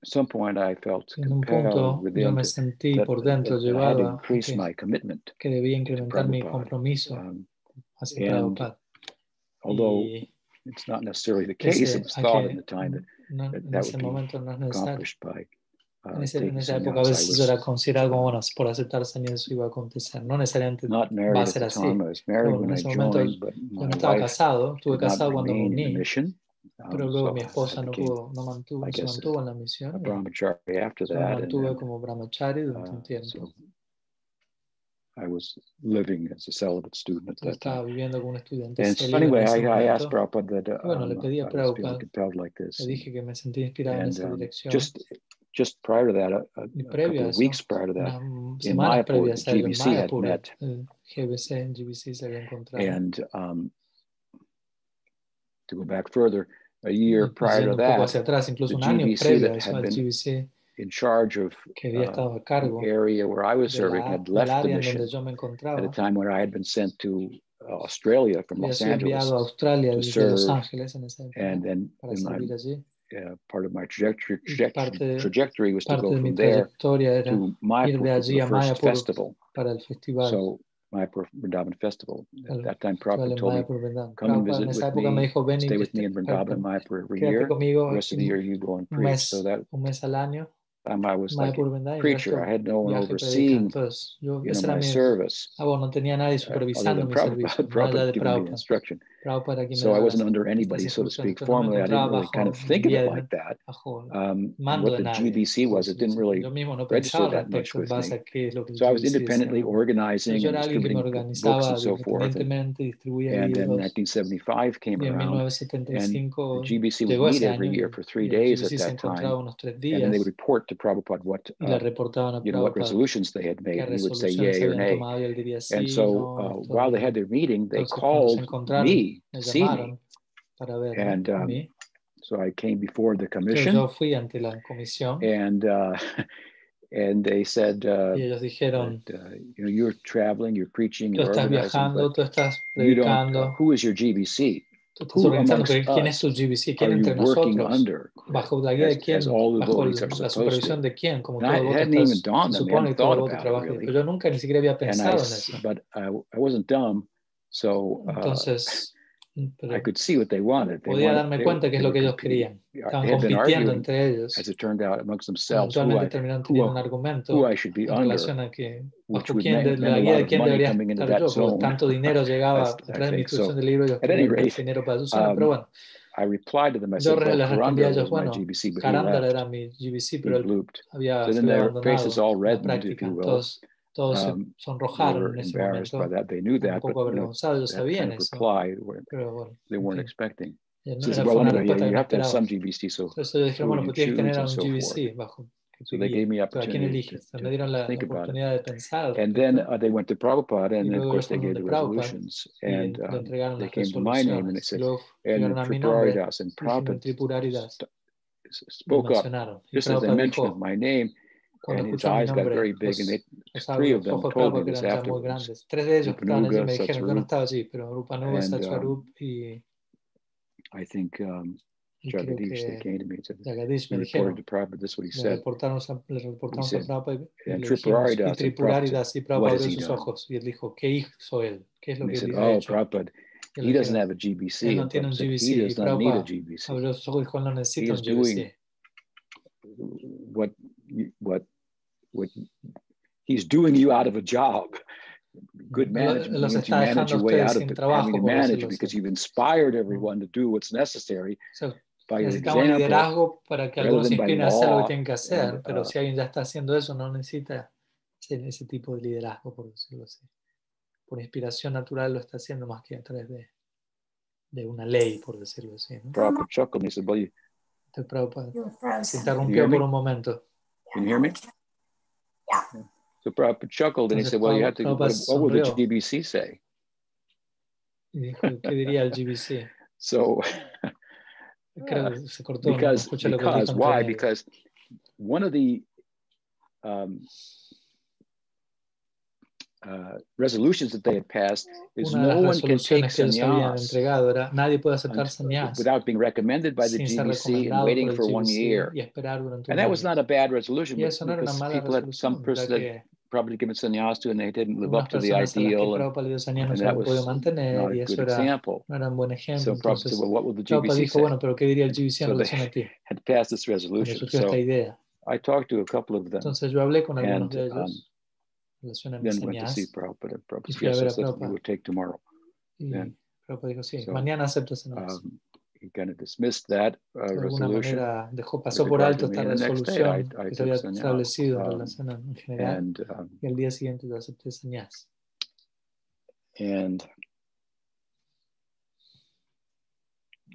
[SPEAKER 2] some point I felt
[SPEAKER 1] En un punto
[SPEAKER 2] compelled
[SPEAKER 1] yo
[SPEAKER 2] within
[SPEAKER 1] me
[SPEAKER 2] to,
[SPEAKER 1] sentí
[SPEAKER 2] that,
[SPEAKER 1] por dentro
[SPEAKER 2] that I had
[SPEAKER 1] llevado a
[SPEAKER 2] increased
[SPEAKER 1] que,
[SPEAKER 2] my commitment.
[SPEAKER 1] que debía incrementar mi
[SPEAKER 2] Prabhupada.
[SPEAKER 1] compromiso
[SPEAKER 2] Um,
[SPEAKER 1] hacia
[SPEAKER 2] and
[SPEAKER 1] Prabhupada.
[SPEAKER 2] although
[SPEAKER 1] Y
[SPEAKER 2] it's not necessarily the
[SPEAKER 1] ese-
[SPEAKER 2] case, it was thought
[SPEAKER 1] aquel-
[SPEAKER 2] at the time that
[SPEAKER 1] no-
[SPEAKER 2] that
[SPEAKER 1] en
[SPEAKER 2] that
[SPEAKER 1] ese
[SPEAKER 2] would be
[SPEAKER 1] momento no es necesario.
[SPEAKER 2] accomplished by uh,
[SPEAKER 1] En, ese- en
[SPEAKER 2] taking
[SPEAKER 1] esa época a
[SPEAKER 2] sannyas. I
[SPEAKER 1] veces
[SPEAKER 2] was
[SPEAKER 1] era considerado como, bueno, por aceptar sannyas eso iba a acontecer. No necesariamente
[SPEAKER 2] not married
[SPEAKER 1] va a
[SPEAKER 2] at
[SPEAKER 1] ser
[SPEAKER 2] the
[SPEAKER 1] así.
[SPEAKER 2] time. I was married
[SPEAKER 1] No, en
[SPEAKER 2] when I
[SPEAKER 1] ese momento
[SPEAKER 2] joined, but
[SPEAKER 1] Yo
[SPEAKER 2] my
[SPEAKER 1] no estaba
[SPEAKER 2] wife
[SPEAKER 1] casado, estuve
[SPEAKER 2] did not
[SPEAKER 1] casado cuando me
[SPEAKER 2] remain in the
[SPEAKER 1] uní,
[SPEAKER 2] mission. Um,
[SPEAKER 1] pero luego
[SPEAKER 2] so
[SPEAKER 1] mi esposa
[SPEAKER 2] I
[SPEAKER 1] no
[SPEAKER 2] became
[SPEAKER 1] pudo, no mantuvo,
[SPEAKER 2] I
[SPEAKER 1] se
[SPEAKER 2] guess,
[SPEAKER 1] mantuvo en la
[SPEAKER 2] a
[SPEAKER 1] misión y
[SPEAKER 2] brahmachari after
[SPEAKER 1] yo me
[SPEAKER 2] that. And
[SPEAKER 1] mantuve
[SPEAKER 2] then,
[SPEAKER 1] como brahmachari
[SPEAKER 2] uh,
[SPEAKER 1] durante un tiempo.
[SPEAKER 2] so I was living as a celibate student at
[SPEAKER 1] Entonces
[SPEAKER 2] that
[SPEAKER 1] estaba
[SPEAKER 2] time.
[SPEAKER 1] viviendo como un estudiante
[SPEAKER 2] And so
[SPEAKER 1] célibe en
[SPEAKER 2] anyway,
[SPEAKER 1] ese
[SPEAKER 2] I, I
[SPEAKER 1] momento.
[SPEAKER 2] asked Prabhupada that
[SPEAKER 1] Y bueno, le
[SPEAKER 2] um,
[SPEAKER 1] pedí a
[SPEAKER 2] I was feeling
[SPEAKER 1] Prabhupada,
[SPEAKER 2] compelled like this.
[SPEAKER 1] le dije que me sentía inspirado en
[SPEAKER 2] And
[SPEAKER 1] esa
[SPEAKER 2] um,
[SPEAKER 1] dirección.
[SPEAKER 2] just just prior to that, a, a,
[SPEAKER 1] Y previo
[SPEAKER 2] a couple
[SPEAKER 1] a
[SPEAKER 2] of
[SPEAKER 1] eso,
[SPEAKER 2] weeks prior to that,
[SPEAKER 1] unas
[SPEAKER 2] in
[SPEAKER 1] semanas
[SPEAKER 2] Mayapur,
[SPEAKER 1] previas a
[SPEAKER 2] the
[SPEAKER 1] ello, en
[SPEAKER 2] GBC had
[SPEAKER 1] Mayapur,
[SPEAKER 2] met,
[SPEAKER 1] el GBC en GBC se había encontrado.
[SPEAKER 2] and um, to go back further, a
[SPEAKER 1] Y
[SPEAKER 2] year prior
[SPEAKER 1] yendo
[SPEAKER 2] to
[SPEAKER 1] un poco
[SPEAKER 2] that,
[SPEAKER 1] hacia atrás, incluso
[SPEAKER 2] the
[SPEAKER 1] un año
[SPEAKER 2] GBC
[SPEAKER 1] previo
[SPEAKER 2] that
[SPEAKER 1] a eso,
[SPEAKER 2] had
[SPEAKER 1] al
[SPEAKER 2] been
[SPEAKER 1] GBC
[SPEAKER 2] in charge of
[SPEAKER 1] que había
[SPEAKER 2] uh,
[SPEAKER 1] estado a
[SPEAKER 2] the
[SPEAKER 1] cargo
[SPEAKER 2] area where I was
[SPEAKER 1] de
[SPEAKER 2] serving
[SPEAKER 1] la,
[SPEAKER 2] had
[SPEAKER 1] del
[SPEAKER 2] left the
[SPEAKER 1] área en donde
[SPEAKER 2] mission
[SPEAKER 1] yo me
[SPEAKER 2] at a
[SPEAKER 1] encontraba.
[SPEAKER 2] time when I had been sent to uh, Australia from
[SPEAKER 1] Había
[SPEAKER 2] Los
[SPEAKER 1] sido enviado a
[SPEAKER 2] Angeles,
[SPEAKER 1] Australia
[SPEAKER 2] to
[SPEAKER 1] desde Los
[SPEAKER 2] serve,
[SPEAKER 1] Ángeles en esa época
[SPEAKER 2] and then
[SPEAKER 1] para
[SPEAKER 2] in my
[SPEAKER 1] servir allí.
[SPEAKER 2] uh, part of my trajectory,
[SPEAKER 1] Y
[SPEAKER 2] traject-
[SPEAKER 1] parte-
[SPEAKER 2] trajectory was to
[SPEAKER 1] Parte
[SPEAKER 2] go
[SPEAKER 1] de mi
[SPEAKER 2] from there
[SPEAKER 1] trayectoria era
[SPEAKER 2] to Mayapur for
[SPEAKER 1] allí
[SPEAKER 2] the
[SPEAKER 1] a
[SPEAKER 2] first
[SPEAKER 1] Mayapur
[SPEAKER 2] festival.
[SPEAKER 1] para el festival,
[SPEAKER 2] So Mayapur Vrindavan festival.
[SPEAKER 1] Al
[SPEAKER 2] At that time,
[SPEAKER 1] festival
[SPEAKER 2] Prabhupada
[SPEAKER 1] en
[SPEAKER 2] told me,
[SPEAKER 1] Mayapur Vrindavan.
[SPEAKER 2] "Come and
[SPEAKER 1] Prabhupada en
[SPEAKER 2] visit
[SPEAKER 1] esa
[SPEAKER 2] with
[SPEAKER 1] época me
[SPEAKER 2] me,
[SPEAKER 1] dijo, ven y
[SPEAKER 2] stay
[SPEAKER 1] que
[SPEAKER 2] with me
[SPEAKER 1] esté-
[SPEAKER 2] in Vrindavan and Mayapur every
[SPEAKER 1] quédate
[SPEAKER 2] year.
[SPEAKER 1] conmigo
[SPEAKER 2] The rest of the year, you go and
[SPEAKER 1] un
[SPEAKER 2] preach." So
[SPEAKER 1] mes,
[SPEAKER 2] that
[SPEAKER 1] un mes al año,
[SPEAKER 2] time, I was like a
[SPEAKER 1] Mayapur Vrindavan y el
[SPEAKER 2] preacher.
[SPEAKER 1] resto
[SPEAKER 2] I had no one
[SPEAKER 1] viaje y predica.
[SPEAKER 2] overseeing,
[SPEAKER 1] Entonces, yo,
[SPEAKER 2] you know,
[SPEAKER 1] ese era
[SPEAKER 2] my
[SPEAKER 1] mi...
[SPEAKER 2] service.
[SPEAKER 1] Ah, bueno, no tenía nadie
[SPEAKER 2] uh, other
[SPEAKER 1] supervisando
[SPEAKER 2] than
[SPEAKER 1] mi servicio,
[SPEAKER 2] (laughs) Prabhupada,
[SPEAKER 1] más allá
[SPEAKER 2] Prabhupada
[SPEAKER 1] de
[SPEAKER 2] giving me
[SPEAKER 1] Prabhupada.
[SPEAKER 2] instruction.
[SPEAKER 1] Prabhupada quien me
[SPEAKER 2] So I
[SPEAKER 1] daba las,
[SPEAKER 2] wasn't under
[SPEAKER 1] las
[SPEAKER 2] anybody, so to
[SPEAKER 1] instrucciones,
[SPEAKER 2] speak,
[SPEAKER 1] entonces no me
[SPEAKER 2] formally. I didn't
[SPEAKER 1] encontraba
[SPEAKER 2] really kind
[SPEAKER 1] bajo
[SPEAKER 2] of think of
[SPEAKER 1] guía
[SPEAKER 2] it
[SPEAKER 1] de
[SPEAKER 2] like that.
[SPEAKER 1] bajo
[SPEAKER 2] Um, and
[SPEAKER 1] mando de
[SPEAKER 2] what the
[SPEAKER 1] nadie.
[SPEAKER 2] GBC
[SPEAKER 1] por
[SPEAKER 2] was,
[SPEAKER 1] así
[SPEAKER 2] it didn't
[SPEAKER 1] decirlo.
[SPEAKER 2] really.
[SPEAKER 1] Yo mismo no
[SPEAKER 2] register
[SPEAKER 1] pensaba al
[SPEAKER 2] that much
[SPEAKER 1] respecto en
[SPEAKER 2] with
[SPEAKER 1] base
[SPEAKER 2] me.
[SPEAKER 1] a qué es lo que el
[SPEAKER 2] So I was
[SPEAKER 1] GBC
[SPEAKER 2] independently
[SPEAKER 1] decía. Pero
[SPEAKER 2] organizing
[SPEAKER 1] yo
[SPEAKER 2] and
[SPEAKER 1] era alguien que me
[SPEAKER 2] distributing b- books
[SPEAKER 1] organizaba
[SPEAKER 2] and so forth. And,
[SPEAKER 1] independientemente, distribuía
[SPEAKER 2] and then
[SPEAKER 1] libros
[SPEAKER 2] 1975 came
[SPEAKER 1] y en
[SPEAKER 2] around, and the
[SPEAKER 1] 1975
[SPEAKER 2] GBC would
[SPEAKER 1] llegó
[SPEAKER 2] meet
[SPEAKER 1] ese
[SPEAKER 2] every
[SPEAKER 1] año y,
[SPEAKER 2] year for three
[SPEAKER 1] y el
[SPEAKER 2] days at
[SPEAKER 1] GBC se
[SPEAKER 2] that
[SPEAKER 1] encontraba
[SPEAKER 2] time.
[SPEAKER 1] unos tres
[SPEAKER 2] And then
[SPEAKER 1] días
[SPEAKER 2] they would report to Prabhupada what,
[SPEAKER 1] y le
[SPEAKER 2] uh,
[SPEAKER 1] reportaban a
[SPEAKER 2] you know, what
[SPEAKER 1] Prabhupada
[SPEAKER 2] resolutions they had made,
[SPEAKER 1] qué
[SPEAKER 2] and he would say
[SPEAKER 1] resoluciones
[SPEAKER 2] yay or
[SPEAKER 1] habían
[SPEAKER 2] nay.
[SPEAKER 1] tomado y él diría sí,
[SPEAKER 2] And so uh,
[SPEAKER 1] no, esto
[SPEAKER 2] while
[SPEAKER 1] no.
[SPEAKER 2] they had their meeting, they
[SPEAKER 1] Entonces cuando se
[SPEAKER 2] called
[SPEAKER 1] encontraron,
[SPEAKER 2] me
[SPEAKER 1] me
[SPEAKER 2] to see me.
[SPEAKER 1] llamaron para verme
[SPEAKER 2] And
[SPEAKER 1] a
[SPEAKER 2] um,
[SPEAKER 1] mí.
[SPEAKER 2] so I came before the
[SPEAKER 1] Entonces yo
[SPEAKER 2] commission,
[SPEAKER 1] fui ante la comisión
[SPEAKER 2] and uh, (laughs) and they said, uh,
[SPEAKER 1] y ellos
[SPEAKER 2] that,
[SPEAKER 1] dijeron,
[SPEAKER 2] uh, you know, you're traveling, you're preaching,
[SPEAKER 1] tú
[SPEAKER 2] you're
[SPEAKER 1] estás
[SPEAKER 2] organizing, but
[SPEAKER 1] viajando, tú estás
[SPEAKER 2] you don't. uh,
[SPEAKER 1] predicando,
[SPEAKER 2] who is your GBC?
[SPEAKER 1] tú estás
[SPEAKER 2] who
[SPEAKER 1] organizando,
[SPEAKER 2] amongst
[SPEAKER 1] pero ¿quién es tu GBC? ¿Quién
[SPEAKER 2] Are you
[SPEAKER 1] entre
[SPEAKER 2] working
[SPEAKER 1] nosotros?
[SPEAKER 2] under?
[SPEAKER 1] ¿Bajo la guía
[SPEAKER 2] As,
[SPEAKER 1] de quién?
[SPEAKER 2] as all the
[SPEAKER 1] ¿Bajo
[SPEAKER 2] devotees are
[SPEAKER 1] la
[SPEAKER 2] supposed
[SPEAKER 1] supervisión
[SPEAKER 2] to.
[SPEAKER 1] de quién? Como
[SPEAKER 2] And I,
[SPEAKER 1] todo
[SPEAKER 2] it
[SPEAKER 1] voto
[SPEAKER 2] hadn't even
[SPEAKER 1] estás,
[SPEAKER 2] dawned
[SPEAKER 1] se
[SPEAKER 2] on me. I
[SPEAKER 1] supone que
[SPEAKER 2] hadn't
[SPEAKER 1] todo
[SPEAKER 2] thought
[SPEAKER 1] voto
[SPEAKER 2] about it
[SPEAKER 1] trabaja, pero
[SPEAKER 2] really.
[SPEAKER 1] yo nunca ni siquiera había
[SPEAKER 2] And I,
[SPEAKER 1] pensado en
[SPEAKER 2] s-
[SPEAKER 1] eso.
[SPEAKER 2] but I, I wasn't dumb, so uh,
[SPEAKER 1] Entonces,
[SPEAKER 2] I
[SPEAKER 1] pero
[SPEAKER 2] could see what they wanted. They
[SPEAKER 1] podía
[SPEAKER 2] wanted-
[SPEAKER 1] darme
[SPEAKER 2] they
[SPEAKER 1] cuenta que es
[SPEAKER 2] they
[SPEAKER 1] lo
[SPEAKER 2] were
[SPEAKER 1] que ellos
[SPEAKER 2] competing.
[SPEAKER 1] querían.
[SPEAKER 2] They
[SPEAKER 1] Estaban
[SPEAKER 2] had been
[SPEAKER 1] compitiendo
[SPEAKER 2] arguing,
[SPEAKER 1] entre ellos.
[SPEAKER 2] as it turned out, amongst themselves who
[SPEAKER 1] Eventualmente
[SPEAKER 2] I,
[SPEAKER 1] terminaron
[SPEAKER 2] who,
[SPEAKER 1] teniendo un
[SPEAKER 2] I- who
[SPEAKER 1] argumento
[SPEAKER 2] I should be
[SPEAKER 1] en
[SPEAKER 2] under,
[SPEAKER 1] relación a que
[SPEAKER 2] which
[SPEAKER 1] bajo
[SPEAKER 2] would
[SPEAKER 1] quién,
[SPEAKER 2] mean,
[SPEAKER 1] de
[SPEAKER 2] meant
[SPEAKER 1] la
[SPEAKER 2] a
[SPEAKER 1] guía
[SPEAKER 2] lot
[SPEAKER 1] de
[SPEAKER 2] of
[SPEAKER 1] quién
[SPEAKER 2] money
[SPEAKER 1] debería
[SPEAKER 2] coming into
[SPEAKER 1] estar
[SPEAKER 2] that
[SPEAKER 1] yo, porque
[SPEAKER 2] zone.
[SPEAKER 1] tanto dinero llegaba
[SPEAKER 2] I,
[SPEAKER 1] a
[SPEAKER 2] I
[SPEAKER 1] través de mi
[SPEAKER 2] think
[SPEAKER 1] instrucción
[SPEAKER 2] so.
[SPEAKER 1] de libro, ellos
[SPEAKER 2] At any
[SPEAKER 1] querían más
[SPEAKER 2] rate,
[SPEAKER 1] dinero para su zona, pero
[SPEAKER 2] um,
[SPEAKER 1] bueno,
[SPEAKER 2] I replied to them. I
[SPEAKER 1] Yo
[SPEAKER 2] said,
[SPEAKER 1] re-
[SPEAKER 2] well,
[SPEAKER 1] les
[SPEAKER 2] Karanda
[SPEAKER 1] respondía a ellos,
[SPEAKER 2] was my
[SPEAKER 1] bueno,
[SPEAKER 2] GBC, but he
[SPEAKER 1] Carándal
[SPEAKER 2] left.
[SPEAKER 1] era mi GBC,
[SPEAKER 2] He
[SPEAKER 1] pero él
[SPEAKER 2] looped.
[SPEAKER 1] había
[SPEAKER 2] So then
[SPEAKER 1] se había
[SPEAKER 2] their
[SPEAKER 1] abandonado
[SPEAKER 2] faces all
[SPEAKER 1] la
[SPEAKER 2] reddened, if
[SPEAKER 1] práctica.
[SPEAKER 2] you will.
[SPEAKER 1] Todos, todos
[SPEAKER 2] Um,
[SPEAKER 1] se
[SPEAKER 2] They
[SPEAKER 1] sonrojaron
[SPEAKER 2] were
[SPEAKER 1] en ese
[SPEAKER 2] embarrassed
[SPEAKER 1] momento,
[SPEAKER 2] by that. They knew
[SPEAKER 1] un
[SPEAKER 2] that, but
[SPEAKER 1] poco
[SPEAKER 2] you know,
[SPEAKER 1] avergonzados, ellos
[SPEAKER 2] that kind
[SPEAKER 1] sabían
[SPEAKER 2] of
[SPEAKER 1] eso,
[SPEAKER 2] reply were-
[SPEAKER 1] pero bueno,
[SPEAKER 2] they weren't
[SPEAKER 1] en fin,
[SPEAKER 2] expecting.
[SPEAKER 1] ya no-
[SPEAKER 2] Says,
[SPEAKER 1] era- fue
[SPEAKER 2] well,
[SPEAKER 1] una
[SPEAKER 2] you know, you,
[SPEAKER 1] respuesta que
[SPEAKER 2] you
[SPEAKER 1] no
[SPEAKER 2] have to have
[SPEAKER 1] esperaba.
[SPEAKER 2] some GBC. So,
[SPEAKER 1] Entonces ellos dijeron,
[SPEAKER 2] who
[SPEAKER 1] bueno,
[SPEAKER 2] you
[SPEAKER 1] pues tienes que
[SPEAKER 2] choose
[SPEAKER 1] tener a un
[SPEAKER 2] and so
[SPEAKER 1] GBC bajo que
[SPEAKER 2] so they gave me
[SPEAKER 1] ¿Pero a quién
[SPEAKER 2] opportunity to,
[SPEAKER 1] eliges? O sea,
[SPEAKER 2] to
[SPEAKER 1] me dieron la, la
[SPEAKER 2] think about it.
[SPEAKER 1] oportunidad de pensar.
[SPEAKER 2] And then uh, they went to Prabhupada, and
[SPEAKER 1] Y
[SPEAKER 2] of
[SPEAKER 1] luego
[SPEAKER 2] course
[SPEAKER 1] ellos fueron
[SPEAKER 2] they gave the
[SPEAKER 1] donde Prabhupada
[SPEAKER 2] resolutions.
[SPEAKER 1] y
[SPEAKER 2] And
[SPEAKER 1] le
[SPEAKER 2] um,
[SPEAKER 1] entregaron
[SPEAKER 2] they
[SPEAKER 1] las
[SPEAKER 2] came to my name and it
[SPEAKER 1] resolutions. Y luuridas
[SPEAKER 2] said, and
[SPEAKER 1] llegaron a mi nombre
[SPEAKER 2] Tripuraridas and
[SPEAKER 1] y dijeron
[SPEAKER 2] Prabhupada
[SPEAKER 1] Tripuraridas.
[SPEAKER 2] st- s-
[SPEAKER 1] Lo
[SPEAKER 2] spoke up
[SPEAKER 1] mencionaron. Y
[SPEAKER 2] just as they
[SPEAKER 1] Prabhupada
[SPEAKER 2] mentioned of
[SPEAKER 1] dijo,
[SPEAKER 2] my name,
[SPEAKER 1] cuando
[SPEAKER 2] and his
[SPEAKER 1] escuchó mi
[SPEAKER 2] eyes got very
[SPEAKER 1] nombre,
[SPEAKER 2] big, and
[SPEAKER 1] los,
[SPEAKER 2] they,
[SPEAKER 1] los
[SPEAKER 2] three
[SPEAKER 1] ojos
[SPEAKER 2] of them
[SPEAKER 1] de
[SPEAKER 2] told me
[SPEAKER 1] Prabhupada
[SPEAKER 2] this
[SPEAKER 1] eran ya muy
[SPEAKER 2] afterwards.
[SPEAKER 1] grandes. Tres de ellos que estaban allí
[SPEAKER 2] Rupanuga,
[SPEAKER 1] me dijeron, yo no
[SPEAKER 2] Satsarup,
[SPEAKER 1] estaba allí, pero Rupanuga,
[SPEAKER 2] and um,
[SPEAKER 1] Satsarup y,
[SPEAKER 2] I think um,
[SPEAKER 1] y creo
[SPEAKER 2] Jagadish, they
[SPEAKER 1] que
[SPEAKER 2] came to me and said,
[SPEAKER 1] Jagadish
[SPEAKER 2] we
[SPEAKER 1] me
[SPEAKER 2] reported
[SPEAKER 1] dijeron.
[SPEAKER 2] to Prabhupada, this is what he
[SPEAKER 1] Le
[SPEAKER 2] said.
[SPEAKER 1] reportamos a, le reportamos a
[SPEAKER 2] said,
[SPEAKER 1] Prabhupada y y
[SPEAKER 2] And
[SPEAKER 1] le dijimos, y
[SPEAKER 2] Tripuraridas and Prabhupada,
[SPEAKER 1] Tripuraridas, y
[SPEAKER 2] what
[SPEAKER 1] Prabhupada
[SPEAKER 2] has
[SPEAKER 1] abrió
[SPEAKER 2] he
[SPEAKER 1] sus
[SPEAKER 2] done?
[SPEAKER 1] ojos y él dijo, ¿qué hizo él? ¿Qué es lo
[SPEAKER 2] And they
[SPEAKER 1] que
[SPEAKER 2] said,
[SPEAKER 1] él ha
[SPEAKER 2] oh,
[SPEAKER 1] hecho?
[SPEAKER 2] Prabhupada,
[SPEAKER 1] Y él
[SPEAKER 2] he doesn't
[SPEAKER 1] dijeron,
[SPEAKER 2] have a GBC.
[SPEAKER 1] él no
[SPEAKER 2] And
[SPEAKER 1] tiene
[SPEAKER 2] Prabhupada
[SPEAKER 1] un
[SPEAKER 2] said, he
[SPEAKER 1] GBC. Y
[SPEAKER 2] does not need a
[SPEAKER 1] Prabhupada
[SPEAKER 2] GBC.
[SPEAKER 1] abrió sus ojos y dijo, él no necesita
[SPEAKER 2] is
[SPEAKER 1] un
[SPEAKER 2] doing
[SPEAKER 1] GBC.
[SPEAKER 2] what you- what what he's doing you out of a job. Good
[SPEAKER 1] Él
[SPEAKER 2] management
[SPEAKER 1] los
[SPEAKER 2] means you
[SPEAKER 1] está
[SPEAKER 2] manage
[SPEAKER 1] dejando a
[SPEAKER 2] your way
[SPEAKER 1] ustedes
[SPEAKER 2] out of
[SPEAKER 1] sin
[SPEAKER 2] it, having
[SPEAKER 1] trabajo,
[SPEAKER 2] to
[SPEAKER 1] por
[SPEAKER 2] manage
[SPEAKER 1] decirlo así.
[SPEAKER 2] because you've inspired
[SPEAKER 1] Mm. O
[SPEAKER 2] everyone to do what's necessary
[SPEAKER 1] sea,
[SPEAKER 2] by your
[SPEAKER 1] necesitamos
[SPEAKER 2] example
[SPEAKER 1] liderazgo para que
[SPEAKER 2] rather
[SPEAKER 1] algunos se
[SPEAKER 2] than by
[SPEAKER 1] inclinen a hacer lo que
[SPEAKER 2] law.
[SPEAKER 1] tienen que
[SPEAKER 2] And
[SPEAKER 1] hacer, pero
[SPEAKER 2] uh,
[SPEAKER 1] si alguien ya está haciendo eso, no necesita ese, ese tipo de liderazgo, por decirlo así. Por inspiración natural lo está haciendo más que a través de, de una ley, por decirlo así. ¿no?
[SPEAKER 2] Prabhupada chuckled and he said, "Well, you
[SPEAKER 1] Entonces, Prabhupada
[SPEAKER 3] You're
[SPEAKER 1] se
[SPEAKER 3] frozen.
[SPEAKER 2] can you hear
[SPEAKER 1] interrumpió por
[SPEAKER 2] me?
[SPEAKER 1] un momento.
[SPEAKER 2] Can you hear me?"
[SPEAKER 3] Yeah.
[SPEAKER 2] So Prabhupada chuckled and he
[SPEAKER 1] Entonces,
[SPEAKER 2] said, "Well, you
[SPEAKER 1] Prabhu-
[SPEAKER 2] have to.
[SPEAKER 1] Prabhupada
[SPEAKER 2] What, what would the
[SPEAKER 1] sonrió
[SPEAKER 2] GBC say?"
[SPEAKER 1] y dijo, ¿qué diría el GBC?
[SPEAKER 2] (laughs) So
[SPEAKER 1] Creo
[SPEAKER 2] yeah,
[SPEAKER 1] que se cortó, no, no
[SPEAKER 2] because
[SPEAKER 1] escuché lo que él dijo
[SPEAKER 2] because
[SPEAKER 1] entre
[SPEAKER 2] why?
[SPEAKER 1] medio.
[SPEAKER 2] Because one of the um, uh, resolutions that they had passed is
[SPEAKER 1] Una de
[SPEAKER 2] no
[SPEAKER 1] las
[SPEAKER 2] one can take
[SPEAKER 1] resoluciones que ellos habían
[SPEAKER 2] sannyas
[SPEAKER 1] entregado era nadie puede aceptar
[SPEAKER 2] unt-
[SPEAKER 1] sannyas
[SPEAKER 2] without being recommended by the
[SPEAKER 1] sin ser
[SPEAKER 2] GBC and
[SPEAKER 1] recomendado por
[SPEAKER 2] waiting
[SPEAKER 1] el
[SPEAKER 2] for one
[SPEAKER 1] GBC
[SPEAKER 2] year.
[SPEAKER 1] y esperar durante
[SPEAKER 2] And
[SPEAKER 1] un
[SPEAKER 2] that was
[SPEAKER 1] año.
[SPEAKER 2] not a bad resolution
[SPEAKER 1] Y
[SPEAKER 2] but-
[SPEAKER 1] eso no era una
[SPEAKER 2] because
[SPEAKER 1] mala
[SPEAKER 2] people had some
[SPEAKER 1] resolution, ya
[SPEAKER 2] persons had
[SPEAKER 1] que
[SPEAKER 2] probably given sannyas to and they didn't live up
[SPEAKER 1] algunas
[SPEAKER 2] to the
[SPEAKER 1] personas a las que
[SPEAKER 2] ideal, and,
[SPEAKER 1] Prabhupada le dio sannyas no
[SPEAKER 2] and
[SPEAKER 1] se
[SPEAKER 2] that
[SPEAKER 1] habían podido
[SPEAKER 2] was
[SPEAKER 1] mantener
[SPEAKER 2] not a
[SPEAKER 1] y eso
[SPEAKER 2] good
[SPEAKER 1] era,
[SPEAKER 2] example.
[SPEAKER 1] no era un buen
[SPEAKER 2] So
[SPEAKER 1] ejemplo.
[SPEAKER 2] Prabhupada said,
[SPEAKER 1] Entonces
[SPEAKER 2] Well, what will the
[SPEAKER 1] Prabhupada
[SPEAKER 2] GBC
[SPEAKER 1] dijo,
[SPEAKER 2] say?
[SPEAKER 1] bueno, pero ¿qué diría el GBC en
[SPEAKER 2] So they
[SPEAKER 1] relación a ti?
[SPEAKER 2] had passed this
[SPEAKER 1] Cuando
[SPEAKER 2] resolution.
[SPEAKER 1] surgió esta
[SPEAKER 2] So
[SPEAKER 1] idea.
[SPEAKER 2] I talked to a couple of them
[SPEAKER 1] Entonces yo hablé con algunos
[SPEAKER 2] and
[SPEAKER 1] de
[SPEAKER 2] um,
[SPEAKER 1] ellos en relación a mis
[SPEAKER 2] then went to see
[SPEAKER 1] sannyas
[SPEAKER 2] Prabhupada. And Prabhupada
[SPEAKER 1] y
[SPEAKER 2] said,
[SPEAKER 1] fui a
[SPEAKER 2] Yes,
[SPEAKER 1] ver
[SPEAKER 2] that's,
[SPEAKER 1] a
[SPEAKER 2] that's what we
[SPEAKER 1] Prabhupada.
[SPEAKER 2] will take tomorrow. Yeah.
[SPEAKER 1] Y Prabhupada dijo, sí,
[SPEAKER 2] So
[SPEAKER 1] mañana acepto sannyas.
[SPEAKER 2] um, he kind of dismissed that uh,
[SPEAKER 1] de alguna
[SPEAKER 2] resolution
[SPEAKER 1] manera dejó,
[SPEAKER 2] with
[SPEAKER 1] pasó por
[SPEAKER 2] regard to
[SPEAKER 1] alto
[SPEAKER 2] me.
[SPEAKER 1] esta
[SPEAKER 2] And the next day, I,
[SPEAKER 1] resolución
[SPEAKER 2] I
[SPEAKER 1] que se
[SPEAKER 2] took
[SPEAKER 1] había
[SPEAKER 2] sannyas.
[SPEAKER 1] establecido en
[SPEAKER 2] Um,
[SPEAKER 1] relación a- en general
[SPEAKER 2] and um,
[SPEAKER 1] y al día siguiente yo acepté sannyas.
[SPEAKER 2] and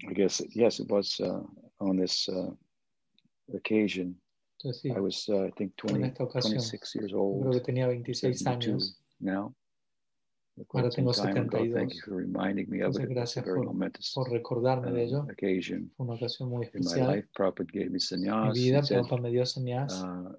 [SPEAKER 2] I guess yes, it was uh, on this uh, occasion.
[SPEAKER 1] Entonces
[SPEAKER 2] I
[SPEAKER 1] sí,
[SPEAKER 2] was uh, I think
[SPEAKER 1] fue en
[SPEAKER 2] 20,
[SPEAKER 1] esta ocasión.
[SPEAKER 2] 26 years
[SPEAKER 1] Yo creo que
[SPEAKER 2] old,
[SPEAKER 1] tenía 26
[SPEAKER 2] 72
[SPEAKER 1] años,
[SPEAKER 2] now.
[SPEAKER 1] ahora
[SPEAKER 2] Quite some
[SPEAKER 1] tengo
[SPEAKER 2] time ago. Thank
[SPEAKER 1] 72.
[SPEAKER 2] you for reminding me of it.
[SPEAKER 1] Entonces
[SPEAKER 2] It was a
[SPEAKER 1] gracias
[SPEAKER 2] very
[SPEAKER 1] por,
[SPEAKER 2] momentous
[SPEAKER 1] por recordarme de
[SPEAKER 2] um,
[SPEAKER 1] ello.
[SPEAKER 2] occasion
[SPEAKER 1] Fue una ocasión muy
[SPEAKER 2] in my
[SPEAKER 1] especial.
[SPEAKER 2] life. Prabhupada gave me
[SPEAKER 1] Mi
[SPEAKER 2] sannyas. He
[SPEAKER 1] vida,
[SPEAKER 2] said.
[SPEAKER 1] Prabhupada me dio sannyas.
[SPEAKER 2] Uh,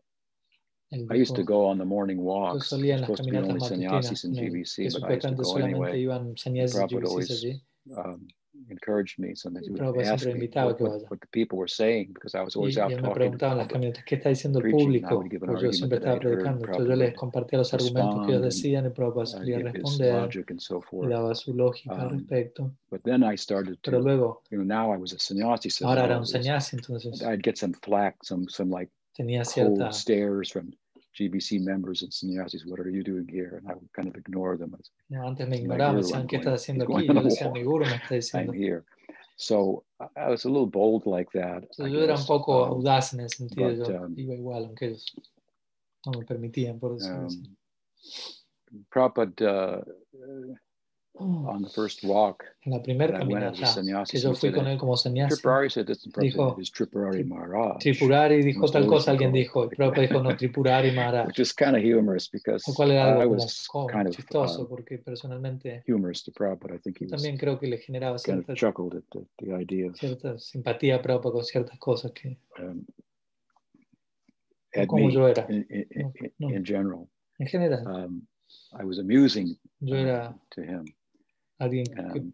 [SPEAKER 1] Él
[SPEAKER 2] I used to
[SPEAKER 1] dijo,
[SPEAKER 2] go on the morning
[SPEAKER 1] yo
[SPEAKER 2] walks. There
[SPEAKER 1] solía
[SPEAKER 2] were
[SPEAKER 1] en las
[SPEAKER 2] supposed to be
[SPEAKER 1] caminatas
[SPEAKER 2] only
[SPEAKER 1] matutinas,
[SPEAKER 2] sannyasis in
[SPEAKER 1] en el- que
[SPEAKER 2] GBC, but I used to
[SPEAKER 1] supuestamente
[SPEAKER 2] go
[SPEAKER 1] solamente
[SPEAKER 2] anyway.
[SPEAKER 1] iban
[SPEAKER 2] And
[SPEAKER 1] sannyas y
[SPEAKER 2] Prabhupada
[SPEAKER 1] GBCs
[SPEAKER 2] always
[SPEAKER 1] allí.
[SPEAKER 2] um, encouraged me.
[SPEAKER 1] Y
[SPEAKER 2] Sometimes he would
[SPEAKER 1] Prabhupada
[SPEAKER 2] ask
[SPEAKER 1] siempre
[SPEAKER 2] me
[SPEAKER 1] invitaba
[SPEAKER 2] what,
[SPEAKER 1] que
[SPEAKER 2] what,
[SPEAKER 1] vaya.
[SPEAKER 2] what the people were saying because I was always
[SPEAKER 1] Y, y
[SPEAKER 2] out
[SPEAKER 1] él me
[SPEAKER 2] talking uh, to
[SPEAKER 1] preguntaba en las
[SPEAKER 2] public,
[SPEAKER 1] camionetas qué está diciendo el
[SPEAKER 2] preaching. I would
[SPEAKER 1] público,
[SPEAKER 2] give an
[SPEAKER 1] pues yo
[SPEAKER 2] argument
[SPEAKER 1] siempre
[SPEAKER 2] that I
[SPEAKER 1] estaba
[SPEAKER 2] had heard.
[SPEAKER 1] predicando, entonces yo
[SPEAKER 2] Prabhupada
[SPEAKER 1] les
[SPEAKER 2] would
[SPEAKER 1] compartía los argumentos que ellos
[SPEAKER 2] respond and
[SPEAKER 1] decían y Prabhupada
[SPEAKER 2] uh,
[SPEAKER 1] solía
[SPEAKER 2] give his
[SPEAKER 1] responder
[SPEAKER 2] logic and so
[SPEAKER 1] y
[SPEAKER 2] forth.
[SPEAKER 1] daba su lógica al
[SPEAKER 2] Um,
[SPEAKER 1] respecto.
[SPEAKER 2] but then I started
[SPEAKER 1] Pero
[SPEAKER 2] to,
[SPEAKER 1] luego,
[SPEAKER 2] you know, now I was a sannyasi, so
[SPEAKER 1] ahora
[SPEAKER 2] now
[SPEAKER 1] era
[SPEAKER 2] it
[SPEAKER 1] un
[SPEAKER 2] was,
[SPEAKER 1] sannyasi, entonces
[SPEAKER 2] I'd get some flack, some, some like
[SPEAKER 1] tenía
[SPEAKER 2] cold
[SPEAKER 1] cierta,
[SPEAKER 2] stares from GBC members and sannyasis. What are you doing here? And I would kind of ignore them. I said,
[SPEAKER 1] no, antes me
[SPEAKER 2] my
[SPEAKER 1] ignoraban, me
[SPEAKER 2] guru,
[SPEAKER 1] decían,
[SPEAKER 2] I'm
[SPEAKER 1] ¿qué
[SPEAKER 2] (laughs) going,
[SPEAKER 1] estás haciendo
[SPEAKER 2] he's
[SPEAKER 1] aquí?
[SPEAKER 2] going
[SPEAKER 1] Y
[SPEAKER 2] on a
[SPEAKER 1] yo decía, mi
[SPEAKER 2] walk.
[SPEAKER 1] guru me está
[SPEAKER 2] I'm
[SPEAKER 1] diciendo.
[SPEAKER 2] here. So I- I was a little bold like that, I
[SPEAKER 1] Entonces yo era un
[SPEAKER 2] guess.
[SPEAKER 1] poco
[SPEAKER 2] Um,
[SPEAKER 1] audaz en ese sentido,
[SPEAKER 2] but
[SPEAKER 1] yo
[SPEAKER 2] um,
[SPEAKER 1] iba igual, aunque ellos no me permitían, por decirlo así.
[SPEAKER 2] um, Prabhupada, uh, on the first walk
[SPEAKER 1] En la primera
[SPEAKER 2] that I went as a
[SPEAKER 1] caminata
[SPEAKER 2] sannyasi,
[SPEAKER 1] que yo
[SPEAKER 2] someone
[SPEAKER 1] fui
[SPEAKER 2] said,
[SPEAKER 1] con
[SPEAKER 2] "Hey,
[SPEAKER 1] él como sannyasi,
[SPEAKER 2] Tripurari said this in front of
[SPEAKER 1] dijo,
[SPEAKER 2] his Tripurari Maharaj.
[SPEAKER 1] Tripurari
[SPEAKER 2] You
[SPEAKER 1] dijo
[SPEAKER 2] must
[SPEAKER 1] tal
[SPEAKER 2] always
[SPEAKER 1] cosa,
[SPEAKER 2] be
[SPEAKER 1] alguien
[SPEAKER 2] going
[SPEAKER 1] dijo, y
[SPEAKER 2] like
[SPEAKER 1] Prabhupada dijo,
[SPEAKER 2] that,
[SPEAKER 1] no, Tripurari
[SPEAKER 2] (laughs)
[SPEAKER 1] Maharaj,
[SPEAKER 2] which is kind of humorous
[SPEAKER 1] lo
[SPEAKER 2] because
[SPEAKER 1] cual era
[SPEAKER 2] I
[SPEAKER 1] algo como,
[SPEAKER 2] was
[SPEAKER 1] como
[SPEAKER 2] kind of
[SPEAKER 1] chistoso,
[SPEAKER 2] um,
[SPEAKER 1] porque personalmente
[SPEAKER 2] humorous to Prabhupada. I think he
[SPEAKER 1] yo
[SPEAKER 2] was
[SPEAKER 1] también creo que le generaba
[SPEAKER 2] kind of
[SPEAKER 1] cierta,
[SPEAKER 2] chuckled at the, the idea of
[SPEAKER 1] cierta simpatía a Prabhupada con ciertas cosas que,
[SPEAKER 2] um,
[SPEAKER 1] o
[SPEAKER 2] at
[SPEAKER 1] como
[SPEAKER 2] me
[SPEAKER 1] yo era.
[SPEAKER 2] in, in,
[SPEAKER 1] No,
[SPEAKER 2] in,
[SPEAKER 1] no,
[SPEAKER 2] in general.
[SPEAKER 1] en general,
[SPEAKER 2] Um, I was amusing
[SPEAKER 1] yo
[SPEAKER 2] uh,
[SPEAKER 1] era
[SPEAKER 2] to him
[SPEAKER 1] alguien que
[SPEAKER 2] um,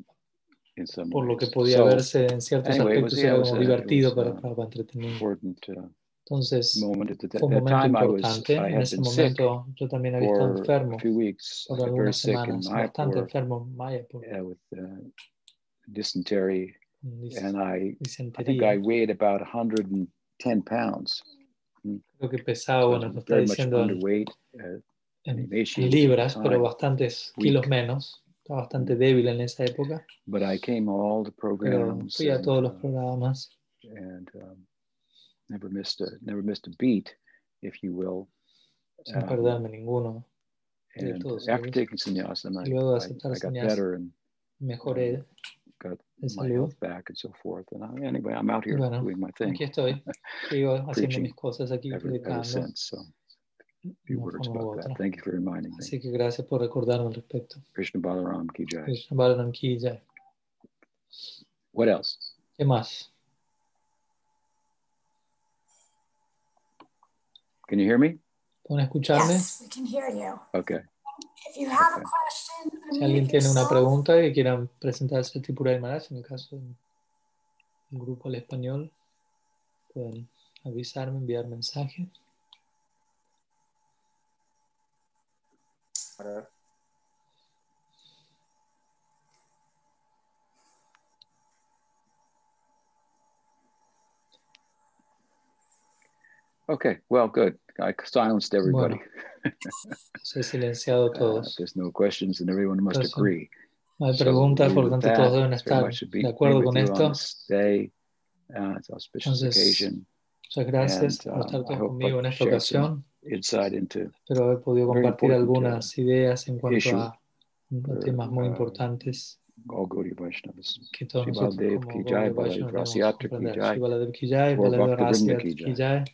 [SPEAKER 2] in some
[SPEAKER 1] por lo que
[SPEAKER 2] ways.
[SPEAKER 1] podía
[SPEAKER 2] So
[SPEAKER 1] verse en ciertos
[SPEAKER 2] anyway, it was
[SPEAKER 1] aspectos
[SPEAKER 2] yeah,
[SPEAKER 1] era como
[SPEAKER 2] it was a, it was uh,
[SPEAKER 1] divertido para
[SPEAKER 2] a
[SPEAKER 1] Prabhupada, entretenido.
[SPEAKER 2] important uh,
[SPEAKER 1] Entonces
[SPEAKER 2] moment. At that,
[SPEAKER 1] fue un
[SPEAKER 2] that
[SPEAKER 1] momento
[SPEAKER 2] time, I was
[SPEAKER 1] importante,
[SPEAKER 2] I
[SPEAKER 1] en
[SPEAKER 2] had
[SPEAKER 1] ese
[SPEAKER 2] been sick
[SPEAKER 1] momento yo también había estado
[SPEAKER 2] for a
[SPEAKER 1] enfermo
[SPEAKER 2] few weeks.
[SPEAKER 1] por
[SPEAKER 2] I got very
[SPEAKER 1] algunas
[SPEAKER 2] sick in
[SPEAKER 1] semanas, bastante
[SPEAKER 2] Mayapur
[SPEAKER 1] enfermo en Mayapur,
[SPEAKER 2] uh, with uh, dysentery,
[SPEAKER 1] con dis-
[SPEAKER 2] and I I think
[SPEAKER 1] disentería.
[SPEAKER 2] I weighed about 110 pounds. Mm.
[SPEAKER 1] Creo que pesaba,
[SPEAKER 2] So I
[SPEAKER 1] Ah, bueno,
[SPEAKER 2] was
[SPEAKER 1] lo está
[SPEAKER 2] very much
[SPEAKER 1] diciendo en,
[SPEAKER 2] underweight uh, and
[SPEAKER 1] en- en
[SPEAKER 2] emaciated at the
[SPEAKER 1] libras, pero
[SPEAKER 2] time,
[SPEAKER 1] bastantes kilos
[SPEAKER 2] weak. Mm-hmm.
[SPEAKER 1] menos. Estaba bastante débil en esa época,
[SPEAKER 2] but I came all the
[SPEAKER 1] pero
[SPEAKER 2] programs
[SPEAKER 1] fui a
[SPEAKER 2] and,
[SPEAKER 1] todos los
[SPEAKER 2] uh,
[SPEAKER 1] programas
[SPEAKER 2] and um, never missed a never missed a beat, if you will.
[SPEAKER 1] sin
[SPEAKER 2] Um,
[SPEAKER 1] perderme ninguno. de
[SPEAKER 2] and
[SPEAKER 1] todos
[SPEAKER 2] after
[SPEAKER 1] ellos.
[SPEAKER 2] taking sannyasam, I,
[SPEAKER 1] Luego de
[SPEAKER 2] I,
[SPEAKER 1] aceptar
[SPEAKER 2] I got
[SPEAKER 1] sannyasa.
[SPEAKER 2] better and
[SPEAKER 1] Mejoré
[SPEAKER 2] got
[SPEAKER 1] de
[SPEAKER 2] my
[SPEAKER 1] salud.
[SPEAKER 2] health back and so forth. And I, anyway, I'm out here
[SPEAKER 1] Bueno,
[SPEAKER 2] doing my thing
[SPEAKER 1] Aquí
[SPEAKER 2] (laughs)
[SPEAKER 1] estoy, sigo haciendo
[SPEAKER 2] Preaching
[SPEAKER 1] mis cosas aquí,
[SPEAKER 2] ever, ever
[SPEAKER 1] predicando.
[SPEAKER 2] since. So, a
[SPEAKER 1] de
[SPEAKER 2] few
[SPEAKER 1] una
[SPEAKER 2] words
[SPEAKER 1] forma u
[SPEAKER 2] about that.
[SPEAKER 1] otra.
[SPEAKER 2] Thank you for reminding me.
[SPEAKER 1] Así que gracias por recordarme al respecto. Pues,
[SPEAKER 2] Krishna Balaram Ki Jai.
[SPEAKER 1] Krishna Balaram Ki Jai.
[SPEAKER 2] What else?
[SPEAKER 1] ¿Qué más?
[SPEAKER 2] Can you hear me?
[SPEAKER 1] ¿Pueden escucharme?
[SPEAKER 3] Yes, we can hear you.
[SPEAKER 2] Okay.
[SPEAKER 3] If you have
[SPEAKER 2] Okay.
[SPEAKER 3] a question,
[SPEAKER 1] Si
[SPEAKER 3] unmute
[SPEAKER 1] alguien tiene una
[SPEAKER 3] yourself.
[SPEAKER 1] pregunta que quieran presentarse al Tripura del Maharaj, en el caso del grupo al español, pueden avisarme, enviar mensaje.
[SPEAKER 4] Maharaj.
[SPEAKER 2] Okay. Well, good. I silenced everybody.
[SPEAKER 1] Los he silenciado a
[SPEAKER 2] Uh,
[SPEAKER 1] todos.
[SPEAKER 2] there's no questions, and everyone must
[SPEAKER 1] Entonces,
[SPEAKER 2] agree.
[SPEAKER 1] No hay
[SPEAKER 2] So
[SPEAKER 1] preguntas,
[SPEAKER 2] we
[SPEAKER 1] por lo
[SPEAKER 2] with
[SPEAKER 1] tanto
[SPEAKER 2] that,
[SPEAKER 1] todos deben
[SPEAKER 2] it's very
[SPEAKER 1] estar
[SPEAKER 2] much to be-
[SPEAKER 1] de
[SPEAKER 2] be
[SPEAKER 1] acuerdo
[SPEAKER 2] with
[SPEAKER 1] con
[SPEAKER 2] you on
[SPEAKER 1] esto.
[SPEAKER 2] this Day. Uh, it's an auspicious
[SPEAKER 1] Entonces,
[SPEAKER 2] occasion.
[SPEAKER 1] Muchas gracias
[SPEAKER 2] and,
[SPEAKER 1] por
[SPEAKER 2] um,
[SPEAKER 1] estar
[SPEAKER 2] I
[SPEAKER 1] todos
[SPEAKER 2] hope
[SPEAKER 1] conmigo
[SPEAKER 2] I
[SPEAKER 1] en esta
[SPEAKER 2] shared some
[SPEAKER 1] ocasión.
[SPEAKER 2] Insight into
[SPEAKER 1] Espero haber podido
[SPEAKER 2] very
[SPEAKER 1] compartir
[SPEAKER 2] important,
[SPEAKER 1] algunas ideas en cuanto
[SPEAKER 2] issue
[SPEAKER 1] a a
[SPEAKER 2] for,
[SPEAKER 1] temas muy
[SPEAKER 2] uh,
[SPEAKER 1] importantes
[SPEAKER 2] all Gaudiya Vaishnavas.
[SPEAKER 1] que todos
[SPEAKER 2] Shri
[SPEAKER 1] nosotros
[SPEAKER 2] Baladev
[SPEAKER 1] como
[SPEAKER 2] Ki
[SPEAKER 1] Gaudiya
[SPEAKER 2] Jai,
[SPEAKER 1] Vaishnavas
[SPEAKER 2] Baladev
[SPEAKER 1] debemos
[SPEAKER 2] Rasyatra Ki
[SPEAKER 1] comprender.
[SPEAKER 2] Jai,
[SPEAKER 1] Shri Baladev Ki Jai,
[SPEAKER 2] Gaur
[SPEAKER 1] Baladev
[SPEAKER 2] Bhakta Vrinda
[SPEAKER 1] Rasyat
[SPEAKER 2] Ki
[SPEAKER 1] Ki
[SPEAKER 2] Jai,
[SPEAKER 1] Jai,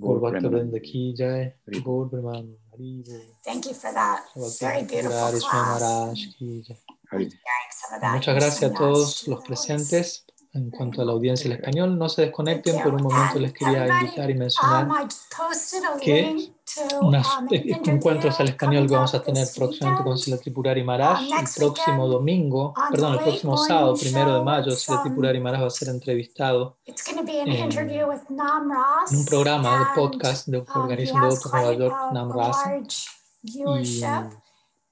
[SPEAKER 1] Gaur Bhakta Vrinda
[SPEAKER 2] Ki
[SPEAKER 1] Ki Jai,
[SPEAKER 2] Hari Bol.
[SPEAKER 1] Gaur Brahman Hari Bol.
[SPEAKER 3] Thank you for that. Very
[SPEAKER 1] Bhakti
[SPEAKER 3] beautiful
[SPEAKER 1] Purari Swami
[SPEAKER 3] class.
[SPEAKER 1] Maharaj Ki Jai.
[SPEAKER 2] Hari.
[SPEAKER 3] Sharing some of that
[SPEAKER 1] Pues Muchas
[SPEAKER 3] in
[SPEAKER 1] gracias a
[SPEAKER 3] sannyas
[SPEAKER 1] todos
[SPEAKER 3] to
[SPEAKER 1] los
[SPEAKER 3] the audience.
[SPEAKER 1] presentes. En cuanto a la audiencia en español, no se desconecten. Por un
[SPEAKER 3] Thank you.
[SPEAKER 1] momento les quería
[SPEAKER 3] Everybody,
[SPEAKER 1] invitar y mencionar este,
[SPEAKER 3] Um, I posted a
[SPEAKER 1] que
[SPEAKER 3] link to
[SPEAKER 1] unos
[SPEAKER 3] um, an interview
[SPEAKER 1] e-, encuentros al español que
[SPEAKER 3] coming
[SPEAKER 1] vamos a
[SPEAKER 3] up
[SPEAKER 1] tener
[SPEAKER 3] this
[SPEAKER 1] próximamente con
[SPEAKER 3] weekend.
[SPEAKER 1] Sila Tripurari Maharaj.
[SPEAKER 3] Um,
[SPEAKER 1] El
[SPEAKER 3] next
[SPEAKER 1] próximo
[SPEAKER 3] weekend,
[SPEAKER 1] domingo,
[SPEAKER 3] on the
[SPEAKER 1] perdón, el
[SPEAKER 3] late
[SPEAKER 1] próximo
[SPEAKER 3] morning
[SPEAKER 1] sábado, primero de
[SPEAKER 3] show,
[SPEAKER 1] mayo,
[SPEAKER 3] it's,
[SPEAKER 1] Sila
[SPEAKER 3] um,
[SPEAKER 1] Tripurari Maharaj va a ser entrevistado
[SPEAKER 3] It's going to be an
[SPEAKER 1] en-
[SPEAKER 3] interview with Nam Ross.
[SPEAKER 1] en un programa de
[SPEAKER 3] and,
[SPEAKER 1] podcast de que
[SPEAKER 3] um, he
[SPEAKER 1] organiza un
[SPEAKER 3] has
[SPEAKER 1] devoto de Nueva
[SPEAKER 3] quite
[SPEAKER 1] York,
[SPEAKER 3] a,
[SPEAKER 1] Nam
[SPEAKER 3] a
[SPEAKER 1] Rasa.
[SPEAKER 3] large
[SPEAKER 1] Y
[SPEAKER 3] viewership.